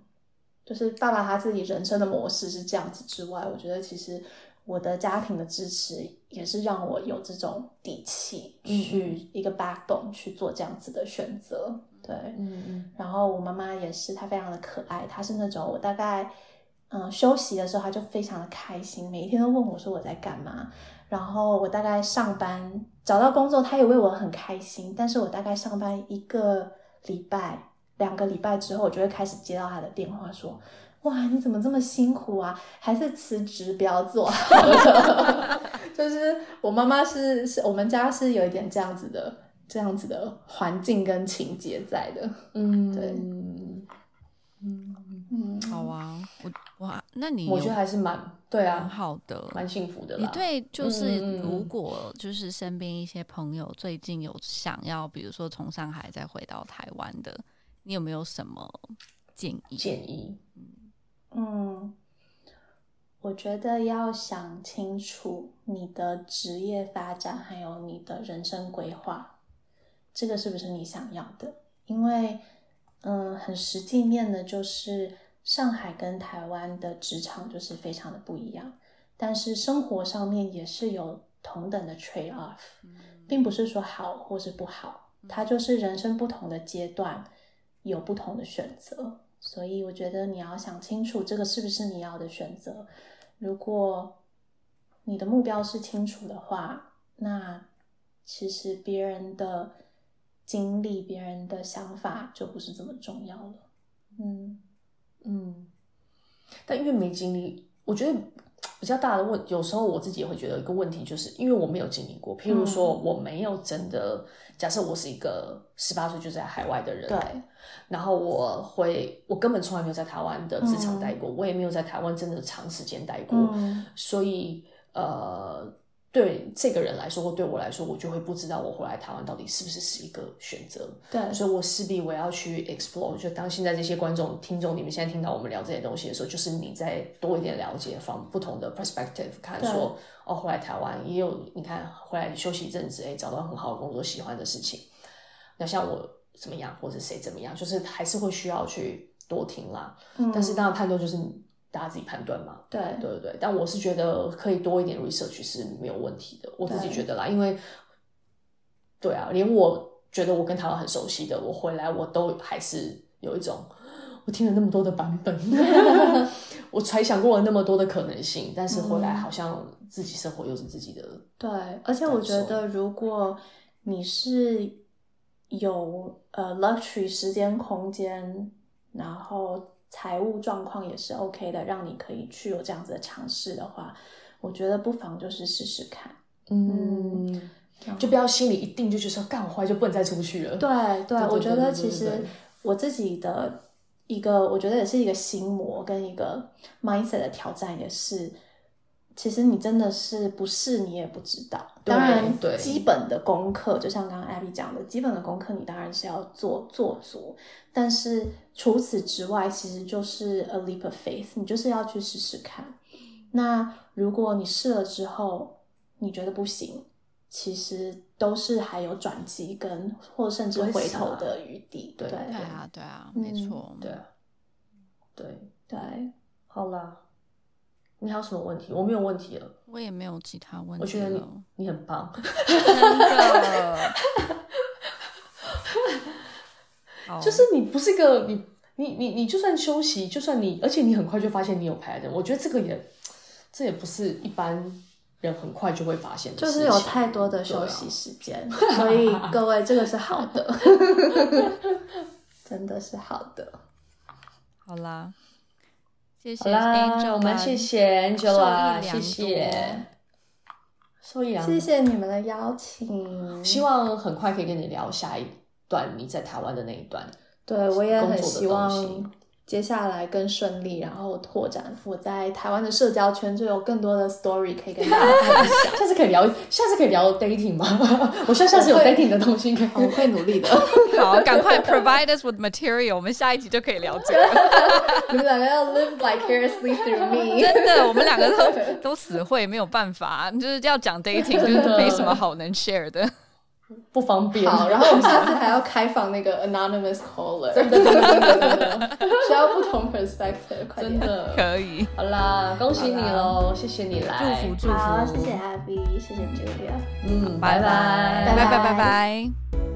Speaker 3: 就是爸爸他自己人生的模式是这样子之外，我觉得其实我的家庭的支持也是让我有这种底气
Speaker 1: 嗯
Speaker 3: 去一个 backbone 去做这样子的选择。对，
Speaker 1: 嗯嗯，
Speaker 3: 然后我妈妈也是，她非常的可爱，她是那种我大概嗯休息的时候，她就非常的开心，每一天都问我说我在干嘛。然后我大概上班找到工作，她也为我很开心。但是我大概上班一个礼拜、两个礼拜之后，我就会开始接到她的电话说。哇，你怎么这么辛苦啊？还是辞职不要做 好了。就是我妈妈是是我们家是有一点这样子的这样子的环境跟情节在的。
Speaker 1: 嗯，
Speaker 3: 对
Speaker 1: 嗯，
Speaker 3: 嗯，
Speaker 2: 好啊，我哇，那你
Speaker 1: 我
Speaker 2: 有
Speaker 1: 觉得还是蛮对
Speaker 2: 蛮
Speaker 1: 啊，
Speaker 2: 好的，
Speaker 1: 蛮幸福的
Speaker 2: 你
Speaker 1: 啦。
Speaker 2: 对，就
Speaker 1: 嗯嗯
Speaker 2: 是
Speaker 1: 嗯
Speaker 2: 如
Speaker 1: 嗯
Speaker 2: 果就是身边一些朋友最近有想要，比如说从上海再回到台湾的，你有没有什么建议？
Speaker 1: 建议，
Speaker 3: 嗯，我觉得要想清楚你的职业发展，还有你的人生规划，这个是不是你想要的？因为，嗯，很实际面的就是上海跟台湾的职场就是非常的不一样，但是生活上面也是有同等的 trade off，并
Speaker 2: 嗯
Speaker 3: 不是说好或是不好，它就是人生不同的阶段有不同的选择。所以我觉得你要想清楚，这个是不是你要的选择。如果你的目标是清楚的话，那其实别人的经历、别人的想法就不是这么重要了。嗯
Speaker 1: 嗯，但因为没经历，我觉得比较大的问，有时候我自己也会觉得一个问题，就是因为我没有经历过，譬如说
Speaker 3: 嗯
Speaker 1: 我没有真的，假设我是一个十八岁就在海外的人，
Speaker 3: 对，
Speaker 1: 然后我会，我根本从来没有在台湾的职场待过，我也没有在台湾真的长时间待过，
Speaker 3: 嗯
Speaker 1: 所以呃，对这个人来说，或对我来说，我就会不知道我回来台湾到底是不是是一个选择，
Speaker 3: 对，
Speaker 1: 所以我势必我要去 explore。就当现在这些观众、听众，你们现在听到我们聊这些东西的时候，就是你再多一点了解，from 不同的 perspective 看
Speaker 3: 对
Speaker 1: 说，哦，回来台湾也有，你看回来休息一阵子，哎，找到很好的工作，喜欢的事情。那像我怎么样，或者谁怎么样，就是还是会需要去多听啦。
Speaker 3: 嗯
Speaker 1: 但是当然判断就是大家自己判断嘛，
Speaker 3: 对
Speaker 1: 对对对，但我是觉得可以多一点 research 是没有问题的，我自己
Speaker 3: 对
Speaker 1: 觉得啦，因为对啊，连我觉得我跟台湾很熟悉的，我回来我都还是有一种我听了那么多的版 本， 我猜想过了那么多的可能性，但是回来
Speaker 3: 嗯
Speaker 1: 好像自己生活又是自己的，
Speaker 3: 对，而且我觉
Speaker 1: 感受
Speaker 3: 得，如果你是有呃 luxury 时间、空间，然后财务状况也是 OK 的，让你可以去有这样子的尝试的话，我觉得不妨就是试试看。嗯
Speaker 1: 嗯，就不要心里一定就觉得说干我回来就不能再出去了，
Speaker 3: 对对，
Speaker 1: 对
Speaker 3: 我觉
Speaker 1: 对
Speaker 3: 得
Speaker 1: 对
Speaker 3: 其
Speaker 1: 对
Speaker 3: 实
Speaker 1: 对
Speaker 3: 我自己的一个，我觉得也是一个心魔跟一个 mindset 的挑战，也是，其实你真的是不是你也不知道。
Speaker 1: 对
Speaker 3: 当然，
Speaker 1: 对
Speaker 3: 基本的功课，就像刚刚 Abby 讲的，基本的功课你当然是要做做足，但是除此之外，其实就是 a leap of faith，你就是要去试试看。那如果你试了之后，你觉得不行，其实都是还有转机跟或甚至回头的余地。
Speaker 1: 不会死
Speaker 3: 对
Speaker 1: 啊
Speaker 2: 对啊，对啊，没
Speaker 3: 嗯
Speaker 2: 错，
Speaker 1: 对啊，对，
Speaker 3: 对，
Speaker 1: 好啦，你还有什么问题？我没有问题了。
Speaker 2: 我也没有其他问
Speaker 1: 我
Speaker 2: 题
Speaker 1: 觉得你
Speaker 2: 了。
Speaker 1: 你很棒，
Speaker 2: 真的，好
Speaker 1: 就是你不是个你你你你就算休息，就算你，而且你很快就发现你有 pattern，我觉得这个也这也不是一般人很快就会发现的
Speaker 3: 就
Speaker 1: 事情，啊
Speaker 3: 是有太多的休息时间，所以各位这个是好的，真的是好的。
Speaker 2: 好啦，谢谢
Speaker 1: 对啊。好
Speaker 2: Angel，
Speaker 1: 啦，我们谢谢 Angela，谢谢，受益良多
Speaker 3: 谢谢你们的邀请，
Speaker 1: 希望很快可以跟你聊下一段你在台湾的那一段。
Speaker 3: 对我也
Speaker 1: 工
Speaker 3: 很
Speaker 1: 作的
Speaker 3: 希
Speaker 1: 东西
Speaker 3: 望接下来更顺利，然后拓展我在台湾的社交圈，就有更多的 story 可以跟大家分 享。
Speaker 1: 下次可以聊，下次可以聊 dating 吗？ 我希望下次有
Speaker 3: 我会
Speaker 1: dating 的东西可以。
Speaker 3: 我会努力的，
Speaker 2: 好，赶快 provide us with material，我们下一集就可以了解了。
Speaker 3: 你们两个要 live vicariously through me。
Speaker 2: 真的，我们两个都都死会，没有办法，就是要讲 dating，就是没什么好能 share 的。
Speaker 1: 不方便。
Speaker 3: 好，然后我们下次还要开放那个 anonymous caller，需要不同 perspective，快
Speaker 1: 真
Speaker 3: 点。
Speaker 1: 的，
Speaker 2: 可以，
Speaker 1: 好啦，恭喜你喽，谢谢你来，
Speaker 2: 祝福祝福，
Speaker 3: 好，谢谢 Abby，谢谢 Julia。
Speaker 1: 嗯，
Speaker 2: 拜
Speaker 1: 拜
Speaker 2: 拜，
Speaker 1: 拜
Speaker 2: 拜
Speaker 3: 拜
Speaker 2: 拜拜拜。